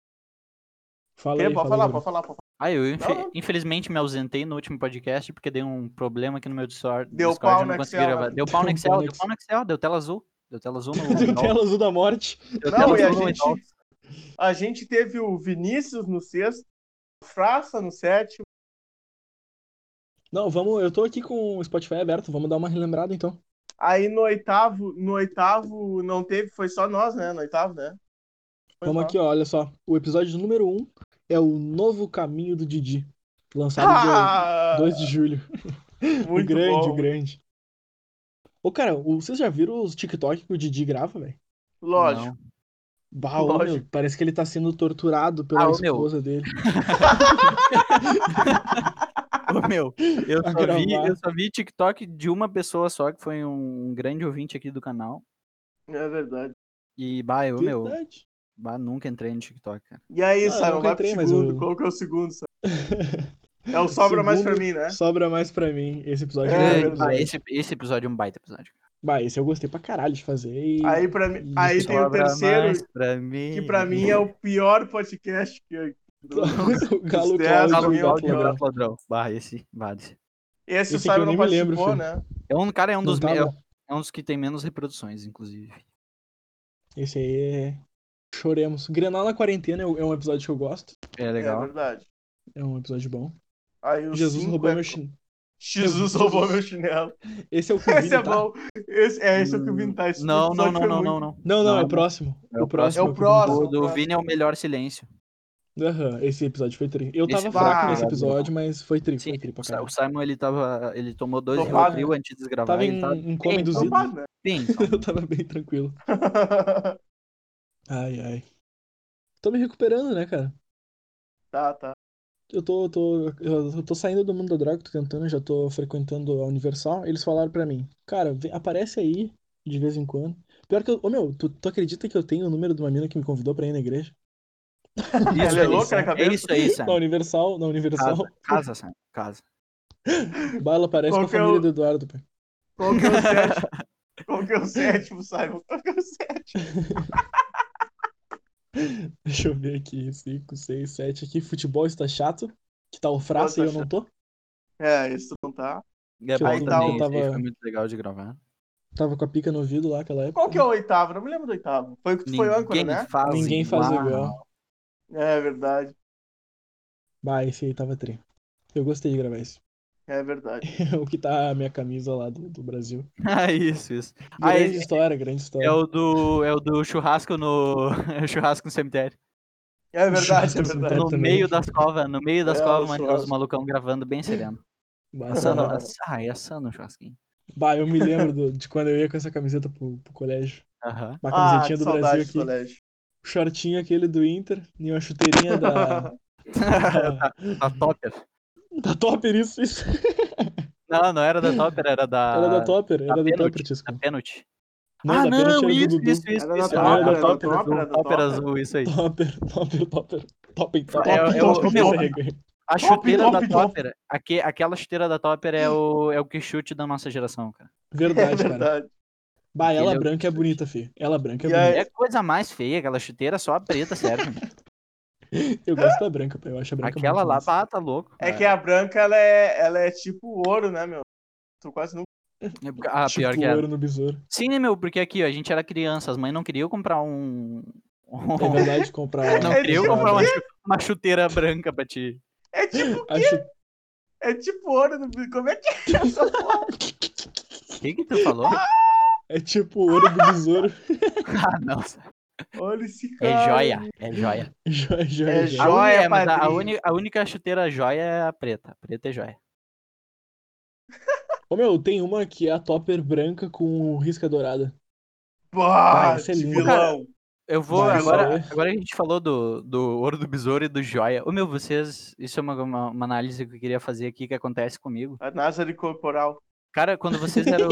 Speaker 3: Fala
Speaker 2: Quê?
Speaker 3: aí,
Speaker 2: Pode
Speaker 3: fala
Speaker 2: falar,
Speaker 3: aí,
Speaker 2: pode
Speaker 3: Bruno.
Speaker 2: falar, pode falar.
Speaker 1: Ah, eu infe-
Speaker 2: Não, não.
Speaker 1: infelizmente me ausentei no último podcast porque dei um problema aqui no meu Discord.
Speaker 2: Deu
Speaker 1: Discord,
Speaker 2: pau
Speaker 1: eu não
Speaker 2: no
Speaker 1: consegui
Speaker 2: Excel,
Speaker 1: gravar.
Speaker 2: né?
Speaker 1: Deu pau no
Speaker 3: Deu um
Speaker 1: Excel,
Speaker 3: pau no
Speaker 1: deu pau no Excel, deu tela azul. Deu tela azul no...
Speaker 3: Deu
Speaker 1: no-
Speaker 3: tela azul da morte.
Speaker 1: Deu
Speaker 2: Não,
Speaker 1: tela
Speaker 2: e a
Speaker 1: azul no
Speaker 2: gente-
Speaker 1: Windows.
Speaker 2: A gente teve o Vinícius no sexto, o Fraça no sétimo.
Speaker 3: Não, vamos. Eu tô aqui com o Spotify aberto, vamos dar uma relembrada então.
Speaker 2: Aí no oitavo, no oitavo não teve, foi só nós, né? No oitavo, né? Foi
Speaker 3: Vamos
Speaker 2: só.
Speaker 3: aqui, ó, olha só. O episódio número 1 um é o Novo Caminho do Didi. Lançado
Speaker 2: Ah,
Speaker 3: dia 2 de julho.
Speaker 2: muito
Speaker 3: o grande,
Speaker 2: bom.
Speaker 3: o grande. Ô, cara, o- vocês já viram os TikTok que o Didi grava, velho?
Speaker 2: Lógico.
Speaker 1: Não.
Speaker 3: Bah, ô,
Speaker 2: Lógico.
Speaker 3: meu, parece que ele tá sendo torturado pela
Speaker 1: Ah, ô, meu.
Speaker 3: esposa dele.
Speaker 1: Ô, meu, eu
Speaker 3: A
Speaker 1: só, vi,
Speaker 3: gravar.
Speaker 1: eu só vi TikTok de uma pessoa só, que foi um grande ouvinte aqui do canal.
Speaker 2: É verdade.
Speaker 1: E, bah, eu, meu,
Speaker 3: Verdade.
Speaker 1: bah, nunca entrei no TikTok, cara.
Speaker 2: E aí,
Speaker 3: Ah, eu
Speaker 2: Simon,
Speaker 3: nunca
Speaker 2: vai pro
Speaker 3: entrei, mas
Speaker 2: segundo.
Speaker 3: eu-
Speaker 2: Qual que é o segundo, Simon? É o sobra mais pra
Speaker 3: Segundo-
Speaker 2: mim, né?
Speaker 3: Sobra mais pra mim esse episódio.
Speaker 2: É,
Speaker 3: é um
Speaker 1: Grande, bah,
Speaker 3: episódio.
Speaker 1: esse, esse episódio é um baita episódio.
Speaker 3: Bah, esse eu gostei pra caralho de fazer. e-
Speaker 2: Aí, pra mim,
Speaker 3: Isso,
Speaker 2: aí tem o
Speaker 1: Sobra
Speaker 2: terceiro,
Speaker 1: mais pra mim.
Speaker 2: que pra mim é o pior podcast que
Speaker 3: o
Speaker 1: Galo
Speaker 2: Os
Speaker 3: Galo Cláudio
Speaker 2: pra mim é
Speaker 1: Cláudio e o
Speaker 2: o
Speaker 3: Gato
Speaker 2: pior.
Speaker 3: Ladrão.
Speaker 1: Gato Ladrão. né, Bah, esse, bah, esse.
Speaker 2: Esse, o
Speaker 3: Esse que eu
Speaker 2: Simon não
Speaker 3: nem me lembro,
Speaker 2: participou, né?
Speaker 1: É um cara, é um
Speaker 3: Não tá
Speaker 1: dos me-
Speaker 3: tava.
Speaker 1: é um dos que tem menos reproduções, inclusive.
Speaker 3: Esse aí é. Choremos. Grenal na quarentena é um é um episódio que eu gosto.
Speaker 1: É
Speaker 2: É
Speaker 1: legal.
Speaker 2: verdade.
Speaker 3: É um episódio bom.
Speaker 2: Aí o
Speaker 3: Jesus
Speaker 2: cinco
Speaker 3: roubou
Speaker 2: é-
Speaker 3: meu chinelo.
Speaker 2: Jesus roubou meu chinelo.
Speaker 3: Esse é o que eu vi,
Speaker 2: Esse é
Speaker 3: tá?
Speaker 2: bom. Esse, é esse é o que o Vini tá esse
Speaker 1: Não, não,
Speaker 2: episódio
Speaker 1: não,
Speaker 2: foi
Speaker 1: não,
Speaker 2: muito-
Speaker 1: não, não.
Speaker 3: Não, não, é
Speaker 1: Não,
Speaker 3: o próximo.
Speaker 1: é o
Speaker 3: o próximo.
Speaker 2: próximo.
Speaker 3: que
Speaker 2: É o
Speaker 3: eu vi.
Speaker 2: próximo.
Speaker 1: O do Vini é o melhor silêncio.
Speaker 3: Aham, esse episódio foi tri. Eu
Speaker 1: Esse
Speaker 3: tava
Speaker 1: foi
Speaker 3: fraco
Speaker 2: tri,
Speaker 3: nesse
Speaker 1: né?
Speaker 3: episódio, mas foi tri,
Speaker 1: Sim,
Speaker 3: foi tri pra
Speaker 1: o Sa-
Speaker 3: caralho.
Speaker 1: o Simon ele tava. Ele tomou dois
Speaker 2: Topado,
Speaker 1: Rivotril antes de desgravar.
Speaker 3: Tava
Speaker 1: ele
Speaker 3: em,
Speaker 1: tá
Speaker 3: em coma
Speaker 1: bem,
Speaker 3: induzido.
Speaker 2: Roubado, né?
Speaker 1: bem. então.
Speaker 3: Eu tava bem tranquilo. Ai, ai. Tô me recuperando, né, cara?
Speaker 2: tá, tá.
Speaker 3: Eu tô, tô, eu tô saindo do mundo da droga, tô tentando, já tô frequentando a Universal. Eles falaram pra mim, cara, vem- aparece aí de vez em quando. Pior que eu, ô meu, tu, tu acredita que eu tenho o número de uma mina que me convidou pra ir na igreja?
Speaker 1: Isso
Speaker 2: Ela é
Speaker 1: aí,
Speaker 2: louca
Speaker 1: Sam.
Speaker 2: na cabeça?
Speaker 1: É isso aí,
Speaker 3: Na
Speaker 1: Sam.
Speaker 3: Universal, na Universal,
Speaker 1: Casa, casa, Sam. Casa. Ah.
Speaker 3: bala aparece com
Speaker 2: Qual
Speaker 3: a
Speaker 2: que é
Speaker 3: família
Speaker 2: o-
Speaker 3: do Eduardo, pai.
Speaker 2: Qual que é o sétimo? Qual que é o sétimo, Simon? Qual que é o sétimo?
Speaker 3: Deixa eu ver aqui. 5, 6, 7 aqui. Futebol está chato. Que tá o Fraça e eu
Speaker 2: Futebol
Speaker 3: não
Speaker 2: está
Speaker 3: tô.
Speaker 2: É, isso não tá.
Speaker 1: É
Speaker 3: Que
Speaker 1: bom
Speaker 2: eu
Speaker 1: também,
Speaker 2: tava-
Speaker 1: esse aí
Speaker 3: tava-
Speaker 1: foi muito legal de gravar.
Speaker 3: Tava com a pica no ouvido lá naquela época.
Speaker 2: Qual que é o oitavo? Não me lembro do oitavo. Foi o que tu foi âncora, né?
Speaker 1: faz
Speaker 3: Ninguém faz
Speaker 1: igual.
Speaker 3: igual.
Speaker 2: É verdade.
Speaker 3: Bah, esse aí tava tri. Eu gostei de gravar isso.
Speaker 2: É verdade.
Speaker 3: o que tá a minha camisa lá do, do Brasil.
Speaker 1: Ah, isso, isso. Ah,
Speaker 3: Grande
Speaker 1: esse
Speaker 3: história, grande história.
Speaker 1: é o do, é o do churrasco no churrasco no cemitério.
Speaker 2: É verdade, é
Speaker 3: Justo,
Speaker 2: verdade.
Speaker 1: no
Speaker 3: também.
Speaker 1: meio das covas, no meio das
Speaker 2: É,
Speaker 1: covas,
Speaker 2: o
Speaker 1: mano, os
Speaker 2: churrasco.
Speaker 1: malucão gravando bem sereno.
Speaker 3: Bah, essa-
Speaker 1: Assando, ass- ah, e assando um churrasquinho.
Speaker 3: bah, eu me lembro do- de quando eu ia com essa camiseta pro, pro colégio.
Speaker 1: Aham.
Speaker 3: Uma
Speaker 2: Ah,
Speaker 3: camisetinha
Speaker 2: que
Speaker 3: do Brasil
Speaker 2: saudade do
Speaker 3: aqui.
Speaker 2: colégio.
Speaker 3: O shortinho aquele do Inter e uma chuteirinha da. da,
Speaker 1: da Tá, Topper.
Speaker 3: da Topper, isso, isso.
Speaker 1: Não, não era da Topper, era Ah, da.
Speaker 3: Era da Topper, era da
Speaker 1: pênalti.
Speaker 3: Topper, Tisco.
Speaker 1: da Penalty. Ah,
Speaker 3: da Pênalti era do
Speaker 1: isso,
Speaker 3: Dudu.
Speaker 1: isso, isso,
Speaker 2: Era da
Speaker 1: isso.
Speaker 3: Topper,
Speaker 1: Ah,
Speaker 3: era
Speaker 1: Topper
Speaker 3: da
Speaker 2: Topper,
Speaker 1: azul,
Speaker 2: era da
Speaker 1: Topper
Speaker 2: Topper.
Speaker 1: azul, isso aí.
Speaker 3: Topper, Topper, Topper. Topper, Topper.
Speaker 1: É, é o-
Speaker 3: Topper,
Speaker 1: meu-
Speaker 3: Topper.
Speaker 1: A
Speaker 2: Top,
Speaker 1: chuteira
Speaker 2: top,
Speaker 1: da
Speaker 2: top.
Speaker 1: Topper, aque- aquela chuteira da Topper
Speaker 2: Hum.
Speaker 1: é o, é o que chute da nossa geração, cara.
Speaker 2: É
Speaker 3: Verdade, cara.
Speaker 2: verdade.
Speaker 3: Bah, ela
Speaker 1: Aquele é o
Speaker 3: branca é bonita, fi. Ela branca é
Speaker 2: E aí-
Speaker 3: bonita.
Speaker 1: É coisa mais feia, aquela chuteira só a preta, sério.
Speaker 3: Eu gosto da branca, pô. Eu acho a branca
Speaker 1: aquela
Speaker 3: muito
Speaker 1: lá,
Speaker 3: massa.
Speaker 1: bah, tá louco.
Speaker 2: É que a branca, ela é, ela é tipo ouro, né, meu? Tu quase nunca.
Speaker 1: Ah,
Speaker 3: tipo,
Speaker 1: pior que era.
Speaker 3: ouro no besouro.
Speaker 1: Sim, né, meu, porque aqui, ó, a gente era criança, as mães não queriam comprar um. um-
Speaker 3: É verdade, comprar.
Speaker 1: Não
Speaker 2: É
Speaker 1: queriam
Speaker 2: tipo
Speaker 1: comprar
Speaker 2: o
Speaker 1: uma, chu- uma chuteira branca pra ti.
Speaker 2: É tipo,
Speaker 3: a chu-
Speaker 2: é tipo ouro. No... Como é que é essa porra?
Speaker 1: O que que tu falou?
Speaker 3: É tipo o ouro do besouro.
Speaker 1: ah, nossa.
Speaker 2: Olha esse cara.
Speaker 1: É joia, é joia.
Speaker 3: Joia, joia,
Speaker 2: É
Speaker 1: A,
Speaker 3: joia.
Speaker 2: joia.
Speaker 1: uni- é, mas a- a,
Speaker 2: padrinho.
Speaker 1: uni- a única chuteira joia é a preta. A preta é joia.
Speaker 3: Ô meu, tem uma que é a topper branca com risca dourada.
Speaker 2: Bah,
Speaker 3: Ah, isso é
Speaker 2: que
Speaker 3: lindo.
Speaker 2: vilão.
Speaker 1: Eu vou.
Speaker 3: Vai,
Speaker 1: agora,
Speaker 3: vai.
Speaker 1: agora que a gente falou do, do ouro do besouro e do joia. Ô meu, vocês. Isso é uma, uma, uma análise que eu queria fazer aqui que acontece comigo.
Speaker 2: A NASA de corporal.
Speaker 1: Cara, quando vocês eram.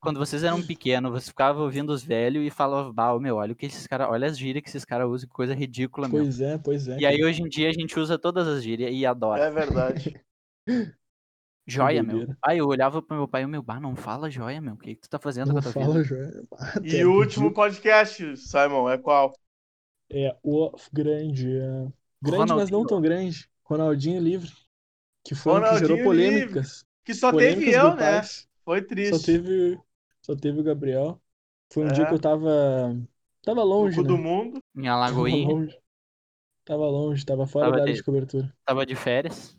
Speaker 1: quando vocês eram pequenos, vocês ficavam ouvindo os velhos e falavam, bah, ô, meu, olha o que esses caras. Olha as gírias que esses caras usam, que coisa ridícula, meu.
Speaker 3: Pois é, pois é.
Speaker 1: E aí hoje em dia a gente usa todas as gírias e adora.
Speaker 2: É verdade.
Speaker 1: joia, meu.
Speaker 3: doideira.
Speaker 1: Aí eu olhava pro meu pai e meu, bah, não fala joia, meu. O que, que tu tá fazendo com
Speaker 3: Não
Speaker 1: a tua vida?
Speaker 3: fala joia.
Speaker 2: E o último podcast, Simon, é qual?
Speaker 3: É o grande. é, Grande, mas não
Speaker 1: Ronaldinho.
Speaker 3: tão grande. Ronaldinho livre. Que foi o que
Speaker 2: Ronaldinho
Speaker 3: gerou polêmicas.
Speaker 2: Que só teve
Speaker 3: Polêmicas
Speaker 2: eu, né?
Speaker 3: brutais.
Speaker 2: Foi
Speaker 3: Só
Speaker 2: triste.
Speaker 3: teve. Só teve o Gabriel. Foi um
Speaker 2: É.
Speaker 3: dia que eu tava. Tava
Speaker 2: No
Speaker 3: longe,
Speaker 2: cu
Speaker 3: né?
Speaker 2: do mundo.
Speaker 1: Em
Speaker 3: Tava
Speaker 1: Alagoinha,
Speaker 3: longe. Tava longe, tava fora
Speaker 1: Tava
Speaker 3: da área
Speaker 1: de-
Speaker 3: de cobertura.
Speaker 1: tava de férias.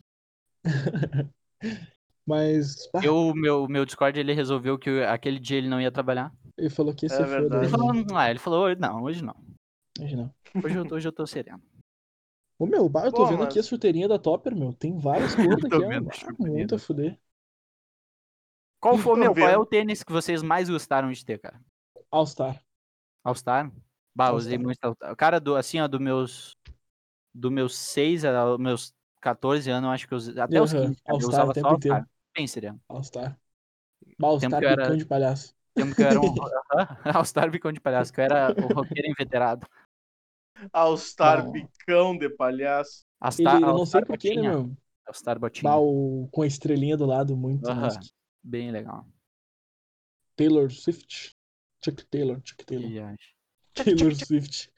Speaker 3: Mas ah,
Speaker 1: Eu, o meu, o meu Discord, ele resolveu que aquele dia ele não ia trabalhar.
Speaker 3: ele falou que ia
Speaker 2: É
Speaker 3: ser foda.
Speaker 2: verdade.
Speaker 1: Ele
Speaker 3: hoje,
Speaker 1: falou,
Speaker 3: né?
Speaker 1: ah, ele falou, "Hoje não, hoje não.
Speaker 3: Hoje não.
Speaker 1: Hoje eu, hoje eu tô sereno.
Speaker 3: Ô meu, bah, eu tô
Speaker 2: Pô,
Speaker 3: vendo
Speaker 2: mas-
Speaker 3: aqui a chuteirinha da Topper, meu. Tem várias coisas
Speaker 1: tô
Speaker 3: aqui. ó.
Speaker 1: vendo a
Speaker 3: Ah,
Speaker 1: chuteirinha
Speaker 3: muito
Speaker 1: da
Speaker 3: a fuder.
Speaker 1: Qual foi,
Speaker 2: Tô
Speaker 1: meu, qual é
Speaker 2: vendo.
Speaker 1: o tênis que vocês mais gostaram de ter, cara?
Speaker 3: All Star.
Speaker 1: All Star? Bah,
Speaker 3: All
Speaker 1: usei
Speaker 3: Star.
Speaker 1: muito All Star. Cara, do, assim, ó, do meus... Do meus 6 aos meus 14 anos, eu acho que eu usei... Até os
Speaker 3: Aham,
Speaker 1: 15, cara,
Speaker 3: All
Speaker 1: eu
Speaker 3: Star
Speaker 1: usava
Speaker 3: o tempo
Speaker 1: só All
Speaker 3: inteiro.
Speaker 1: Star. Bem sereno.
Speaker 3: All Star. Bah, All
Speaker 1: Tempo
Speaker 3: Star
Speaker 1: que eu era-
Speaker 3: picão de palhaço.
Speaker 1: Tempo que eu era um... Aham, All Star Bicão de Palhaço, que eu era o roqueiro inveterado.
Speaker 2: All Star
Speaker 3: Não.
Speaker 2: Bicão de Palhaço.
Speaker 1: All
Speaker 3: Ele,
Speaker 1: Star,
Speaker 3: eu
Speaker 1: All
Speaker 3: não sei
Speaker 1: Star
Speaker 3: porquê, né,
Speaker 1: Botinha,
Speaker 3: meu?
Speaker 1: All Star Botinha.
Speaker 3: Bah, o- com a estrelinha do lado, muito.
Speaker 1: Aham.
Speaker 3: nossa.
Speaker 1: Bem legal.
Speaker 3: Taylor Swift. Chuck Taylor, Chuck Taylor.
Speaker 1: E acho.
Speaker 3: Taylor Swift.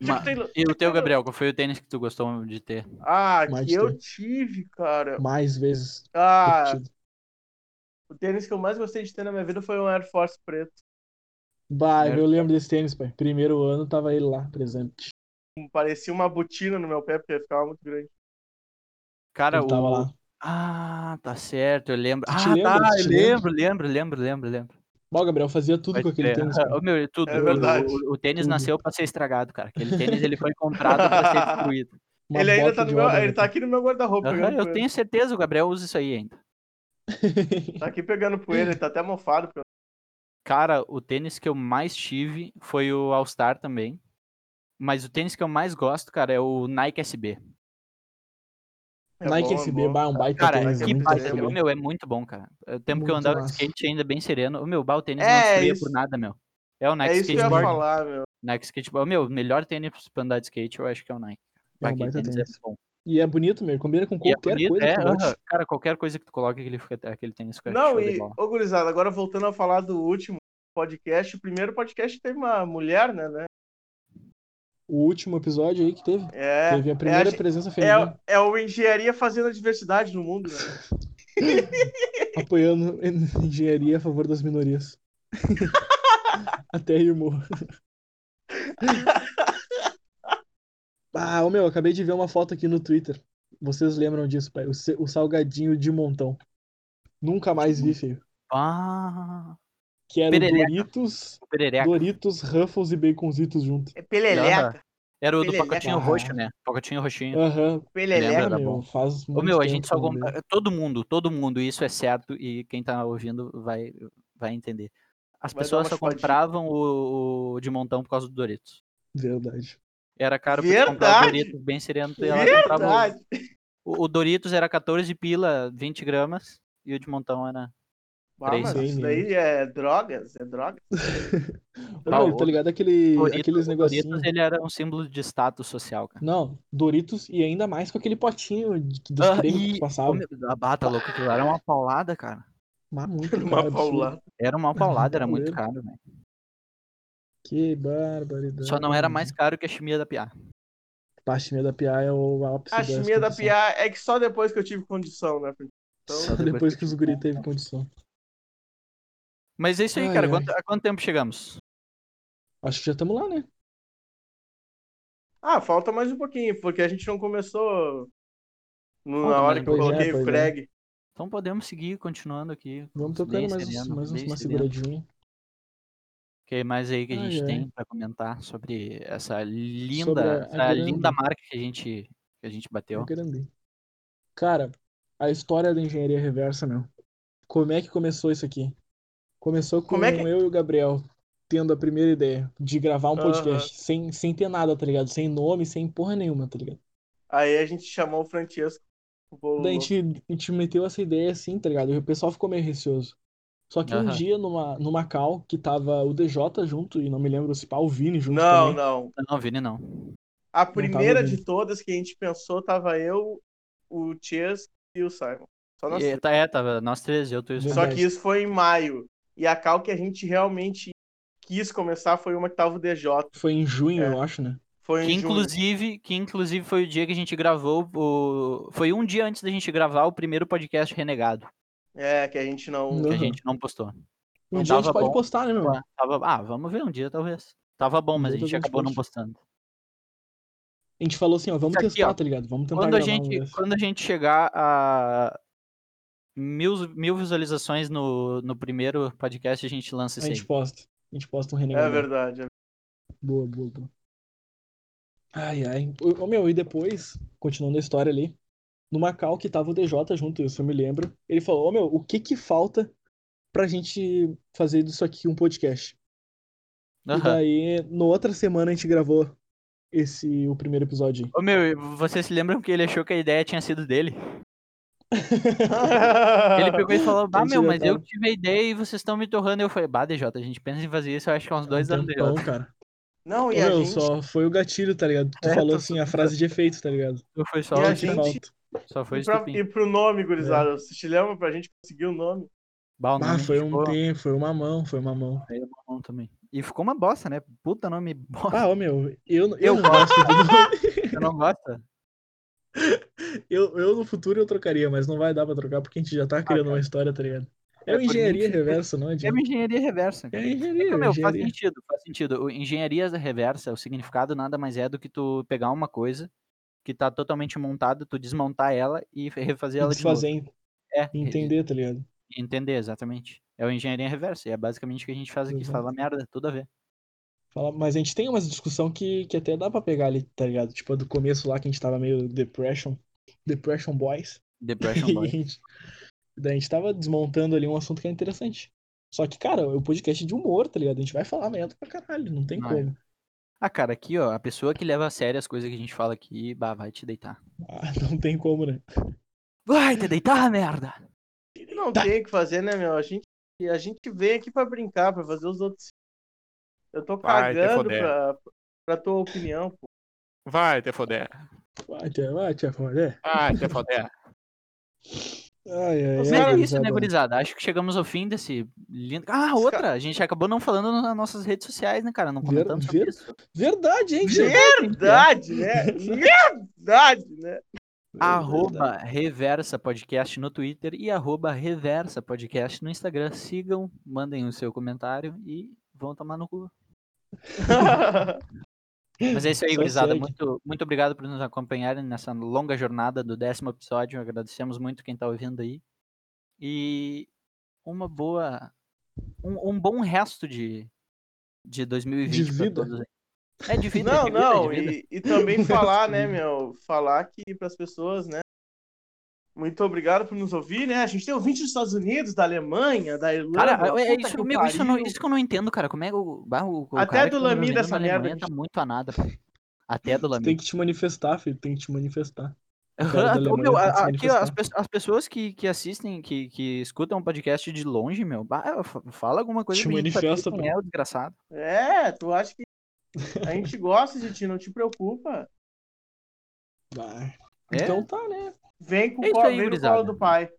Speaker 1: Ma-
Speaker 2: Tipo, tem-
Speaker 1: E o teu, Gabriel, qual foi o tênis que tu gostou de ter?
Speaker 2: Ah,
Speaker 3: Mas
Speaker 2: que eu
Speaker 3: tem.
Speaker 2: tive, cara.
Speaker 3: Mais vezes
Speaker 2: Ah,
Speaker 3: repetido.
Speaker 2: o tênis que eu mais gostei de ter na minha vida foi um Air Force preto.
Speaker 3: Bah,
Speaker 1: Era-
Speaker 3: eu lembro desse tênis, pai. Primeiro ano tava ele lá, presente.
Speaker 2: Parecia uma botina no meu pé, porque ficava muito grande.
Speaker 1: Cara,
Speaker 3: Ele tava
Speaker 1: o,
Speaker 3: lá.
Speaker 1: Ah, tá certo, eu lembro.
Speaker 3: Tu te
Speaker 1: ah,
Speaker 3: lembra?
Speaker 1: tá,
Speaker 3: Tu
Speaker 1: eu
Speaker 3: te
Speaker 1: lembro, lembro, lembro, lembro, lembro.
Speaker 3: Bah, o Gabriel fazia tudo com
Speaker 1: Pode
Speaker 3: aquele
Speaker 1: crer.
Speaker 3: tênis. cara.
Speaker 1: Ô, meu, tudo,
Speaker 2: É
Speaker 1: tudo.
Speaker 2: verdade.
Speaker 1: O, o tênis
Speaker 3: Tudo.
Speaker 1: nasceu pra ser estragado, cara. Aquele tênis ele foi comprado pra ser destruído.
Speaker 3: Uma
Speaker 2: ele ainda
Speaker 3: bota
Speaker 2: tá no
Speaker 3: de
Speaker 2: meu.
Speaker 3: obra,
Speaker 2: Ele
Speaker 3: né,
Speaker 2: tá aqui no meu guarda-roupa.
Speaker 1: Aham,
Speaker 2: pegando
Speaker 1: eu
Speaker 2: poeira.
Speaker 1: tenho certeza, o Gabriel usa isso aí ainda.
Speaker 2: Tá aqui pegando poeira, ele tá até mofado. pelo-
Speaker 1: Cara, o tênis que eu mais tive foi o All Star também. Mas o tênis que eu mais gosto, cara, é o Nike SB.
Speaker 2: É
Speaker 3: Nike
Speaker 2: bom, é
Speaker 3: SB,
Speaker 2: bom.
Speaker 3: bah, é um baita
Speaker 1: Cara,
Speaker 3: tênis,
Speaker 2: é
Speaker 1: que
Speaker 3: muito
Speaker 1: baita.
Speaker 3: SB.
Speaker 1: O meu é muito bom, cara. O tempo que eu
Speaker 3: Muito
Speaker 1: andava de
Speaker 3: massa.
Speaker 1: skate ainda bem sereno. O meu, bah, o tênis não
Speaker 2: É,
Speaker 1: destruía
Speaker 2: isso.
Speaker 1: por nada, meu. É o Nike
Speaker 2: É isso que eu ia
Speaker 1: Skateboard.
Speaker 2: falar, meu.
Speaker 1: Nike Skateboard. Meu, o melhor tênis pra andar de skate eu acho que é o Nike.
Speaker 3: É um
Speaker 1: Aquele
Speaker 3: baita
Speaker 1: tênis
Speaker 3: tênis.
Speaker 1: é bom.
Speaker 3: E é bonito, meu. Combina com
Speaker 1: E é
Speaker 3: qualquer
Speaker 1: bonito,
Speaker 3: coisa tá Tipo,
Speaker 1: é,
Speaker 3: que tu
Speaker 1: aham.
Speaker 3: goste.
Speaker 1: Cara, qualquer coisa que tu coloca, aquele, fica- aquele tênis fica
Speaker 2: Não,
Speaker 1: É, show de
Speaker 2: e,
Speaker 1: bola.
Speaker 2: ô gurizada, agora voltando a falar do último podcast, o primeiro podcast teve uma mulher, né? né?
Speaker 3: O último episódio aí que teve.
Speaker 2: É,
Speaker 3: Teve um a primeira
Speaker 2: gen-
Speaker 3: presença
Speaker 2: é,
Speaker 3: feminina
Speaker 2: é o engenharia fazendo a diversidade no mundo, né? é
Speaker 3: apoiando en- engenharia a favor das minorias. Até rimou. Ah, ô meu, acabei de ver uma foto aqui no Twitter. Vocês lembram disso, pai? O, se- o salgadinho de montão. Nunca mais vi, filho.
Speaker 1: Ah,
Speaker 3: Que era o
Speaker 1: Perereca.
Speaker 3: Doritos,
Speaker 1: o perereca.
Speaker 3: Doritos, Ruffles e Baconzitos junto.
Speaker 2: É peleleca,
Speaker 1: Era o do
Speaker 2: Perereca.
Speaker 1: pacotinho roxo, né? Pacotinho roxinho.
Speaker 3: Aham, Ah,
Speaker 1: Lembra
Speaker 2: peleleca.
Speaker 1: da
Speaker 3: meu,
Speaker 1: bom.
Speaker 3: faz
Speaker 1: Ô
Speaker 3: muito
Speaker 1: meu, a
Speaker 3: tempo
Speaker 1: gente
Speaker 3: que
Speaker 1: só
Speaker 3: eu não vejo.
Speaker 1: compra. Todo mundo, todo mundo, isso é certo e quem tá ouvindo vai, vai entender. As
Speaker 2: Vai dar
Speaker 1: pessoas
Speaker 2: uma
Speaker 1: só
Speaker 2: chupadinha.
Speaker 1: compravam o, o de montão por causa do Doritos.
Speaker 3: Verdade.
Speaker 1: Era caro pra tu comprar o
Speaker 2: Verdade!
Speaker 1: Doritos bem sereno. Ela comprava
Speaker 2: Verdade.
Speaker 1: o, o Doritos era 14 pila, 20 gramas. E o de montão era.
Speaker 2: Ah,
Speaker 1: Três
Speaker 2: mas isso
Speaker 3: meninos.
Speaker 2: daí é drogas, é drogas.
Speaker 3: Ô,
Speaker 1: Ah,
Speaker 3: meu,
Speaker 1: o
Speaker 3: tá ligado aquele,
Speaker 1: Doritos,
Speaker 3: aqueles
Speaker 1: o
Speaker 3: negocinhos.
Speaker 1: Doritos ele era um símbolo de status social, cara.
Speaker 3: Não, Doritos e ainda mais com aquele potinho de, dos
Speaker 1: Ah,
Speaker 3: cremes que
Speaker 1: e-
Speaker 3: tu
Speaker 1: Ô,
Speaker 3: passava.
Speaker 1: meu, ah, a bata louca, tá aquilo era uma paulada, cara.
Speaker 3: Mas muito
Speaker 2: Uma
Speaker 3: caro,
Speaker 2: paulada.
Speaker 1: Era uma paulada, era muito
Speaker 3: Valeu.
Speaker 1: caro, velho.
Speaker 3: absurdo. Que barbaridade.
Speaker 1: Só não era mais caro que a chimia da Piá.
Speaker 3: Pachimia da Pia é o ápice
Speaker 2: A
Speaker 3: dessa
Speaker 2: chimia da
Speaker 3: condição.
Speaker 2: piá é que só depois que eu tive condição, né? Então,
Speaker 3: Só depois que os guri teve condição.
Speaker 1: Mas é isso aí,
Speaker 3: Ai,
Speaker 1: cara.
Speaker 3: ai.
Speaker 1: Quanto, a quanto tempo chegamos?
Speaker 3: Acho que já estamos lá, né?
Speaker 2: Ah, falta mais um pouquinho, porque a gente não começou no-
Speaker 1: Falta
Speaker 2: na
Speaker 1: mais
Speaker 2: hora
Speaker 1: um
Speaker 2: que eu
Speaker 3: pouquinho.
Speaker 2: coloquei
Speaker 3: Pois é,
Speaker 2: o
Speaker 3: pois é.
Speaker 2: frag.
Speaker 1: Então podemos seguir continuando aqui.
Speaker 3: Vamos
Speaker 1: Bem
Speaker 3: tocando mais, uns-
Speaker 1: sereno,
Speaker 3: mais uns-
Speaker 1: bem
Speaker 3: uma
Speaker 1: sereno.
Speaker 3: seguradinha.
Speaker 1: O que mais aí que a
Speaker 3: Ai,
Speaker 1: gente
Speaker 3: ai.
Speaker 1: tem pra comentar sobre essa linda,
Speaker 3: Sobre a- a
Speaker 1: essa
Speaker 3: grande.
Speaker 1: linda marca que a gente que a gente
Speaker 3: É
Speaker 1: bateu?
Speaker 3: grande. Cara, a história da engenharia é reversa, meu. Como é que começou isso aqui? Começou com
Speaker 2: Como é que-
Speaker 3: eu e o Gabriel tendo a primeira ideia de gravar um
Speaker 2: Aham.
Speaker 3: podcast sem, sem ter nada, tá ligado? Sem nome, sem porra nenhuma, tá ligado?
Speaker 2: Aí a gente chamou o Francesco. o bolo
Speaker 3: Daí a
Speaker 2: louco.
Speaker 3: gente, a gente meteu essa ideia assim, tá ligado? E o pessoal ficou meio receoso. Só que um
Speaker 1: Aham.
Speaker 3: dia, numa, numa call, que tava o DJ junto, e não me lembro se pá, o Vini junto
Speaker 2: Não,
Speaker 3: também.
Speaker 2: não.
Speaker 1: Não, Vini, não.
Speaker 2: A primeira
Speaker 3: ouvindo.
Speaker 2: de todas que a gente pensou tava eu, o Chess e o Simon. Só nós
Speaker 1: E,
Speaker 2: três.
Speaker 1: tá, é, tava nós três, eu, tu e o
Speaker 3: Verdade.
Speaker 2: Só que isso foi em maio. E a cal que a gente realmente quis começar foi uma que tava o DJ.
Speaker 3: Foi em junho,
Speaker 2: É.
Speaker 3: eu acho, né?
Speaker 2: Foi em
Speaker 1: Que
Speaker 2: junho.
Speaker 1: inclusive, que inclusive foi o dia que a gente gravou o. Foi um dia antes da gente gravar o primeiro podcast renegado,
Speaker 2: É, que a gente não.
Speaker 1: que a
Speaker 3: Aham.
Speaker 1: gente não postou.
Speaker 3: Um
Speaker 1: Não
Speaker 3: dia a
Speaker 1: tava
Speaker 3: gente pode
Speaker 1: bom.
Speaker 3: postar, né, meu?
Speaker 1: Tava- tava- ah, vamos ver um dia, talvez. Tava bom, mas a
Speaker 3: Dia
Speaker 1: gente
Speaker 3: talvez
Speaker 1: acabou não
Speaker 3: poste.
Speaker 1: postando.
Speaker 3: A gente falou assim, ó, vamos
Speaker 1: Isso aqui,
Speaker 3: testar,
Speaker 1: ó.
Speaker 3: tá ligado? Vamos tentar
Speaker 1: Quando a,
Speaker 3: gravar um
Speaker 1: gente,
Speaker 3: desses.
Speaker 1: quando a gente chegar a mil, mil visualizações no, no primeiro podcast, a gente lança
Speaker 3: A
Speaker 1: isso aí.
Speaker 3: gente posta. A gente posta um
Speaker 2: É
Speaker 3: renegado.
Speaker 2: verdade. é
Speaker 3: Boa, boa, boa. Ai, ai. Ô, ô, meu, e depois, continuando a história ali, no Macau que tava o DJ junto, isso eu me lembro. Ele falou, ô meu, o que que falta pra gente fazer disso aqui um podcast? E
Speaker 1: Aham.
Speaker 3: daí, na outra semana, a gente gravou esse, o primeiro episódio. aí.
Speaker 1: Ô meu, vocês se lembram que ele achou que a ideia tinha sido dele? Ele
Speaker 2: verdade.
Speaker 1: pegou e falou, bah
Speaker 3: Ele
Speaker 1: meu,
Speaker 3: tirou
Speaker 1: mas
Speaker 3: a
Speaker 1: eu
Speaker 3: cara.
Speaker 1: tive a ideia e vocês estão me torrando. Eu falei, bah DJ, a gente pensa em fazer isso, eu acho que há uns dois
Speaker 3: Um
Speaker 1: anos
Speaker 3: tempão,
Speaker 1: DJ.
Speaker 3: cara.
Speaker 2: Não,
Speaker 3: Ô,
Speaker 2: e a
Speaker 3: meu,
Speaker 2: gente.
Speaker 3: só foi o gatilho, tá ligado? Tu
Speaker 1: É,
Speaker 3: falou
Speaker 1: tô
Speaker 3: assim, a
Speaker 1: só-
Speaker 3: frase de efeito, tá ligado?
Speaker 1: Foi só,
Speaker 2: E
Speaker 1: o
Speaker 2: a
Speaker 1: estupim,
Speaker 3: Que
Speaker 2: gente-
Speaker 3: falta.
Speaker 1: só foi o
Speaker 2: E, pra-
Speaker 1: estupim.
Speaker 2: e pro nome, gurizada,
Speaker 3: É.
Speaker 2: vocês te lembram pra gente conseguir o nome?
Speaker 1: Bah, o
Speaker 3: Ah,
Speaker 1: nome
Speaker 3: foi um
Speaker 1: né? ficou-
Speaker 3: tempo, foi uma mão, foi uma mão.
Speaker 1: Aí é bom também. E ficou uma bosta, né? Puta nome bosta.
Speaker 3: Ah, ô, meu, eu, eu,
Speaker 1: Eu
Speaker 3: não gosto de Ah,
Speaker 1: Você não gosta?
Speaker 3: Eu, eu no futuro eu trocaria, mas não vai dar pra trocar porque a gente já tá criando uma história, tá ligado? É
Speaker 1: É, por
Speaker 3: uma engenharia
Speaker 1: mim-
Speaker 3: reversa, não
Speaker 1: É
Speaker 3: adianta.
Speaker 1: uma engenharia reversa.
Speaker 3: É
Speaker 1: É
Speaker 3: engenharia,
Speaker 1: que, meu, faz
Speaker 3: engenharia.
Speaker 1: sentido, faz sentido. O engenharia reversa, o significado nada mais é do que tu pegar uma coisa que tá totalmente montada, tu desmontar ela e refazer ela de novo.
Speaker 3: Desfazer, en-
Speaker 1: É,
Speaker 3: entender, tá ligado?
Speaker 1: e- entender, exatamente. É o engenharia reversa, e é basicamente o que a gente faz aqui,
Speaker 3: Exato.
Speaker 1: fala merda, tudo a ver.
Speaker 3: Fala- mas a gente tem umas discussão que, que até dá pra pegar ali, tá ligado? Tipo, a do começo lá que a gente tava meio depression, depression boys.
Speaker 1: Depression
Speaker 3: E a
Speaker 1: Boy.
Speaker 3: gente, daí a gente tava desmontando ali um assunto que é interessante. Só que, cara, o podcast é de humor, tá ligado? A gente vai falar merda pra caralho, não tem
Speaker 1: Vai.
Speaker 3: como.
Speaker 1: Ah, cara, aqui, ó, a pessoa que leva a sério as coisas que a gente fala aqui, bah, vai te deitar.
Speaker 3: Ah, não tem como, né?
Speaker 1: Vai te deitar, merda!
Speaker 2: Não
Speaker 3: Tá.
Speaker 2: tem o que fazer, né, meu? A gente, a gente vem aqui pra brincar, pra fazer os outros. Eu tô
Speaker 4: Vai te
Speaker 2: cagando
Speaker 4: foder.
Speaker 2: pra, pra tua opinião, pô.
Speaker 4: Vai te foder.
Speaker 3: Vai, tia, vai, tia, vai, é.
Speaker 4: Vai te foder.
Speaker 3: Ai, ai,
Speaker 1: Mas
Speaker 2: Mas
Speaker 3: ai,
Speaker 1: é isso,
Speaker 3: gurizada.
Speaker 1: né, gurizada? Acho que chegamos ao fim desse lindo. Ah, outra! A gente acabou não falando nas nossas redes sociais, né, cara? Não
Speaker 3: Ver-
Speaker 1: comentamos sobre
Speaker 3: ver- é
Speaker 1: isso.
Speaker 3: Verdade, hein?
Speaker 2: Verdade, né? Verdade, né?
Speaker 1: Arroba Reversa Podcast no Twitter e arroba Reversa Podcast no Instagram. Sigam, mandem o seu comentário e vão tomar no cu. Mas é isso aí,
Speaker 3: Só
Speaker 1: gurizada.
Speaker 3: segue.
Speaker 1: Muito, muito obrigado por nos acompanharem nessa longa jornada do décimo episódio. Agradecemos muito quem tá ouvindo aí. E uma boa. Um, um bom resto de, de 2020.
Speaker 3: De
Speaker 1: pra
Speaker 3: vida.
Speaker 1: todos aí. É de vida,
Speaker 2: não,
Speaker 1: de vida,
Speaker 2: não,
Speaker 1: de vida.
Speaker 2: e, e também falar, né, meu? Falar que pras pessoas, né? Muito obrigado por nos ouvir, né? A gente tem ouvinte dos Estados Unidos, da Alemanha, da Irlanda.
Speaker 1: Cara, é- é
Speaker 2: puta
Speaker 1: isso,
Speaker 2: que
Speaker 1: meu, isso, eu não,
Speaker 2: pariu.
Speaker 1: isso que eu não entendo, cara. Como é que o tá barro.
Speaker 2: Até do Lamy dessa merda que a
Speaker 1: Tá
Speaker 2: gente-
Speaker 1: muito a nada. pô. Até do Lamy.
Speaker 3: Tem que te manifestar, filho. Tem que te manifestar.
Speaker 1: Aham,
Speaker 3: cara da
Speaker 1: ô, meu,
Speaker 3: Alemanha
Speaker 1: a-
Speaker 3: tem que se
Speaker 1: aqui, ó, as,
Speaker 3: manifestar.
Speaker 1: pe- as pessoas que, que assistem, que, que escutam o podcast de longe, meu, bah, fa- fala alguma coisa
Speaker 3: Te
Speaker 1: pra gente saber
Speaker 3: manifesta,
Speaker 1: quem
Speaker 3: pô.
Speaker 1: é o desgraçado.
Speaker 2: É, tu acha que a gente gosta de ti, não te preocupa.
Speaker 3: Vai.
Speaker 1: É?
Speaker 3: Então tá, né?
Speaker 2: Vem com
Speaker 1: É
Speaker 2: o
Speaker 1: isso
Speaker 2: colo,
Speaker 1: aí,
Speaker 2: vem no
Speaker 1: gurizada.
Speaker 2: colo do pai.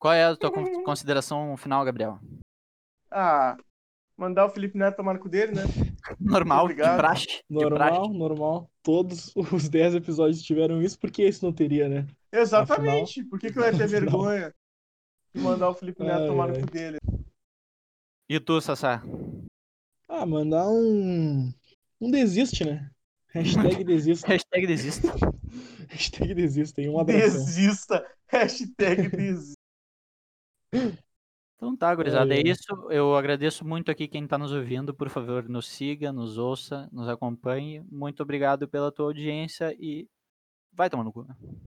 Speaker 1: Qual é a tua
Speaker 3: Uhum.
Speaker 1: con- consideração final, Gabriel?
Speaker 2: Ah, mandar o Felipe Neto tomar no cu dele, né?
Speaker 1: Normal, de
Speaker 2: Obrigado.
Speaker 1: praxe, de
Speaker 3: Normal,
Speaker 1: praxe.
Speaker 3: normal. Todos os 10 episódios tiveram isso, porque esse não teria, né?
Speaker 2: Exatamente. Por que, que eu ia ter vergonha de mandar o Felipe Neto
Speaker 3: Ai,
Speaker 2: tomar no
Speaker 3: ai.
Speaker 2: cu dele?
Speaker 1: E tu, Sassá?
Speaker 3: Ah, mandar um. Um desiste, né? Hashtag desista.
Speaker 1: Hashtag desista.
Speaker 3: Hashtag desista, hein? Um abração.
Speaker 2: Desista. Hashtag desista.
Speaker 1: Então tá, gurizada, é
Speaker 3: Ai, ai.
Speaker 1: isso. Eu agradeço muito aqui quem tá nos ouvindo. Por favor, nos siga, nos ouça, nos acompanhe. Muito obrigado pela tua audiência e vai tomar no cu. né?